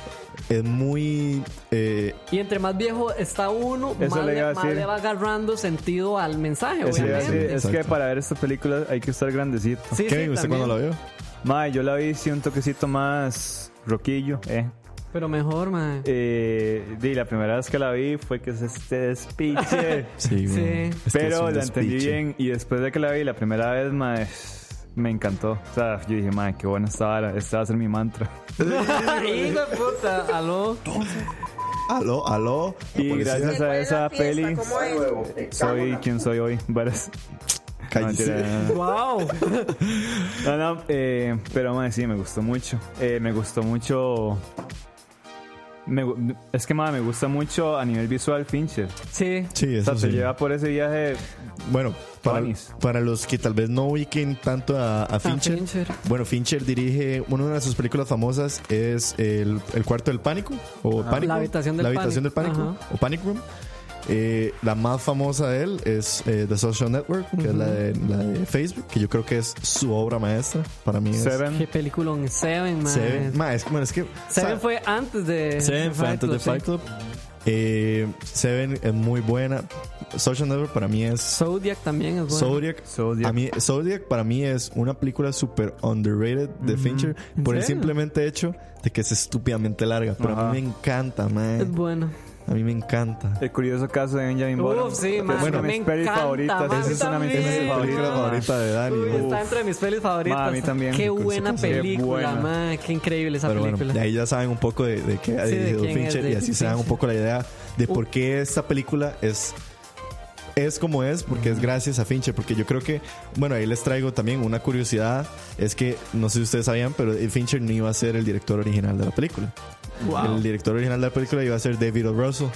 es muy... eh,
Y entre más viejo está uno,
Eso
más
le
le,
iba a
más
decir.
le va agarrando sentido al mensaje,
Eso iba a
obviamente.
decir, es que
Exacto.
para ver estas películas hay que estar grandecito.
Sí,
Kevin, ¿usted
también.
cuándo la vio?
Ma, yo la vi sí, un toquecito más roquillo, eh.
Pero mejor, man.
Eh, di, la primera vez que la vi fue que es este despiche.
Sí,
Sí.
güey. Es que es
Pero
un
la entendí
despiche.
bien y después de que la vi la primera vez, ma, es- me encantó. O sea, yo dije, ma, qué buena esta vara, este va a ser mi mantra.
Hijo de puta, aló.
Aló, aló. la
Y
policía,
gracias a esa peli, soy quien soy hoy. Varas.
cállese.
No, mentira, no, no.
Wow.
No, no, eh, pero madre, sí, me gustó mucho. Eh, me gustó mucho. me gu- es que madre, me gusta mucho a nivel visual Fincher.
Sí.
Sí,
O sea,
eso
se
sí.
lleva por ese viaje.
Bueno, para,
Tuanis.
para los que tal vez no ubiquen tanto a, a Fincher,
Ah, Fincher.
Bueno, Fincher dirige una de sus películas famosas es El, El Cuarto del Pánico o Pánico.
La habitación del
La habitación del
pánico.
pánico o Panic Room. Eh, la más famosa de él es eh, The Social Network, que es la de, la de Facebook, que yo creo que es su obra maestra. Para mí es
Qué
Seven.
película en Seven, man.
Seven.
Seven,
Ma, es, que- bueno, es que, o sea,
fue antes de.
Seven
de
fue antes de
Club,
Fight
sí.
Club. Eh, Seven es muy buena. Social Network para mí es
Zodiac también es bueno.
Zodiac.
Zodiac.
A mí, Zodiac para mí es una película súper underrated de Fincher por el
Mm-hmm. serio?
simplemente hecho de que es estúpidamente larga. Pero
Ajá.
a mí me encanta,
Es
man.
bueno.
A mí me encanta.
El curioso caso de Benjamin Button.
Uf, sí,
Es
man.
una de
me
mis pelis
encanta,
favoritas.
man, a mí
Esa es una de mis
también.
pelis
Esa es mi película
favoritas.
favorita de Dani.
Uy,
Uf.
está entre mis pelis favoritas.
Ma, a mí también.
Qué
El curioso
buena
caso.
Qué
película,
buena.
man. Qué increíble esa
Pero bueno,
película.
de ahí ya saben un poco de, de qué ha
Sí, de
dirigido
quién es,
Fincher
de
y así se dan un
Fincher. Uh.
poco la idea de por qué esta película es es como es porque es gracias a Fincher porque yo creo que bueno ahí les traigo también una curiosidad es que no sé si ustedes sabían pero Fincher no iba a ser el director original de la película el director original de la película iba a ser David O. Russell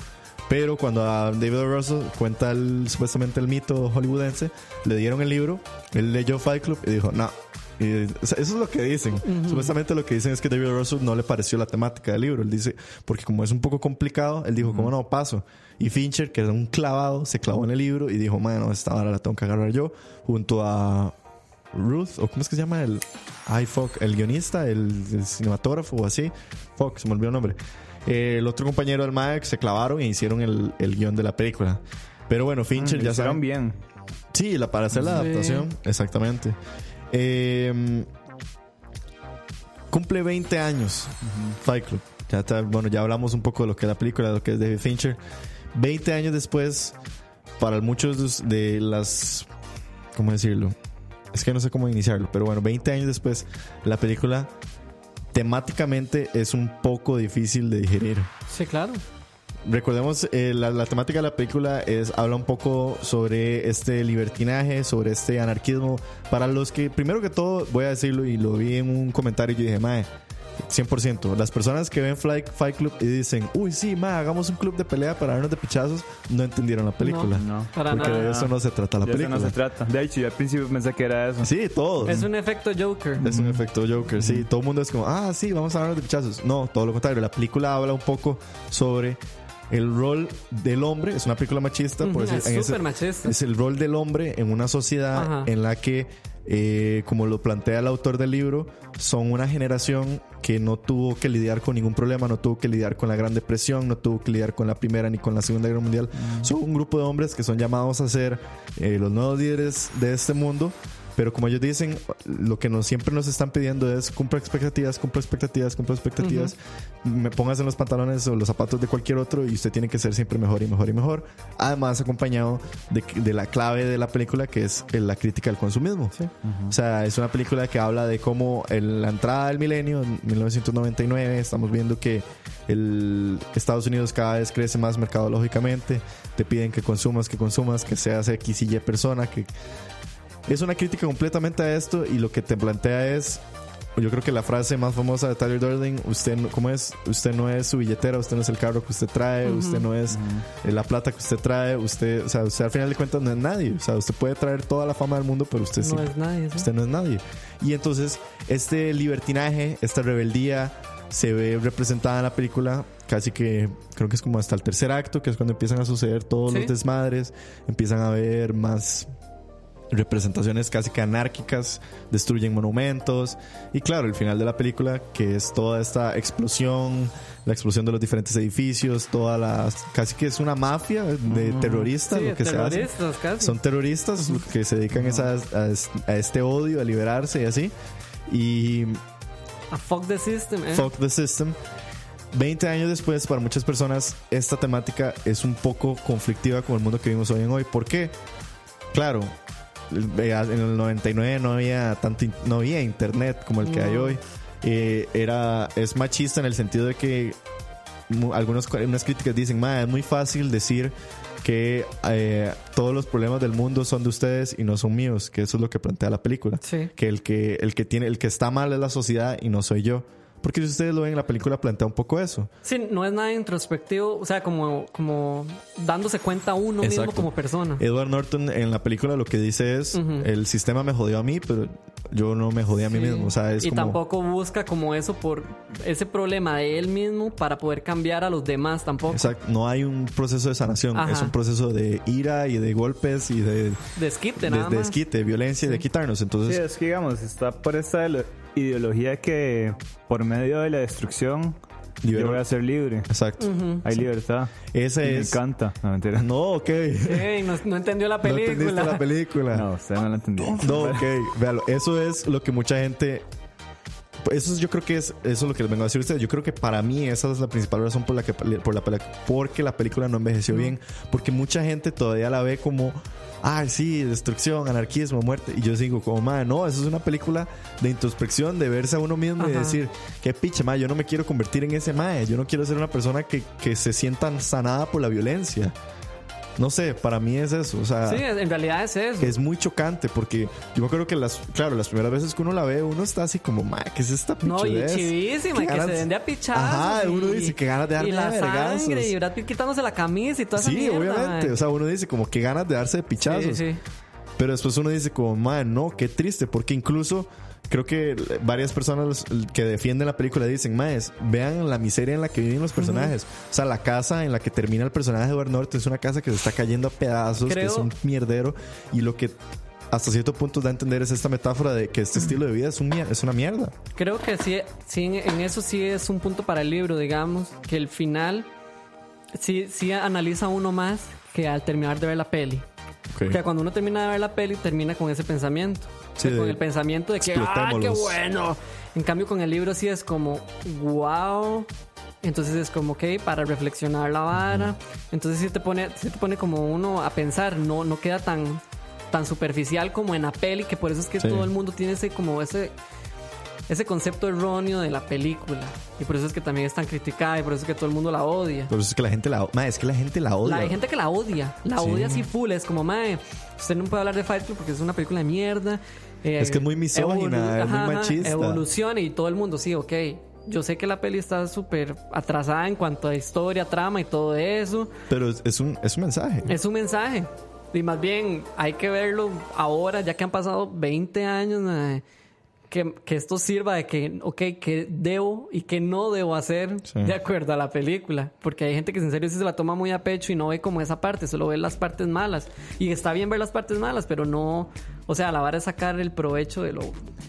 pero cuando a David O. Russell cuenta el- supuestamente el mito hollywoodense le dieron el libro él leyó Fight Club y dijo no Y, o sea, eso es lo que dicen supuestamente lo que dicen es que David O. Russell no le pareció la temática del libro él dice porque como es un poco complicado él dijo cómo no paso y Fincher que era un clavado se clavó en el libro y dijo mano esta hora la tengo que agarrar yo junto a Ruth, o cómo es que se llama el. Ay, fuck, el guionista, el, el cinematógrafo o así. Fuck, se me olvidó el nombre. Eh, el otro compañero del MAEC se clavaron y hicieron el, el guión de la película. Pero bueno, Fincher ya
Ah, Hicieron
saben.
bien.
Sí, la, para hacer la
Sí.
adaptación, exactamente. Eh, cumple 20 años Fight Club. Ya está- bueno, ya hablamos un poco de lo que es la película, de lo que es David Fincher. 20 años después, para muchos de us- de las... ¿Cómo decirlo? Es que no sé cómo iniciarlo, pero bueno, 20 años después, la película temáticamente es un poco difícil de digerir.
Sí, claro.
recordemos, eh, la, la temática de la película es habla un poco sobre este libertinaje, sobre este anarquismo. Para los que, primero que todo, voy a decirlo y lo vi en un comentario y yo dije, mae, 100%. Las personas que ven Fly- Fight Club y dicen, uy, sí, mae, hagamos un club de pelea para darnos de pichazos, no entendieron la película.
No,
para
porque
nada.
de eso no se trata la
de eso
película.
no se trata. De hecho, yo al principio pensé que era eso.
Sí, todos.
Es un efecto Joker.
Es un efecto Joker, sí. Todo el mundo es como, ah, sí, vamos a hablar de pichazos. No, todo lo contrario. La película habla un poco sobre el rol del hombre. Es una película machista, por
Ujú,
decir-
es
pues, en ese-
súper machista.
Es el rol del hombre en una sociedad
Ajá.
en la que, eh, como lo plantea el autor del libro, son una generación que no tuvo que lidiar con ningún problema, no tuvo que lidiar con la Gran Depresión, no tuvo que lidiar con la Primera ni con la Segunda Guerra Mundial.
Mm.
Son un grupo de hombres que son llamados a ser eh, los nuevos líderes de este mundo. Pero como ellos dicen, lo que nos, siempre nos están pidiendo es cumpla expectativas, cumpla expectativas, cumpla expectativas. Me pongas en los pantalones o los zapatos de cualquier otro y usted tiene que ser siempre mejor y mejor y mejor. Además, acompañado de, de la clave de la película que es eh, la crítica al consumismo. O sea, es una película que habla de cómo en la entrada del milenio, en 1999, estamos viendo que el Estados Unidos cada vez crece más mercadológicamente. Te piden que consumas, que consumas, que seas X y Y persona, que es una crítica completamente a esto y lo que te plantea es, yo creo que la frase más famosa de Tyler Durden, usted no, ¿cómo es? Usted no es su billetera, usted no es el carro que usted trae, usted no es eh, la plata que usted trae, usted, o sea, usted al final de cuentas no es nadie, o sea, usted puede traer toda la fama del mundo, pero usted
No
sí,
es nadie. ¿sí?
usted no es nadie. Y entonces este libertinaje, esta rebeldía se ve representada en la película casi que creo que es como hasta el tercer acto, que es cuando empiezan a suceder todos
Sí.
los desmadres, empiezan a haber más representaciones casi que anárquicas, destruyen monumentos y claro, el final de la película que es toda esta explosión, la explosión de los diferentes edificios, toda la casi que es una mafia de terroristas
Sí,
lo que se hace
terroristas casi.
son terroristas los que se dedican es a, a- a este odio, a liberarse y así. Y
A fuck the system, eh.
fuck the system. 20 años después, para muchas personas, esta temática es un poco conflictiva con el mundo que vivimos hoy en hoy. ¿Por qué? Claro, eh, en el 99 no había, tanto, in- no había internet como el que hay hoy. Eh, era, es machista en el sentido de que mu- algunos, unas críticas dicen, "Ma, es muy fácil decir que eh, todos los problemas del mundo son de ustedes y no son míos, que eso es lo que plantea la película
Sí.
que el que el que tiene el que está mal es la sociedad y no soy yo. Porque si ustedes lo ven, la película plantea un poco eso.
Sí, no es nada introspectivo, o sea, como, como dándose cuenta uno mismo
Exacto.
como persona.
Edward Norton en la película lo que dice es
Ujú.
el sistema me jodió a mí, pero yo no me jodí a mí
Sí.
mismo. O sea, es
y
como
tampoco busca como eso por ese problema de él mismo para poder cambiar a los demás tampoco.
Exacto, no hay un proceso de sanación,
Ajá.
es un proceso de ira y de golpes y de,
Desquite
de,
nada
de
más.
desquite, de violencia y de quitarnos.
Sí,
Entonces,
es que digamos, está por esta ide- ideología que por medio de la destrucción
Libero-
yo voy a ser libre.
exacto.
Hay libertad. Y
Ese
me
es.
encanta. No, mentira.
No, ok.
Ey, no, no entendió la
No
película.
entendiste la película.
No, usted no lo entendió.
No, ok, véalo. Eso es lo que mucha gente. Eso es- yo creo que es eso es lo que les vengo a decir a ustedes. Yo creo que para mí esa es la principal razón por la que por la pela- porque la película no envejeció bien, porque mucha gente todavía la ve como ay, sí, destrucción, anarquismo, muerte y yo digo como, "Ma, no, eso es una película de introspección, de verse a uno mismo y
Ajá.
decir, qué piche, ma, yo no me quiero convertir en ese mae, yo no quiero ser una persona que, que se sienta sanada por la violencia." No sé, para mí es eso, o sea,
Sí, en realidad es eso.
es muy chocante porque yo me acuerdo que las, claro, las primeras veces que uno la ve, uno está así como, ma, ¿qué es esta
No, y
pichudez?
chivísima,
Qué
que
ganas-
se vende a pichazos.
Ajá, uno dice que ganas de darle
Y la
a vergazos.
sangre, y Brad Pitt quitándose la camisa y toda esa
Sí,
mierda.
obviamente.
mae.
O sea, uno dice como que ganas de darse de pichazos.
Sí, sí.
Pero después uno dice como, ma, no, qué triste. Porque incluso creo que varias personas que defienden la película dicen, maes, vean la miseria en la que viven los personajes. O sea, la casa en la que termina el personaje de Edward Norton es una casa que se está cayendo a pedazos, que
Creo-
es un mierdero. Y lo que hasta cierto punto da a entender es esta metáfora de que este estilo de vida es, un mier- es una mierda.
Creo que sí, sí, en- en eso sí es un punto para el libro, digamos, que el final sí, sí analiza uno más que al terminar de ver la peli. O sea, cuando uno termina de ver la peli, termina con ese pensamiento. O sea,
Sí,
con
de-
el pensamiento de que, ¡ah, qué
explotémoslos".
bueno! En cambio, con el libro sí es como, ¡wow! Entonces es como, ok, para reflexionar la vara. Entonces sí te, pone, sí te pone como uno a pensar, no, no queda tan, tan superficial como en la peli, que por eso es que
Sí.
todo el mundo tiene ese como ese ese concepto erróneo de la película. Y por eso es que también es tan criticada y por eso es que todo el mundo la odia.
Por eso es que la gente la odia. Es que la gente la odia.
La, hay gente que la odia, la
Sí.
odia así full, es como, mae, usted no puede hablar de Fight Club porque es una película de mierda. eh,
Es que es muy misógina,
evolu-
es muy
ajá, ajá,
machista.
Evoluciona y todo el mundo, sí, ok. Yo sé que la peli está súper atrasada en cuanto a historia, trama y todo eso.
Pero es, es un, es un mensaje.
Es un mensaje. Y más bien, hay que verlo ahora, ya que han pasado 20 años, mae, que, que esto sirva de que, ok, que debo y que no debo hacer
Sí.
de acuerdo a la película. Porque hay gente que en serio sí se la toma muy a pecho y no ve como esa parte, solo ve las partes malas. Y está bien ver las partes malas, pero no, o sea, a la vara es sacar el provecho de lo,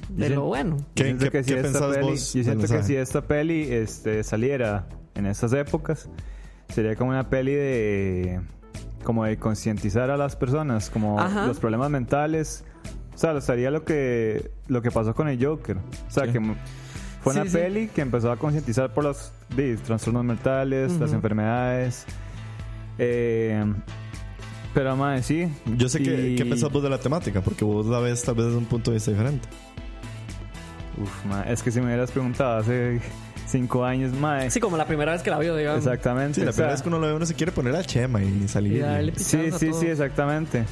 de lo bueno.
¿Qué,
Yo siento
qué-
que si
qué
esta
pensás
peli-
vos?
Yo
del
siento que
mensaje?
si esta peli este, saliera en estas épocas, sería como una peli de. como de concientizar a las personas, como
Ajá.
los problemas mentales. O sea, sería lo que, lo que pasó con el Joker. O sea,
Sí.
que fue
Sí,
una
sí.
peli que empezó a concientizar por los di, trastornos mentales, las enfermedades. Eh, pero, más sí.
Yo sé que,
Y-
qué pensás vos de la temática, porque vos la ves tal vez desde un punto de vista diferente.
Uf, ma, es que si me hubieras preguntado hace cinco años, más
Sí, como la primera vez que la vio, digamos.
Exactamente.
Sí, la
o sea,
primera vez que uno lo ve, uno se quiere poner la chema y salir.
Y darle
Sí,
pichazo a
sí,
todo.
sí, exactamente.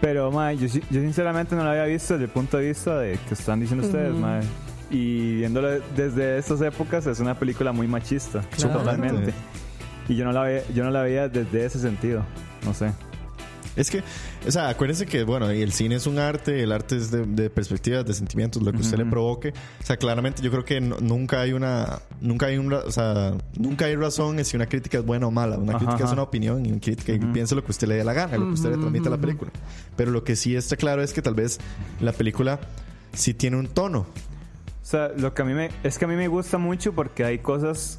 Pero, mae, yo, sí- yo sinceramente no lo había visto desde el punto de vista de que están diciendo ustedes, mae. Y viéndolo desde estas épocas, es una película muy machista.
Claro.
Totalmente. Y yo no, la veía, yo no la veía desde ese sentido. No sé.
Es que, o sea, acuérdense que, bueno, el cine es un arte, el arte es de, de perspectivas, de sentimientos, lo que usted le provoque. O sea, claramente yo creo que no- nunca hay una, nunca hay un, ra- o sea, nunca hay razón en si una crítica es buena o mala. Una
Ajá,
crítica es
ajá.
una opinión y un crítica piensa lo que usted le dé la gana, lo que usted le transmite a la película. Pero lo que sí está claro es que tal vez la película sí tiene un tono.
O sea, lo que a mí me. Es que a mí me gusta mucho porque hay cosas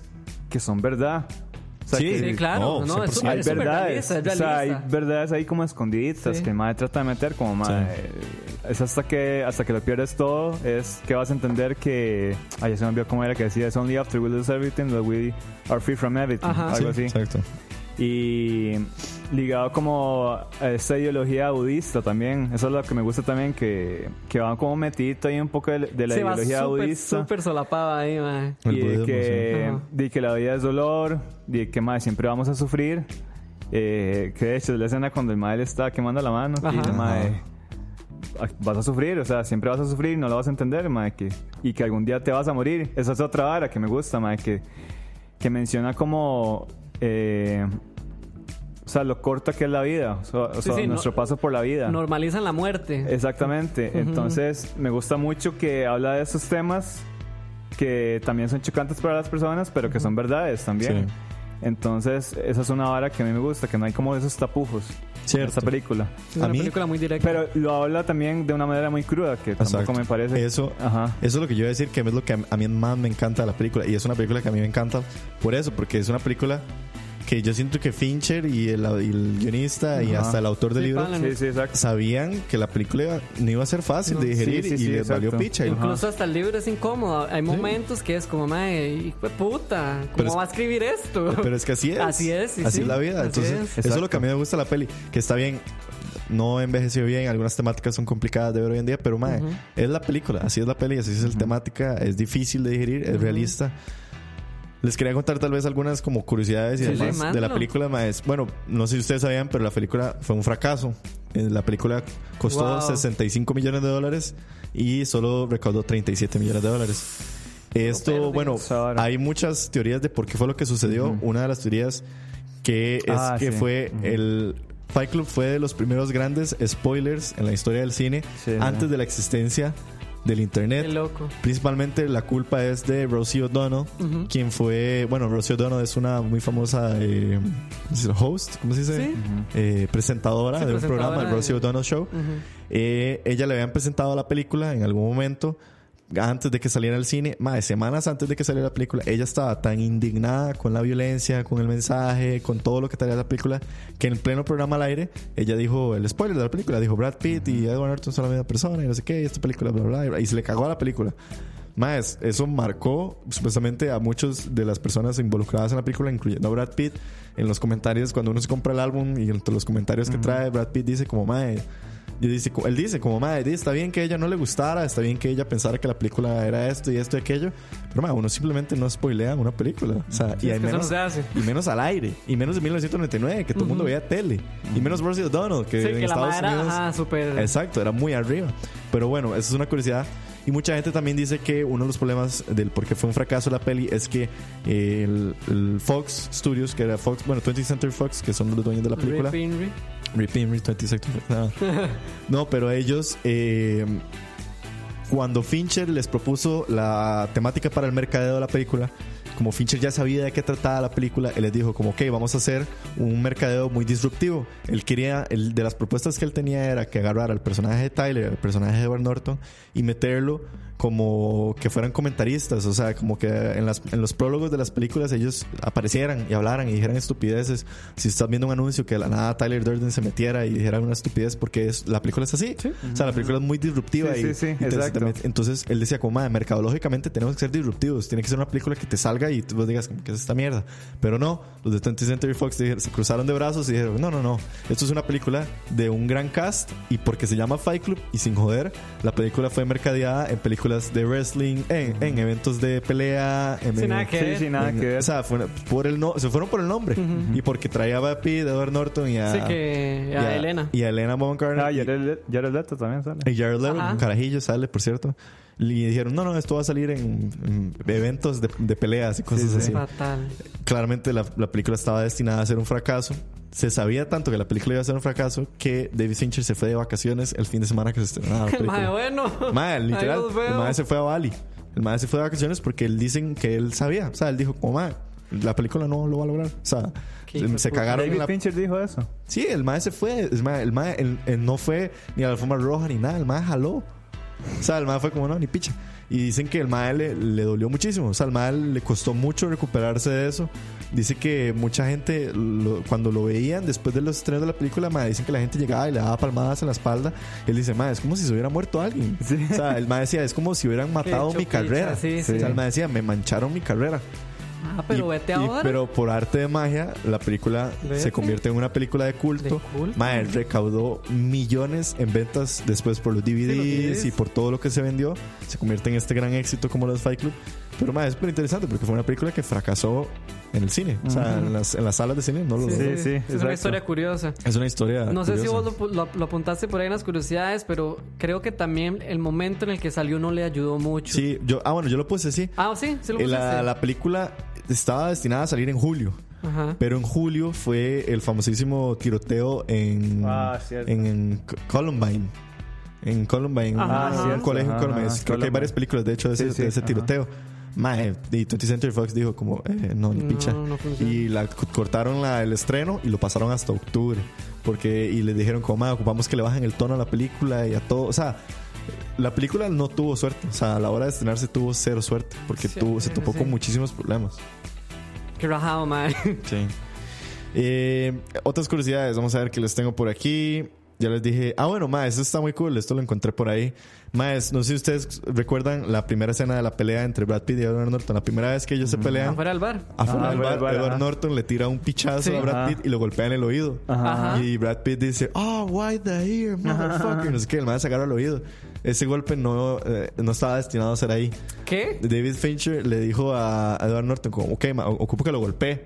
que son verdad. O sea,
Sí,
que-
Sí, claro.
No,
No, Pues es
100%.
súper
Pues hay
es súper
verdades,
realista, es
o sea, hay
realista.
verdades ahí como escondiditas
Sí.
que el madre trata de meter como madre. Es hasta que hasta que lo pierdes todo, es que vas a entender que ay, ya se me olvidó cómo era que decía, it's only after we lose everything that we are free from everything,
Ajá.
algo así.
Exacto.
Y ligado como a esta ideología budista también, eso es lo que me gusta también que que van como metidito ahí un poco de, de la
Se va
ideología
súper,
budista
súper solapada ahí, mae.
El
y de
budismo,
que,
sí. Ajá.
de que la vida es dolor, de que más siempre vamos a sufrir. eh, que de hecho es la escena cuando el mae le está quemando la mano, que
Ajá.
el mae, "Ay, vas a sufrir, o sea, siempre vas a sufrir, no lo vas a entender, mae, que, y que algún día te vas a morir. Esa es otra vara que me gusta, mae, que, que menciona como... eh, o sea, lo corta que es la vida, o sea, o sea,
sí, no-
nuestro paso por la vida.
Normalizan la muerte.
Exactamente. Entonces, me gusta mucho que habla de esos temas que también son chocantes para las personas, pero que son verdades también.
Sí.
Entonces, esa es una vara que a mí me gusta, que no hay como esos tapujos en
Cierto.
esta película.
Es una
A mí-
película muy directa.
Pero lo habla también de una manera muy cruda, que tampoco
Exacto.
me parece.
Eso,
Ajá.
eso es lo que yo iba a decir, que es lo que a mí más me encanta de la película. Y es una película que a mí me encanta por eso, porque es una película que yo siento que Fincher y el, y el guionista y
Ajá.
hasta el autor del
Sí,
libro
pana,
Sí, sí, exacto.
sabían que la película iba- no iba a ser fácil
No.
de digerir
Sí, sí,
y
sí,
les
exacto.
valió picha. Y-
Ajá.
Incluso hasta el libro es incómodo. Hay momentos que es como, madre, hijo de puta, ¿cómo
Pero es-
va a escribir esto?
Pero es que así es.
Así es, sí,
así
sí.
es la vida.
Así es.
Entonces, eso es lo
Exacto.
que a mí me gusta de la peli. Que está bien, no envejeció bien. Algunas temáticas son complicadas de ver hoy en día, pero mae, es la película. Así es la peli, así es la temática. Es difícil de digerir, es realista. Les quería contar tal vez algunas como curiosidades y
Sí, sí,
demás de la
mándalo.
película. mae. Es- Bueno, no sé si ustedes sabían, pero la película fue un fracaso. Eh, La película costó
Wow.
65 millones de dólares y solo recaudó 37 millones de dólares. Esto,
perdimos.
bueno,
Esa vara.
hay muchas teorías de por qué fue lo que sucedió. Una de las teorías que es
Ah,
que
sí.
fue el Fight Club fue de los primeros grandes spoilers en la historia del cine
Sí, sí.
antes de la existencia del internet.
Qué loco.
Principalmente la culpa es de Rosie O'Donnell, quien fue, bueno, Rosie O'Donnell es una muy famosa eh, ¿cómo se dice? host, ¿cómo se dice?
Sí.
Eh, presentadora
Sí,
de un
presentadora
programa, el
de-
Rosie O'Donnell Show. Eh, ella le habían presentado la película en algún momento antes de que saliera al cine, más de semanas antes de que saliera la película, ella estaba tan indignada con la violencia, con el mensaje, con todo lo que traía la película, que en pleno programa al aire, ella dijo el spoiler de la película, dijo Brad Pitt y Edward Norton son la misma persona y no sé qué, y esta película, bla, bla, bla, y se le cagó a la película. Más, eso marcó supuestamente a muchas de las personas involucradas en la película, incluyendo a Brad Pitt, en los comentarios, cuando uno se compra el álbum y entre los comentarios que trae, Brad Pitt dice como, mae, Y dice, él dice, como madre, está bien que a ella no le gustara, está bien que ella pensara que la película era esto y esto y aquello, pero madre, uno simplemente no spoilea una película. O sea, y, hay
que eso no
menos,
se hace.
y menos al aire, y menos en 1999, que todo el mundo veía tele, y menos Rosie O'Donnell, que
Sí,
en
que la
Estados
madre era,
Unidos.
ajá, súper.
Exacto, era muy arriba. Pero bueno, esa es una curiosidad. Y mucha gente también dice que uno de los problemas del por qué fue un fracaso la peli es que eh, el, el Fox Studios, que era Fox, bueno, 20th Century Fox, que son los dueños de la película.
Rip in, rip.
Rip in, rip, 20th Century Fox, nada. No, pero ellos, eh, cuando Fincher les propuso la temática para el mercadeo de la película, como Fincher ya sabía de qué trataba la película, él les dijo como, ok, vamos a hacer un mercadeo muy disruptivo. Él quería, él- de las propuestas que él tenía era que agarrara al personaje de Tyler, al personaje de Edward Norton, y meterlo como que fueran comentaristas, o sea, como que en, las- en los prólogos de las películas ellos aparecieran y hablaran y dijeran estupideces. Si estás viendo un anuncio que de la nada Tyler Durden se metiera y dijera una estupidez porque es, la película es así. O sea, la película es muy disruptiva
Sí,
y,
sí, sí,
y te-
exacto.
te met- entonces él decía, como, "Mae, mercadológicamente tenemos que ser disruptivos. Tiene que ser una película que te salga y tú vos digas, como, ¿qué es esta mierda? Pero no, los de 20th Century Fox dijeron- se cruzaron de brazos y dijeron, no, no, no. Esto es una película de un gran cast y porque se llama Fight Club y sin joder, la película fue mercadeada en películas de wrestling, en, en eventos de pelea, en
Sin nada que
Sí,
ver.
sí, nada
en-
que ver.
O sea, fue una- por el no, se fueron por el nombre y porque traía a Brad Pitt, a Edward Norton y a,
Sí, que
y
a Elena.
Ah, y a Elena Bonham Carter
Ah,
y-
Jared Le- Jared Leto también sale.
y Jared Leto,
Ajá.
un carajillo, sale, por cierto. Le dijeron, no, no, esto va a salir en, en eventos de, de peleas y cosas
Sí, sí.
así.
Fatal.
Claramente la, la película estaba destinada a ser un fracaso. Se sabía tanto que la película iba a ser un fracaso que David Fincher se fue de vacaciones el fin de semana que se estrenaba la
Mae,
película.
bueno.
Mae, literal,
Ahí los
el
veo.
mae se fue a Bali. El mae se fue de vacaciones porque él dicen que él sabía. O sea, él dijo, como mae, la película no lo va a lograr. O sea,
Qué hijo de
se
puta.
cagaron en
David
la
Fincher dijo eso.
Sí, el mae se fue. Es más, El mae, el- el no fue ni a la alfombra roja ni nada. El mae jaló. O sea, el mae fue como no, ni picha. Y dicen que el mae le, le dolió muchísimo. O sea, el mae le costó mucho recuperarse de eso. Dice que mucha gente, lo- cuando lo veían después de los estrenos de la película, mae, dicen que la gente llegaba y le daba palmadas en la espalda. Él dice, mae, es como si se hubiera muerto alguien. O sea, el mae decía, es como si hubieran matado mi
chopicha,
carrera.
sí,
O
sí.
sea, el mae decía, me mancharon mi carrera.
Ah, pero
Y-
vete
y-
ahora.
pero por arte de magia, la película se
Vete.
convierte en una película de culto.
De culto.
Mae, recaudó millones en ventas después por los DVDs,
DVDs.
y por todo lo que se vendió. Se convierte en este gran éxito como los Fight Club. Pero mae, es súper interesante porque fue una película que fracasó en el cine. O sea, en las, en las salas de cine no lo logró.
Sí, sí,
Es
exacto.
una historia curiosa.
Es una historia.
No sé si
Ah, curiosa.
vos lo, lo- lo apuntaste por ahí en las curiosidades, pero creo que también el momento en el que salió no le ayudó mucho.
Sí, yo, ah, bueno, yo lo puse así.
Ah, sí, sí lo
Eh, la,
pusiste.
la película estaba destinada a salir en julio.
Ajá.
Pero en julio fue el famosísimo tiroteo en,
Ah, cierto.
en, en C- Columbine. En Columbine,
Ajá.
un-
Ah,
un,
cierto.
colegio en
Ajá,
Columbine.
ajá,
Creo que hay
Columbine.
varias películas, de hecho, de ese,
Sí, sí,
de ese
ajá.
tiroteo. Mae, y 20th Century Fox dijo como, eh, no, ni
No,
picha.
no funciona.
y la c- cortaron la- el estreno y lo pasaron hasta octubre. Porque, y les dijeron como, "Mae, ocupamos que le bajen el tono a la película y a todo. O sea, la película no tuvo suerte. O sea, a la hora de estrenarse tuvo cero suerte. Porque
Sí,
tuvo, se
sí,
topó
sí.
con muchísimos problemas.
Qué rajado, madre.
Sí. Eh, otras curiosidades, vamos a ver que les tengo por aquí. Ya les dije, ah, bueno, ma, esto está muy cool, esto lo encontré por ahí. Maes, no sé si ustedes recuerdan la primera escena de la pelea entre Brad Pitt y Edward Norton, la primera vez que ellos se pelean.
Afuera del bar.
Afuera
Ah,
del
afuera
bar,
del bar,
Edward
ajá.
Norton le tira un pichazo
Sí.
a Brad
Ajá.
Pitt y lo golpea en el oído.
Ajá.
Y Brad Pitt dice, oh, why the ear, motherfucker. No sé qué, el man se agarra el oído. Ese golpe no, eh, no estaba destinado a ser ahí.
¿Qué?
David Fincher le dijo a a Edward Norton como, ok, ma, ocupo que lo golpee.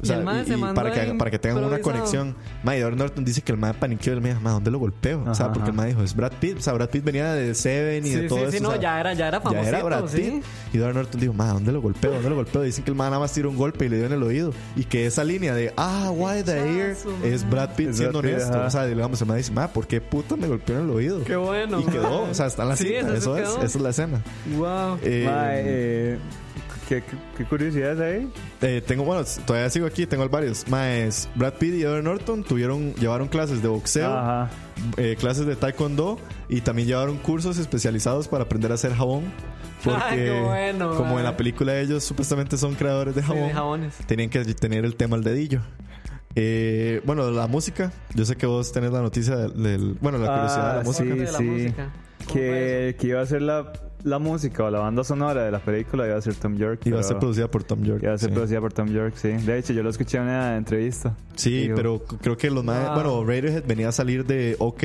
O
Y
sea,
el mae
y-
se
y
mandó
para, que,
ahí
para que tengan una
improvisado.
conexión. Ma, y Edward Norton dice que el mae paniqueó. El mae dijo, "Ma, ¿dónde lo golpeo? o sea,
Ajá,
porque el
ajá.
mae dijo, es Brad Pitt. O sea, Brad Pitt venía de Seven y
Sí,
de todo
sí,
eso.
sí,
o
no,
sea,
ya era, ya era
ya
famosito,
era Brad
sí.
Pitt. Y Edward Norton dijo, ma, ¿dónde lo golpeo? ¿Dónde lo golpeo? Dicen que el mae nada más tiró un golpe y le dio en el oído. Y que esa línea de, ah, why the ear,
Pinchazo,
es Brad Pitt
Es
siendo
Brad Pitt,
honesto.
ajá.
O sea, digamos, el mae dice, ma, ¿por qué puta me golpeó en el oído?
Qué bueno,
Y quedó,
mae.
o sea, está en la
Sí,
cinta.
eso sí
eso es,
quedó.
esa es la escena.
Wow.
Eh,
Mae, eh, qué, qué, qué curiosidades ahí.
Eh, tengo, bueno, todavía sigo aquí, tengo varios. Más Brad Pitt y Edward Norton tuvieron, llevaron clases de boxeo,
Ajá.
eh, clases de taekwondo y también llevaron cursos especializados para aprender a hacer jabón. Porque,
Ay, qué bueno,
como
mae.
en la película, ellos supuestamente son creadores de
Sí,
jabón,
de jabones.
tenían que tener el tema al dedillo. Eh, bueno, la música. Yo sé que vos tenés la noticia del. del- bueno, la curiosidad de la
Ah,
sí.
música.
Sí,
De la
sí.
música. ¿Cómo fue
Que, que iba a ser la la música o la banda sonora de la película iba a ser Tom York.
Iba a
pero-
ser producida por Tom York.
iba a ser
sí.
producida por Tom York, sí. De hecho, yo lo escuché en una entrevista.
Sí,
Digo,
pero c- creo que los más.
Ah.
Bueno, Radiohead venía a salir de OK,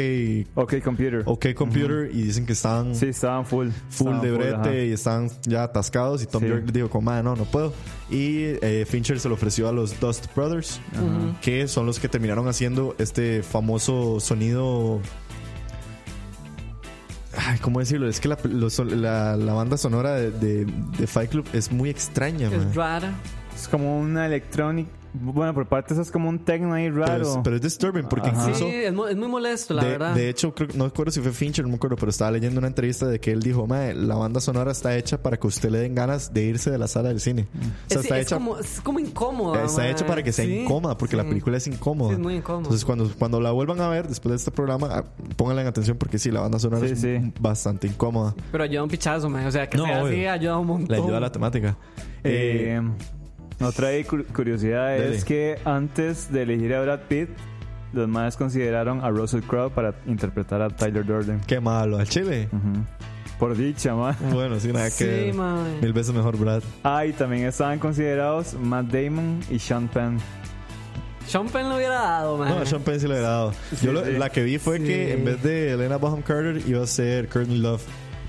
Ok, computer.
OK Computer y dicen que estaban
Sí, estaban full.
full
Estaban
de brete
ajá.
y estaban ya atascados. Y Tom
Sí.
York dijo, como, "Mae, no, no puedo. Y eh, Fincher se lo ofreció a los Dust Brothers, que son los que terminaron haciendo este famoso sonido. Ay, ¿cómo decirlo? Es que la, los- la- la banda sonora de, de- de Fight Club es muy extraña, mae.
Es rara.
Es como una electrónica. Bueno, por parte eso es como un techno ahí
Pero
raro.
es, pero es disturbing porque
Ajá.
incluso.
Sí, es, mo- es muy molesto, la
Ah. De,
verdad.
de hecho, creo, no recuerdo si fue Fincher, no me acuerdo, pero estaba leyendo una entrevista de que él dijo, Mae, la banda sonora está hecha para que usted le den ganas de irse de la sala del cine.
Mm.
O sea,
es,
está
es
hecha...
como, es como incómoda.
Está
ma.
hecha para que sea
Sí,
incómoda, porque la
sí.
película es incómoda.
Sí, es muy incómoda.
Entonces, cuando, cuando la vuelvan a ver después de este programa, ah, pónganla en atención porque sí, la banda sonora
Sí,
es
sí.
bastante incómoda.
Pero ayuda un pichazo, man. O sea, que
No,
sea así
obvio.
ayuda un montón.
Le ayuda a la temática.
Eh,
Eh,
otra ahí cu- curiosidad
Dele.
es que antes de elegir a Brad Pitt, los más consideraron a Russell Crowe para interpretar a Tyler Durden.
qué malo, al chile.
Por dicha, ma.
Bueno, sí, nada que
Sí,
ver.
mae.
Mil veces mejor, Brad.
Ah, y también estaban considerados Matt Damon y Sean Penn.
Sean Penn lo hubiera dado, man.
No, a Sean Penn sí le agradaba. Yo lo-
sí.
la que vi fue
Sí.
que en vez de Elena Bonham Carter iba a ser Courtney Love.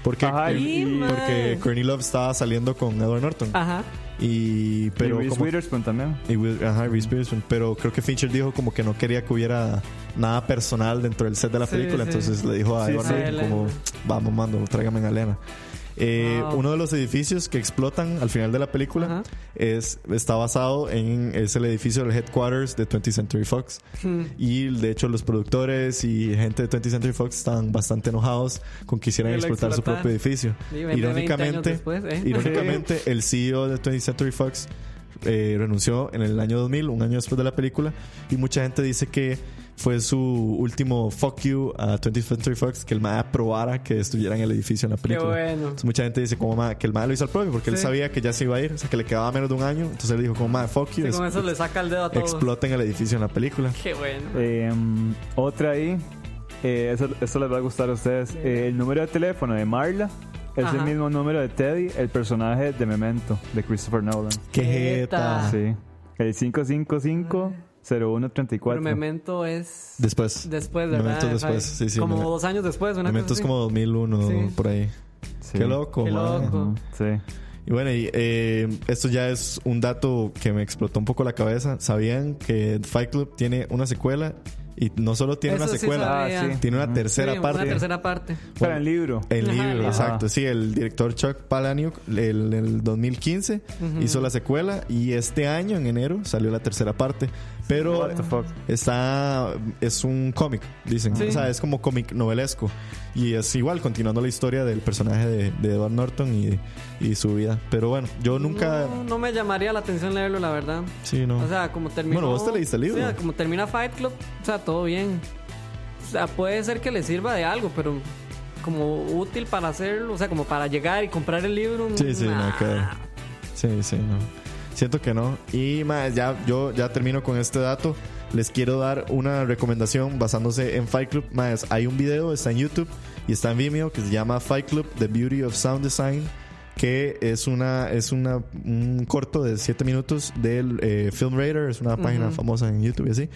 Porque,
Ajá,
Sí,
y-
mae.
porque Courtney Love estaba saliendo con Edward Norton.
Ajá.
Y pero
Ah. y Reese
como-
Witherspoon también.
y Will- ajá, Reese Witherspoon. pero creo que Fincher dijo como que no quería que hubiera nada personal dentro del set de la
Sí,
película,
sí.
entonces le dijo a
Sí,
Edward
sí.
Norton
A
como
Elena.
vamos mando, tráigame a Elena. Eh,
Wow.
Uno de los edificios que explotan al final de la película
Ajá.
es, está basado en es el edificio del headquarters de 20th Century Fox.
Hmm.
Y de hecho los productores y gente de 20th Century Fox están bastante enojados con que hicieran
Que lo
explotar su
explotaran.
propio edificio.
Y ven- 20 años
Irónicamente,
después, ¿eh?
irónicamente el CEO de 20th Century Fox eh, renunció en el año 2000, un año después de la película, y mucha gente dice que fue su último fuck you a 20th Century Fox que el MAE aprobara que destruyeran el edificio en la película.
bueno.
Entonces, mucha gente dice como "Mae, que el MAE lo hizo al propio porque él
Sí.
sabía que ya se iba a ir, o sea que le quedaba menos de un año, entonces él dijo como MAE fuck you,
Sí, con
es-
eso le saca el dedo a todos.
exploten el edificio en la película.
Qué bueno.
Eh, otra ahí, eh, eso, eso les va a gustar a ustedes. Eh, el número de teléfono de Marla es el
Ajá.
mismo número de Teddy, el personaje de Memento, de Christopher Nolan.
Qué
Jeta.
jeta.
Sí. El 555-0134.
Ah. Pero Memento es
Después.
después, ¿verdad?
Momentos después,
Ay,
sí, sí.
Como
momen-
dos años después, una
Momentos
cosa así.
como 2001
Sí.
por ahí.
Sí.
Qué loco,
Qué
mae.
loco.
Ujú, Sí.
Y bueno, y, eh, esto ya es un dato que me explotó un poco la cabeza. ¿Sabían que Fight Club tiene una secuela? Y no solo tiene
Eso
una
sí
secuela,
sabía.
Ah, sí.
tiene una tercera
Sí,
parte.
Una tercera parte.
Para el libro.
El
Ajá,
libro,
libro.
exacto. Sí, el director Chuck Palahniuk el, el 2015 hizo la secuela y este año, en enero, salió la tercera parte. Pero
What the fuck.
está es un cómic, dicen.
Sí.
O sea, es como cómic novelesco. Y es igual, continuando la historia del personaje de, de Edward Norton y, y su vida. Pero bueno, yo nunca...
No, no me llamaría la atención leerlo, la verdad.
Sí, no.
O sea, como terminó.
Bueno, vos te leíste el libro.
o sea, como termina Fight Club, o sea, todo bien. O sea, puede ser que le sirva de algo, pero como útil para hacerlo, o sea, como para llegar y comprar el libro.
Sí, sí,
nah.
nada que ver. Sí, sí, no. Siento que no. Y más, ya, yo ya termino con este dato. Les quiero dar una recomendación basándose en Fight Club. Más, hay un video, está en YouTube y está en Vimeo que se llama Fight Club, The Beauty of Sound Design, que es una es una un corto de 7 minutos del eh, Film Radar, es una página famosa en YouTube y así,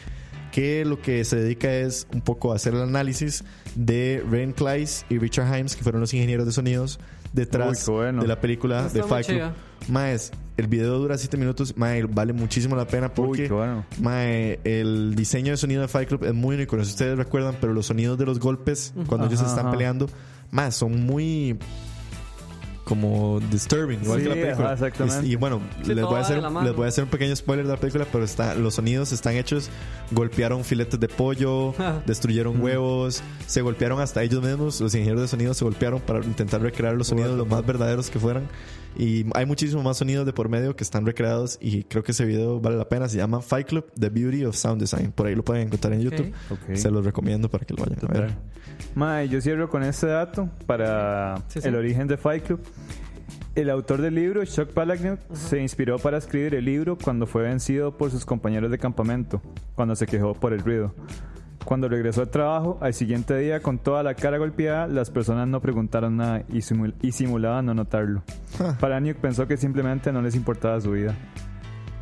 que lo que se dedica es un poco a hacer el análisis de Ren Kleiss y Richard Himes, que fueron los ingenieros de sonidos
Uy,
detrás
qué bueno.
de la película
Está
de
muy
Fight Club.
chido.
Maes, el video dura 7 minutos. Mae, vale muchísimo la pena porque
qué bueno.
mae, el diseño de sonido de Fight Club es muy único. No sé si ustedes recuerdan, pero los sonidos de los golpes cuando ellos
Ajá,
están
ajá.
peleando, mae, son muy como disturbing, igual
Sí,
que la película.
ajá, exactamente.
Y, y bueno,
Sí,
les,
todo
voy a
va de
hacer,
la mano.
les voy a hacer un pequeño spoiler de la película, pero está, los sonidos están hechos. Golpearon filetes de pollo, destruyeron huevos, se golpearon hasta ellos mismos. Los ingenieros de sonido se golpearon para intentar recrear los sonidos lo más verdaderos que fueran. Y hay muchísimos más sonidos de por medio que están recreados. Y creo que ese video vale la pena. Se llama Fight Club: The Beauty of Sound Design. Por ahí lo pueden encontrar en YouTube.
Ok.
Se los recomiendo para que lo vayan a ver.
Mae, yo cierro con este dato para
Sí, sí.
el origen de Fight Club. El autor del libro, Chuck Palahniuk, se inspiró para escribir el libro cuando fue vencido por sus compañeros de campamento, cuando se quejó por el ruido. Cuando regresó al trabajo, al siguiente día, con toda la cara golpeada, las personas no preguntaron nada y, simul- y simulaban no notarlo. Palahniuk pensó que simplemente no les importaba su vida.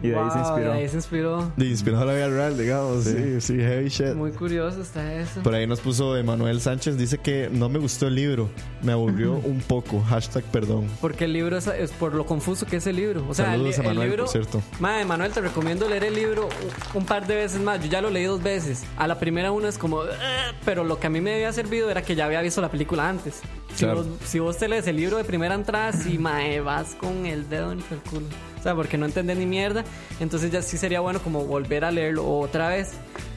Y de ahí se
Wow,
inspiró.
De ahí se inspiró.
De inspirado a la vida real, digamos. Sí, sí, heavy shit.
Muy curioso está eso.
Por ahí nos puso Emanuel Sánchez, dice que no me gustó el libro, me aburrió un poco, hashtag perdón.
Porque el libro es, es por lo confuso que es el libro. O sea,
Saludos
el,
a
el
Manuel,
libro.
por cierto.
Madre, Manuel, te recomiendo leer el libro un, un par de veces más. Yo ya lo leí dos veces. A la primera uno es como. "Ugh", Pero lo que a mí me había servido era que ya había visto la película antes. Si,
Claro.
vos, si vos te lees el libro de primera entrada, sí, mae, vas con el dedo en el culo. O sea, porque no entendés ni mierda. Entonces ya sí sería bueno como volver a leerlo otra vez.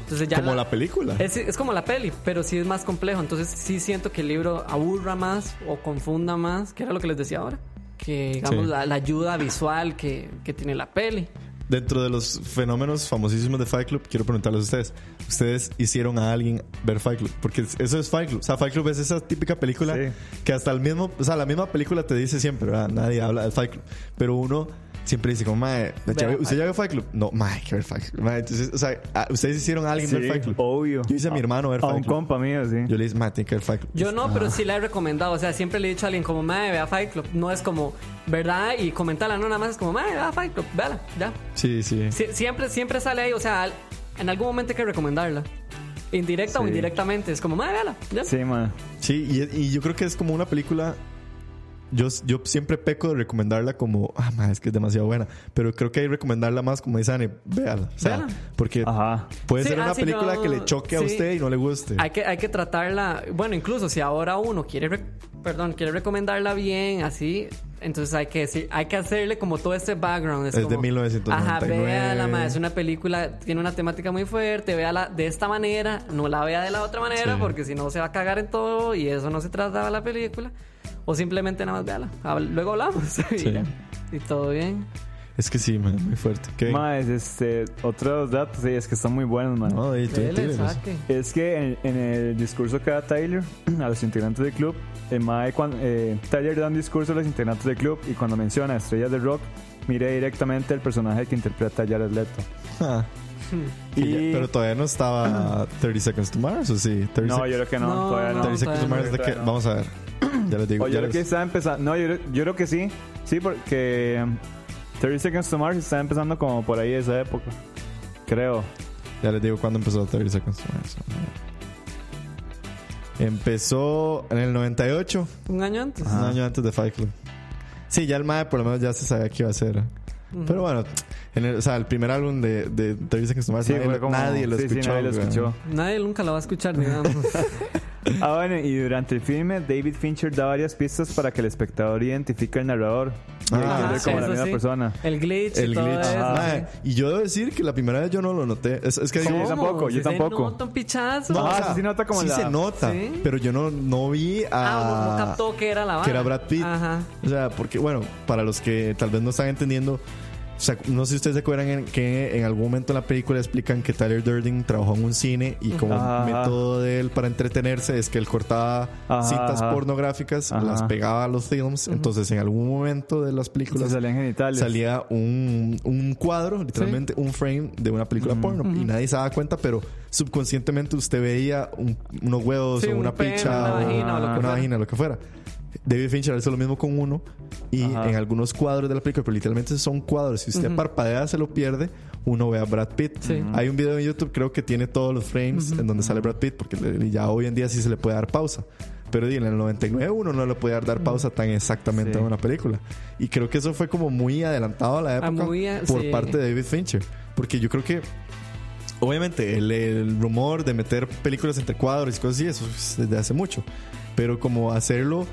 Entonces ya
Como
la-
la película.
es, es como la peli, pero sí es más complejo. Entonces sí siento que el libro aburra más o confunda más, que era lo que les decía ahora. Que digamos
Sí.
la, la ayuda visual que, que tiene la peli.
Dentro de los fenómenos famosísimos de Fight Club, quiero preguntarles a ustedes, ¿ustedes hicieron a alguien ver Fight Club? Porque eso es Fight Club, o sea, Fight Club es esa típica película
Sí.
que hasta el mismo, o sea, la misma película te dice siempre, ¿verdad? nadie habla de Fight Club, pero uno siempre dice como, mae, ¿ya
Vean
ve- ¿usted
Fight
ya vio Fight Club? No, mae, hay que ver Fight Club. Mae, entonces, o sea, ¿a- ¿ustedes hicieron a alguien
Sí,
ver Fight Club?
obvio. Ah.
Yo hice a mi hermano ver
A un
Fight Club.
compa mío, sí.
Yo le dije, mae, tiene que ver Fight Club.
Yo no,
ah.
pero sí la he recomendado. O sea, siempre le he dicho a alguien como, madre, vea Fight Club. No es como, ¿verdad? Y comentarla, no, nada más es como, madre, vea Fight Club, véala, ya.
Sí, sí.
Sie- siempre, siempre sale ahí, o sea, al- en algún momento hay que recomendarla. Indirecta o
Sí.
indirectamente. Es como, madre, véala, ya.
Sí, man.
Sí, y, y yo creo que es como una película. Yo, yo siempre peco de recomendarla como, ah, ma, es que es demasiado buena. Pero creo que hay que recomendarla más como dice Anne, véala. O sea,
Véala.
porque
Ajá.
puede
Sí,
ser
ah,
una
sí,
película
no,
que le choque a
sí.
usted y no le guste.
Hay que, hay que tratarla, bueno, incluso si ahora uno quiere, re- perdón, quiere recomendarla bien, así, entonces hay que decir, hay que hacerle como todo este background. Es,
Es de
como,
1999.
Ajá, véala, ma, es una película, tiene una temática muy fuerte, véala de esta manera, no la vea de la otra manera,
Sí.
porque si no se va a cagar en todo y eso no se trataba la película. O simplemente nada más véala, Habl- luego hablamos y,
Sí.
ya. Y todo bien.
Es que sí, man, muy fuerte. ¿Qué?
Más, este, otros datos, sí, es que están muy buenos, man.
No, y tú-
Dele,
tírelos.
saque.
Es que en, en el discurso que da Tyler a los integrantes del club, el mae cuan- eh, Tyler da un discurso a los integrantes del club y cuando menciona estrellas del rock, mira directamente el personaje que interpreta a Jared Leto.
Ah. Y ya-
Y-
pero todavía no estaba 30 Seconds to Mars, ¿o sí? 30
No,
Sec-
yo creo que no,
No,
todavía no.
30
30 Seconds to
todavía
Mars,
no,
de que,
todavía no.
vamos a ver. Ya les digo.
O yo
ya
creo
les-
que está empezando. No, yo, creo- yo creo que sí. Sí, porque um, 30 Seconds to Mars está empezando como por ahí esa época. Creo.
Ya les digo cuándo empezó 30 Seconds to Mars. Empezó en el 98,
Un año antes.
un año antes de Fight Club. Sí, ya el MAE por lo menos ya se sabía que iba a ser. Pero bueno, en el, o sea, el primer álbum de, de 30 Seconds to Mars,
Sí,
Pues nadie,
fue como-
nadie lo
sí, sí,
escuchó.
nadie lo
güey.
escuchó.
Nadie nunca la va a escuchar, digamos.
Ah, bueno, y durante el filme, David Fincher da varias pistas para que el espectador identifique al narrador. Y
Ah,
entiende como la
eso
misma
sí.
persona.
El glitch. y
El
todo
glitch.
eso,
Mae,
sí.
y yo debo decir que la primera vez yo no lo noté. Es, es que
Sí,
digo,
yo tampoco,
Si
yo
se
tampoco.
nota un pichazo.
No, Ah, sí se nota como
sí
la-
se nota,
Sí.
pero yo no, no vi a...
Ah, uno no captó que era la vara.
que era Brad Pitt.
Ajá.
O sea, porque, bueno, para los que tal vez no están entendiendo, o sea, no sé si ustedes se acuerdan en- que en algún momento en la película explican que Tyler Durden trabajó en un cine y como
Ajá.
método de él para entretenerse es que él cortaba
Ajá,
citas
ajá.
pornográficas,
Ajá.
las pegaba a los films, entonces en algún momento de las
Se
películas
salían genitales.
salía un, un cuadro, literalmente un frame de una película porno y nadie se daba cuenta, pero subconscientemente usted veía un- unos huevos
Sí,
o
un
una
pene,
picha
una
o
vagina o lo que
una
fuera.
vagina, lo que fuera. David Fincher hizo lo mismo con uno y en algunos cuadros de la película, pero literalmente son cuadros. Si usted parpadea, se lo pierde. Uno ve a Brad Pitt.
Sí.
Hay un video en YouTube, creo que tiene todos los frames en donde sale Brad Pitt, porque le- ya hoy en día sí se le puede dar pausa. Pero di, en el 99 uno no le puede dar pausa tan exactamente
Sí.
a una película. Y creo que eso fue como muy adelantado a la época
Ah, muy a-
por
sí.
parte de David Fincher. Porque yo creo que, obviamente, el, el rumor de meter películas entre cuadros y cosas así, eso es desde hace mucho. Pero como hacerlo,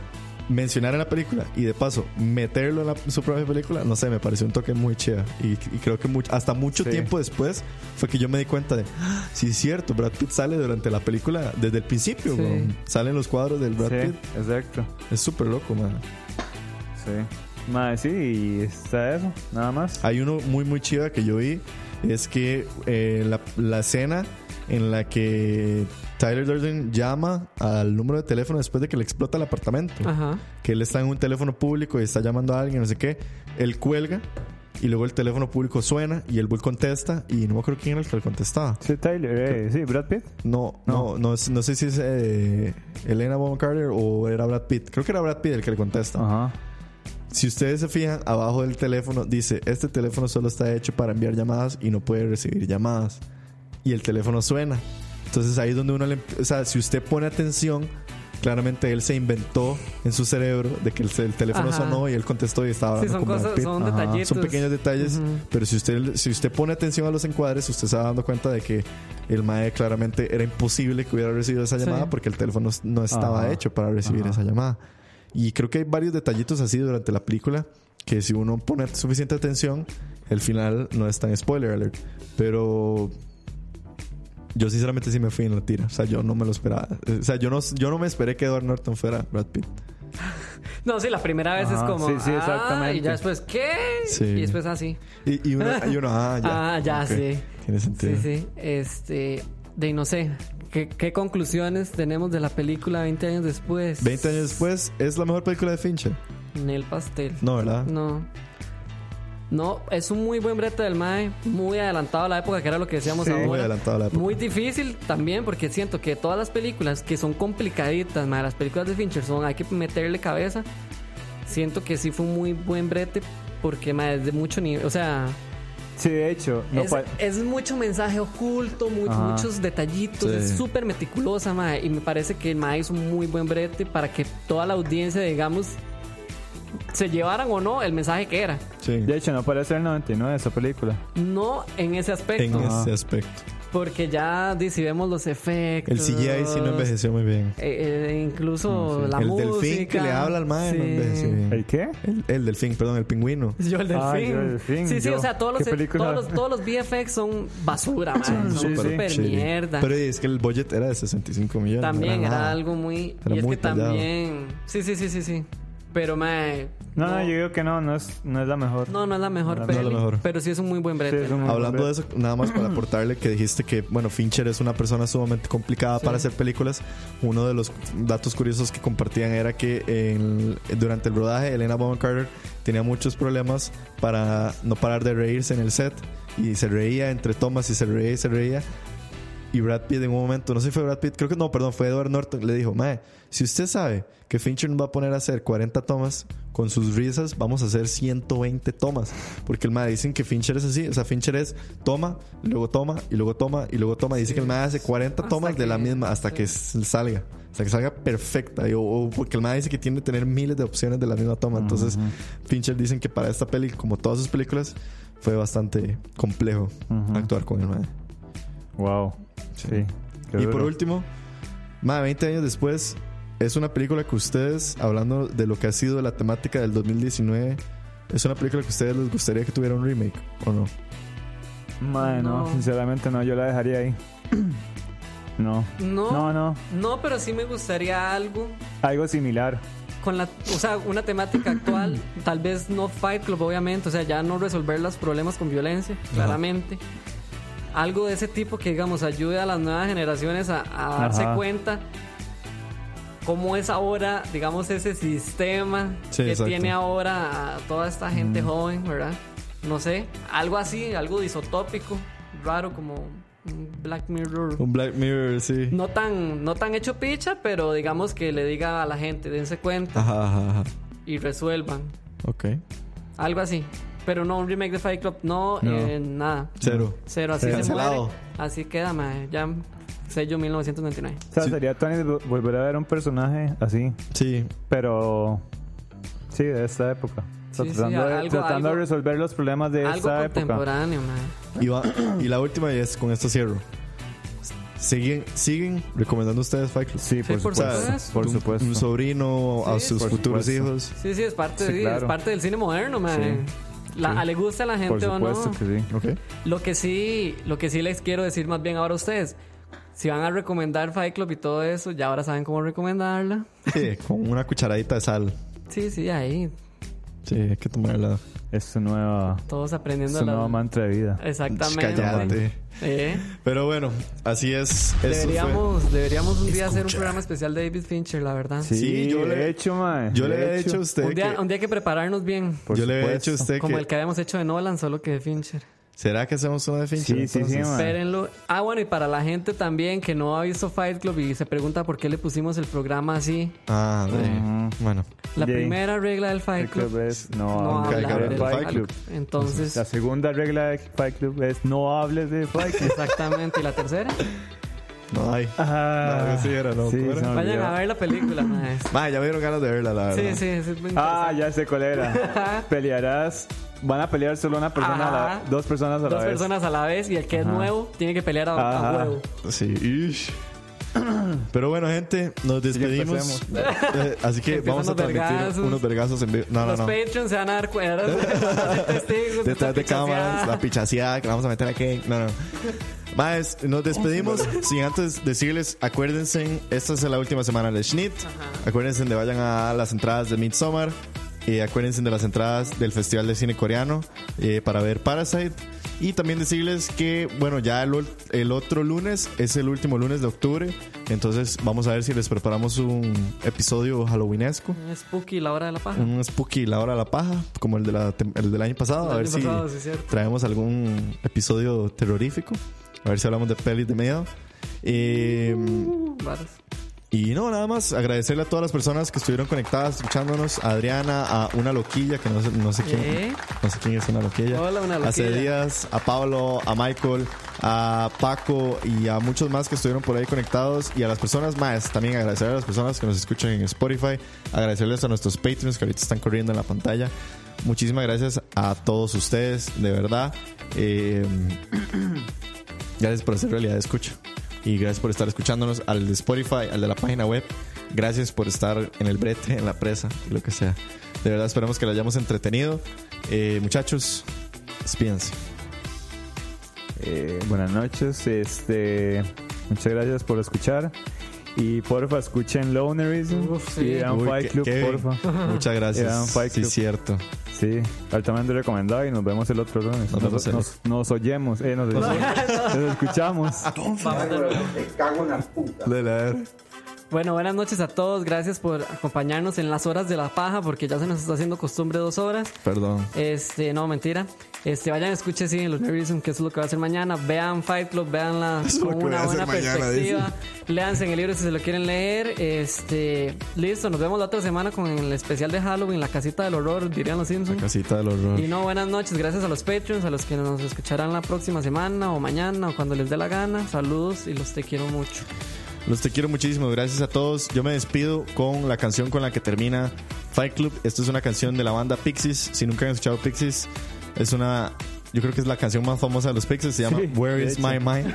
mencionar en la película y de paso meterlo en, la- su propia película, no sé, me pareció un toque muy chido. Y, y creo que mucho- hasta mucho
Sí.
tiempo después fue que yo me di cuenta de, "Ah, sí, es cierto, Brad Pitt sale durante la película desde el principio.
Sí.
weón. Salen los cuadros del Brad
Sí,
Pitt.
exacto.
Es súper loco, man.
Sí. Madre, sí, y está eso, nada más.
Hay uno muy, muy chido que yo vi. Es que eh, la, la escena en la que Tyler Durden llama al número de teléfono después de que le explota el apartamento.
Ajá.
Que él está en un teléfono público y está llamando a alguien, no sé qué. Él cuelga y luego el teléfono público suena y el Bull contesta y no me acuerdo quién era el que le contestaba.
Sí, Tyler, eh, sí, Brad Pitt.
No, no, no, es- no sé si es eh, Elena Bonham Carter o era Brad Pitt. Creo que era Brad Pitt el que le contesta.
Ajá.
Si ustedes se fijan, abajo del teléfono dice, este teléfono solo está hecho para enviar llamadas y no puede recibir llamadas. Y el teléfono suena. Entonces ahí es donde uno le... O sea, si usted pone atención, claramente él se inventó en su cerebro de que el, el teléfono
Ajá.
sonó y él contestó y estaba
Sí,
hablando
son
con Brad
cosas,
Pitt.
son
Ajá,
detallitos.
Ah, Son pequeños detalles,
Ujú.
pero si usted, si usted pone atención a los encuadres, usted se va dando cuenta de que el MAE claramente era imposible que hubiera recibido esa llamada
Sí.
porque el teléfono no estaba
Ajá.
hecho para recibir
Ajá.
esa llamada. Y creo que hay varios detallitos así durante la película que si uno pone suficiente atención, el final no es tan spoiler alert. Pero yo sinceramente sí me fui en la tira. O sea, yo no me lo esperaba. O sea, yo no, yo no me esperé que Edward Norton fuera Brad Pitt.
No, sí, la primera vez es
Ajá,
como.
sí, sí,
ah,
exactamente.
y ya después, ¿qué?
Sí.
Y después "Ah, así.
Y, y uno, y uno, ah, ya.
Ah, ya,
Ok.
sí. Sí,
Tiene sentido.
sí. Este. De y no sé. ¿Qué, qué conclusiones tenemos de la película 20 años después?
20 años después, ¿es la mejor película de Fincher?
En el pastel.
No, ¿verdad?
No. No, es un muy buen brete del MAE. Muy adelantado a la época, que era lo que decíamos
Sí.
ahora.
Muy adelantado a la época.
Muy difícil también, porque siento que todas las películas que son complicaditas, mae, las películas de Fincher son, hay que meterle cabeza. Siento que sí fue un muy buen brete, porque mae, es de mucho nivel. O sea,
Sí, de hecho, no
es,
pa-
es mucho mensaje oculto, mu-
Ajá.
muchos detallitos,
Sí.
es súper meticulosa, mae, y me parece que el mae hizo un muy buen brete para que toda la audiencia, digamos, se llevaran o no el mensaje que era.
Sí.
de hecho, no parece el 99 esa película.
No en ese
En
aspecto,
ese aspecto.
porque ya di, si vemos los
El
efectos.
CGI sí no envejeció muy bien.
eh, eh, incluso Ah. la
el
música.
delfín que le habla al mae no
Sí.
envejeció bien.
¿El qué?
El, el delfín, perdón, el pingüino.
Yo el delfín.
Ah, yo el delfín,
Sí, sí,
yo.
o sea, todos los, e-
¿Qué película?
todos los, todos los VFX son basura, man. Son
sí, sí.
súper
Sí.
mierda.
Pero es que el budget era de 65 millones.
También
no
era,
nada.
algo muy.
Era
y es
muy
que
tallado.
también. Sí, sí, sí, sí, sí. Pero, mae.
No, no, yo digo que no, no es, no es la mejor.
No, no es la mejor
No es
peli.
la mejor.
Pero sí es un muy buen brete.
Sí, es un muy-
Hablando de eso, nada más para aportarle que dijiste que, bueno, Fincher es una persona sumamente complicada para hacer películas. Uno de los datos curiosos que compartían era que en- durante el rodaje, Elena Bonham Carter tenía muchos problemas para no parar de reírse en el set. Y se reía entre tomas y se reía y se reía. Y Brad Pitt en un momento, no sé si fue Brad Pitt, creo que no, perdón, fue Edward Norton, le dijo, Mae, si usted sabe que Fincher nos va a poner a hacer 40 tomas con sus risas, vamos a hacer 120 tomas. Porque el Mae dicen que Fincher es así, o sea, Fincher es toma, luego toma, y luego toma, y luego toma. Dice que el Mae hace 40
Hasta
tomas de la
que-
misma hasta que s- salga. Hasta que salga perfecta. Y- o- o porque el Mae dice que tiene que tener miles de opciones de la misma toma. Entonces, Fincher dicen que para esta peli, como todas sus películas, fue bastante complejo
Ujú.
actuar con el Mae.
Wow. Sí. qué
Y
duro.
por último, más de 20 años después, es una película que ustedes, hablando de lo que ha sido la temática del 2019, es una película que a ustedes les gustaría que tuviera un remake, ¿o no?
Madre, no.
No.
sinceramente no, yo la dejaría ahí. No.
No.
No, no.
No, pero sí me gustaría algo.
Algo similar.
con la, o sea, una temática actual, tal vez no Fight Club, obviamente, o sea, ya no resolver los problemas con violencia, claramente. Algo de ese tipo que, digamos, ayude a las nuevas generaciones a, a darse
Ajá.
cuenta cómo es ahora, digamos, ese sistema
Sí,
que
exacto.
tiene ahora a toda esta gente joven, ¿verdad? No sé, algo así, algo disotópico, raro, como un Black Mirror.
Un Black Mirror, sí.
No tan, no tan hecho picha, pero digamos que le diga a la gente, dense cuenta
Ajá, ajá, ajá.
y resuelvan.
Ok.
Algo así. Pero no, un remake de Fight Club, no,
No.
eh, nada.
Cero.
Cero, así se
Cancelado.
muere. Así queda, mae. Ya, sello 1999.
O sea,
Sí.
sería Tony vo- volver a ver un personaje así,
Sí,
pero sí, de esta época. O sea,
Sí, sí,
tratando de,
algo-
tratando de
algo-
resolver los problemas de
Algo
esta época.
contemporáneo, mae.
Y, va- y la última y es con esto cierro. Siguen, siguen recomendando ustedes Fight Club.
Sí,
Sí,
por
por
supuesto.
supuesto.
Por
Un-
supuesto.
Un, sobrino a
Sí,
sus
por
futuros
supuesto.
hijos.
Sí, sí, es parte,
Sí,
sí,
claro.
es parte del cine moderno, mae. La- a- ¿Le gusta a la
Por
gente o no?
supuesto que sí.
Ok.
Lo que sí, lo que sí les quiero decir más bien ahora a ustedes. Si van a recomendar Fight Club y todo eso, ya ahora saben cómo recomendarla.
Sí, con una cucharadita de sal.
Sí, sí, ahí.
Sí, hay que tomarla.
Es su nueva,
Todos aprendiendo
su
la- Eh,
nueva mantra de vida.
Exactamente.
Cállate.
Eh,
Pero bueno, así es. Eso fue.
Deberíamos, deberíamos un día hacer un
Escucha.
programa especial de David Fincher, la verdad.
Sí,
Sí, yo
yo le
le-
he hecho, mae.
Yo le
de
he dicho a usted
un, día,
que...
un día hay que prepararnos bien.
por
yo le he dicho
supuesto.
a usted
Como
que...
el que habíamos hecho de Nolan, solo que de Fincher.
¿Será que hacemos una de Fincher?
Sí, sí, sí,
entonces?
ma.
Espérenlo. Ah, bueno, y para la gente también que no ha visto Fight Club y se pregunta por qué le pusimos el programa así.
Ah, de- bueno.
La
Yay.
primera regla del Fight
El
Club
club es
no
no,
nunca
hablar
hablar
hablar
del Fight Club. Entonces,
La segunda regla de Fight Club es no hables de Fight Club.
exactamente. ¿Y la tercera?
No hay.
Ah,
No, sí era, no,
sí,
¿cómo era?
se me
Vayan
olvidó.
a ver la película, mae.
Ma, ya me dieron ganas de verla, la verdad.
Sí, sí, sí. es muy
Ah,
interesante.
ya sé cuál era. Pelearás. Van a pelear solo una persona, a la-
Ajá.
dos personas a la
Dos
vez.
personas a la vez y el que es nuevo tiene que pelear a, a
Ajá.
huevo.
Sí, ish. Pero bueno, gente, nos despedimos. Eh, así que
Empiezan
vamos a
los
transmitir
vergazos.
unos vergazos en vivo. No, no,
Los
no.
Patreons se van a dar cuenta. van a ser testigos de
Detrás
esta
de cámaras, la
pichaseada.
pichaseada que la vamos a meter aquí. No, no. Más, nos despedimos sin antes decirles, acuérdense, esta es la última semana de Schnitt. Acuérdense de vayan a las entradas de Midsommar. Y acuérdense de las entradas del Festival de Cine Coreano eh, para ver Parasite. Y también decirles que, bueno, ya el, ol- el otro lunes es el último lunes de octubre. Entonces vamos a ver si les preparamos un episodio halloweenesco.
Un Spooky, la hora de la paja.
Un spooky La Hora de la Paja, como el, de la tem- el del año pasado.
El
a ver
año
si
pasado, sí, cierto.
traemos algún episodio terrorífico. A ver si hablamos de pelis de miedo. Eh,
Varas.
y no, nada más agradecerle a todas las personas que estuvieron conectadas, escuchándonos. A Adriana, a una loquilla, que no sé, no sé quién.
¿Qué?
No sé quién es una loquilla.
Hola, una
A
loquilla.
Cedías, a Pablo, a Michael, a Paco y a muchos más que estuvieron por ahí conectados. Y a las personas más, también agradecer a las personas que nos escuchan en Spotify. Agradecerles a nuestros Patreons que ahorita están corriendo en la pantalla. Muchísimas gracias a todos ustedes, de verdad. Eh, gracias por hacer realidad escucha. Y gracias por estar escuchándonos al de Spotify, al de la página web. Gracias por estar en el brete, en la presa, y lo que sea. De verdad esperamos que lo hayamos entretenido. Eh, muchachos, despídense.
Eh, buenas noches. Este, muchas gracias por escuchar. Y porfa, escuchen Lonerism.
Uf, sí.
Y vean
Uy,
Fight
Ke-
Club,
Kevin,
porfa.
Muchas
Era un
gracias.
Fight
sí,
Club.
cierto.
Sí, altamente recomendado. Y nos vemos el otro lunes.
Nos vemos el-
nos, nos oyemos. Eh, nos, nos escuchamos.
Vamos de nuevo.
Te cago en la puta.
De la-
Bueno, buenas noches a todos. Gracias por acompañarnos en las horas de la paja, porque ya se nos está haciendo costumbre dos horas.
Perdón.
Este, no, mentira. Este, vayan, escuchen, sí, los Nervism, que eso es lo que va a hacer mañana. Vean Fight Club, veanla
Eso es lo
con
que voy
una
a hacer
buena
mañana,
perspectiva. Leanse en el libro si se lo quieren leer. Este, listo, nos vemos la otra semana con el especial de Halloween, la casita del horror, dirían los Simpsons.
Casita del horror.
Y no, buenas noches, gracias a los Patreons, a los que nos escucharán la próxima semana o mañana o cuando les dé la gana. Saludos y los te quiero mucho.
Los te quiero muchísimo. Gracias a todos. Yo me despido con la canción con la que termina Fight Club. Esto es una canción de la banda Pixies. Si nunca han escuchado Pixies, es una. Yo creo que es la canción más famosa de los Pixies. Se llama
Sí,
Where
de
is
hecho.
My Mind.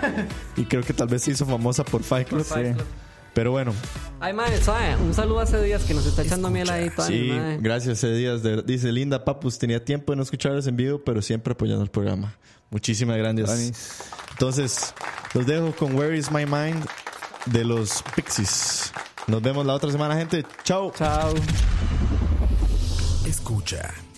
Y creo que tal vez se hizo famosa por Fight Club.
Fight Club.
Pero bueno,
Ay, madre, suave, un saludo hace días que nos está echando miel ahí, toda mi
sí,
madre.
gracias, eh, Díaz. De- dice Linda Papus, tenía tiempo de no escucharlos en vivo, pero siempre apoyando el programa. Muchísimas gracias.
Gracias.
Entonces, los dejo con Where is My Mind de los Pixies. Nos vemos la otra semana, gente. Chao.
Chao.
Escucha.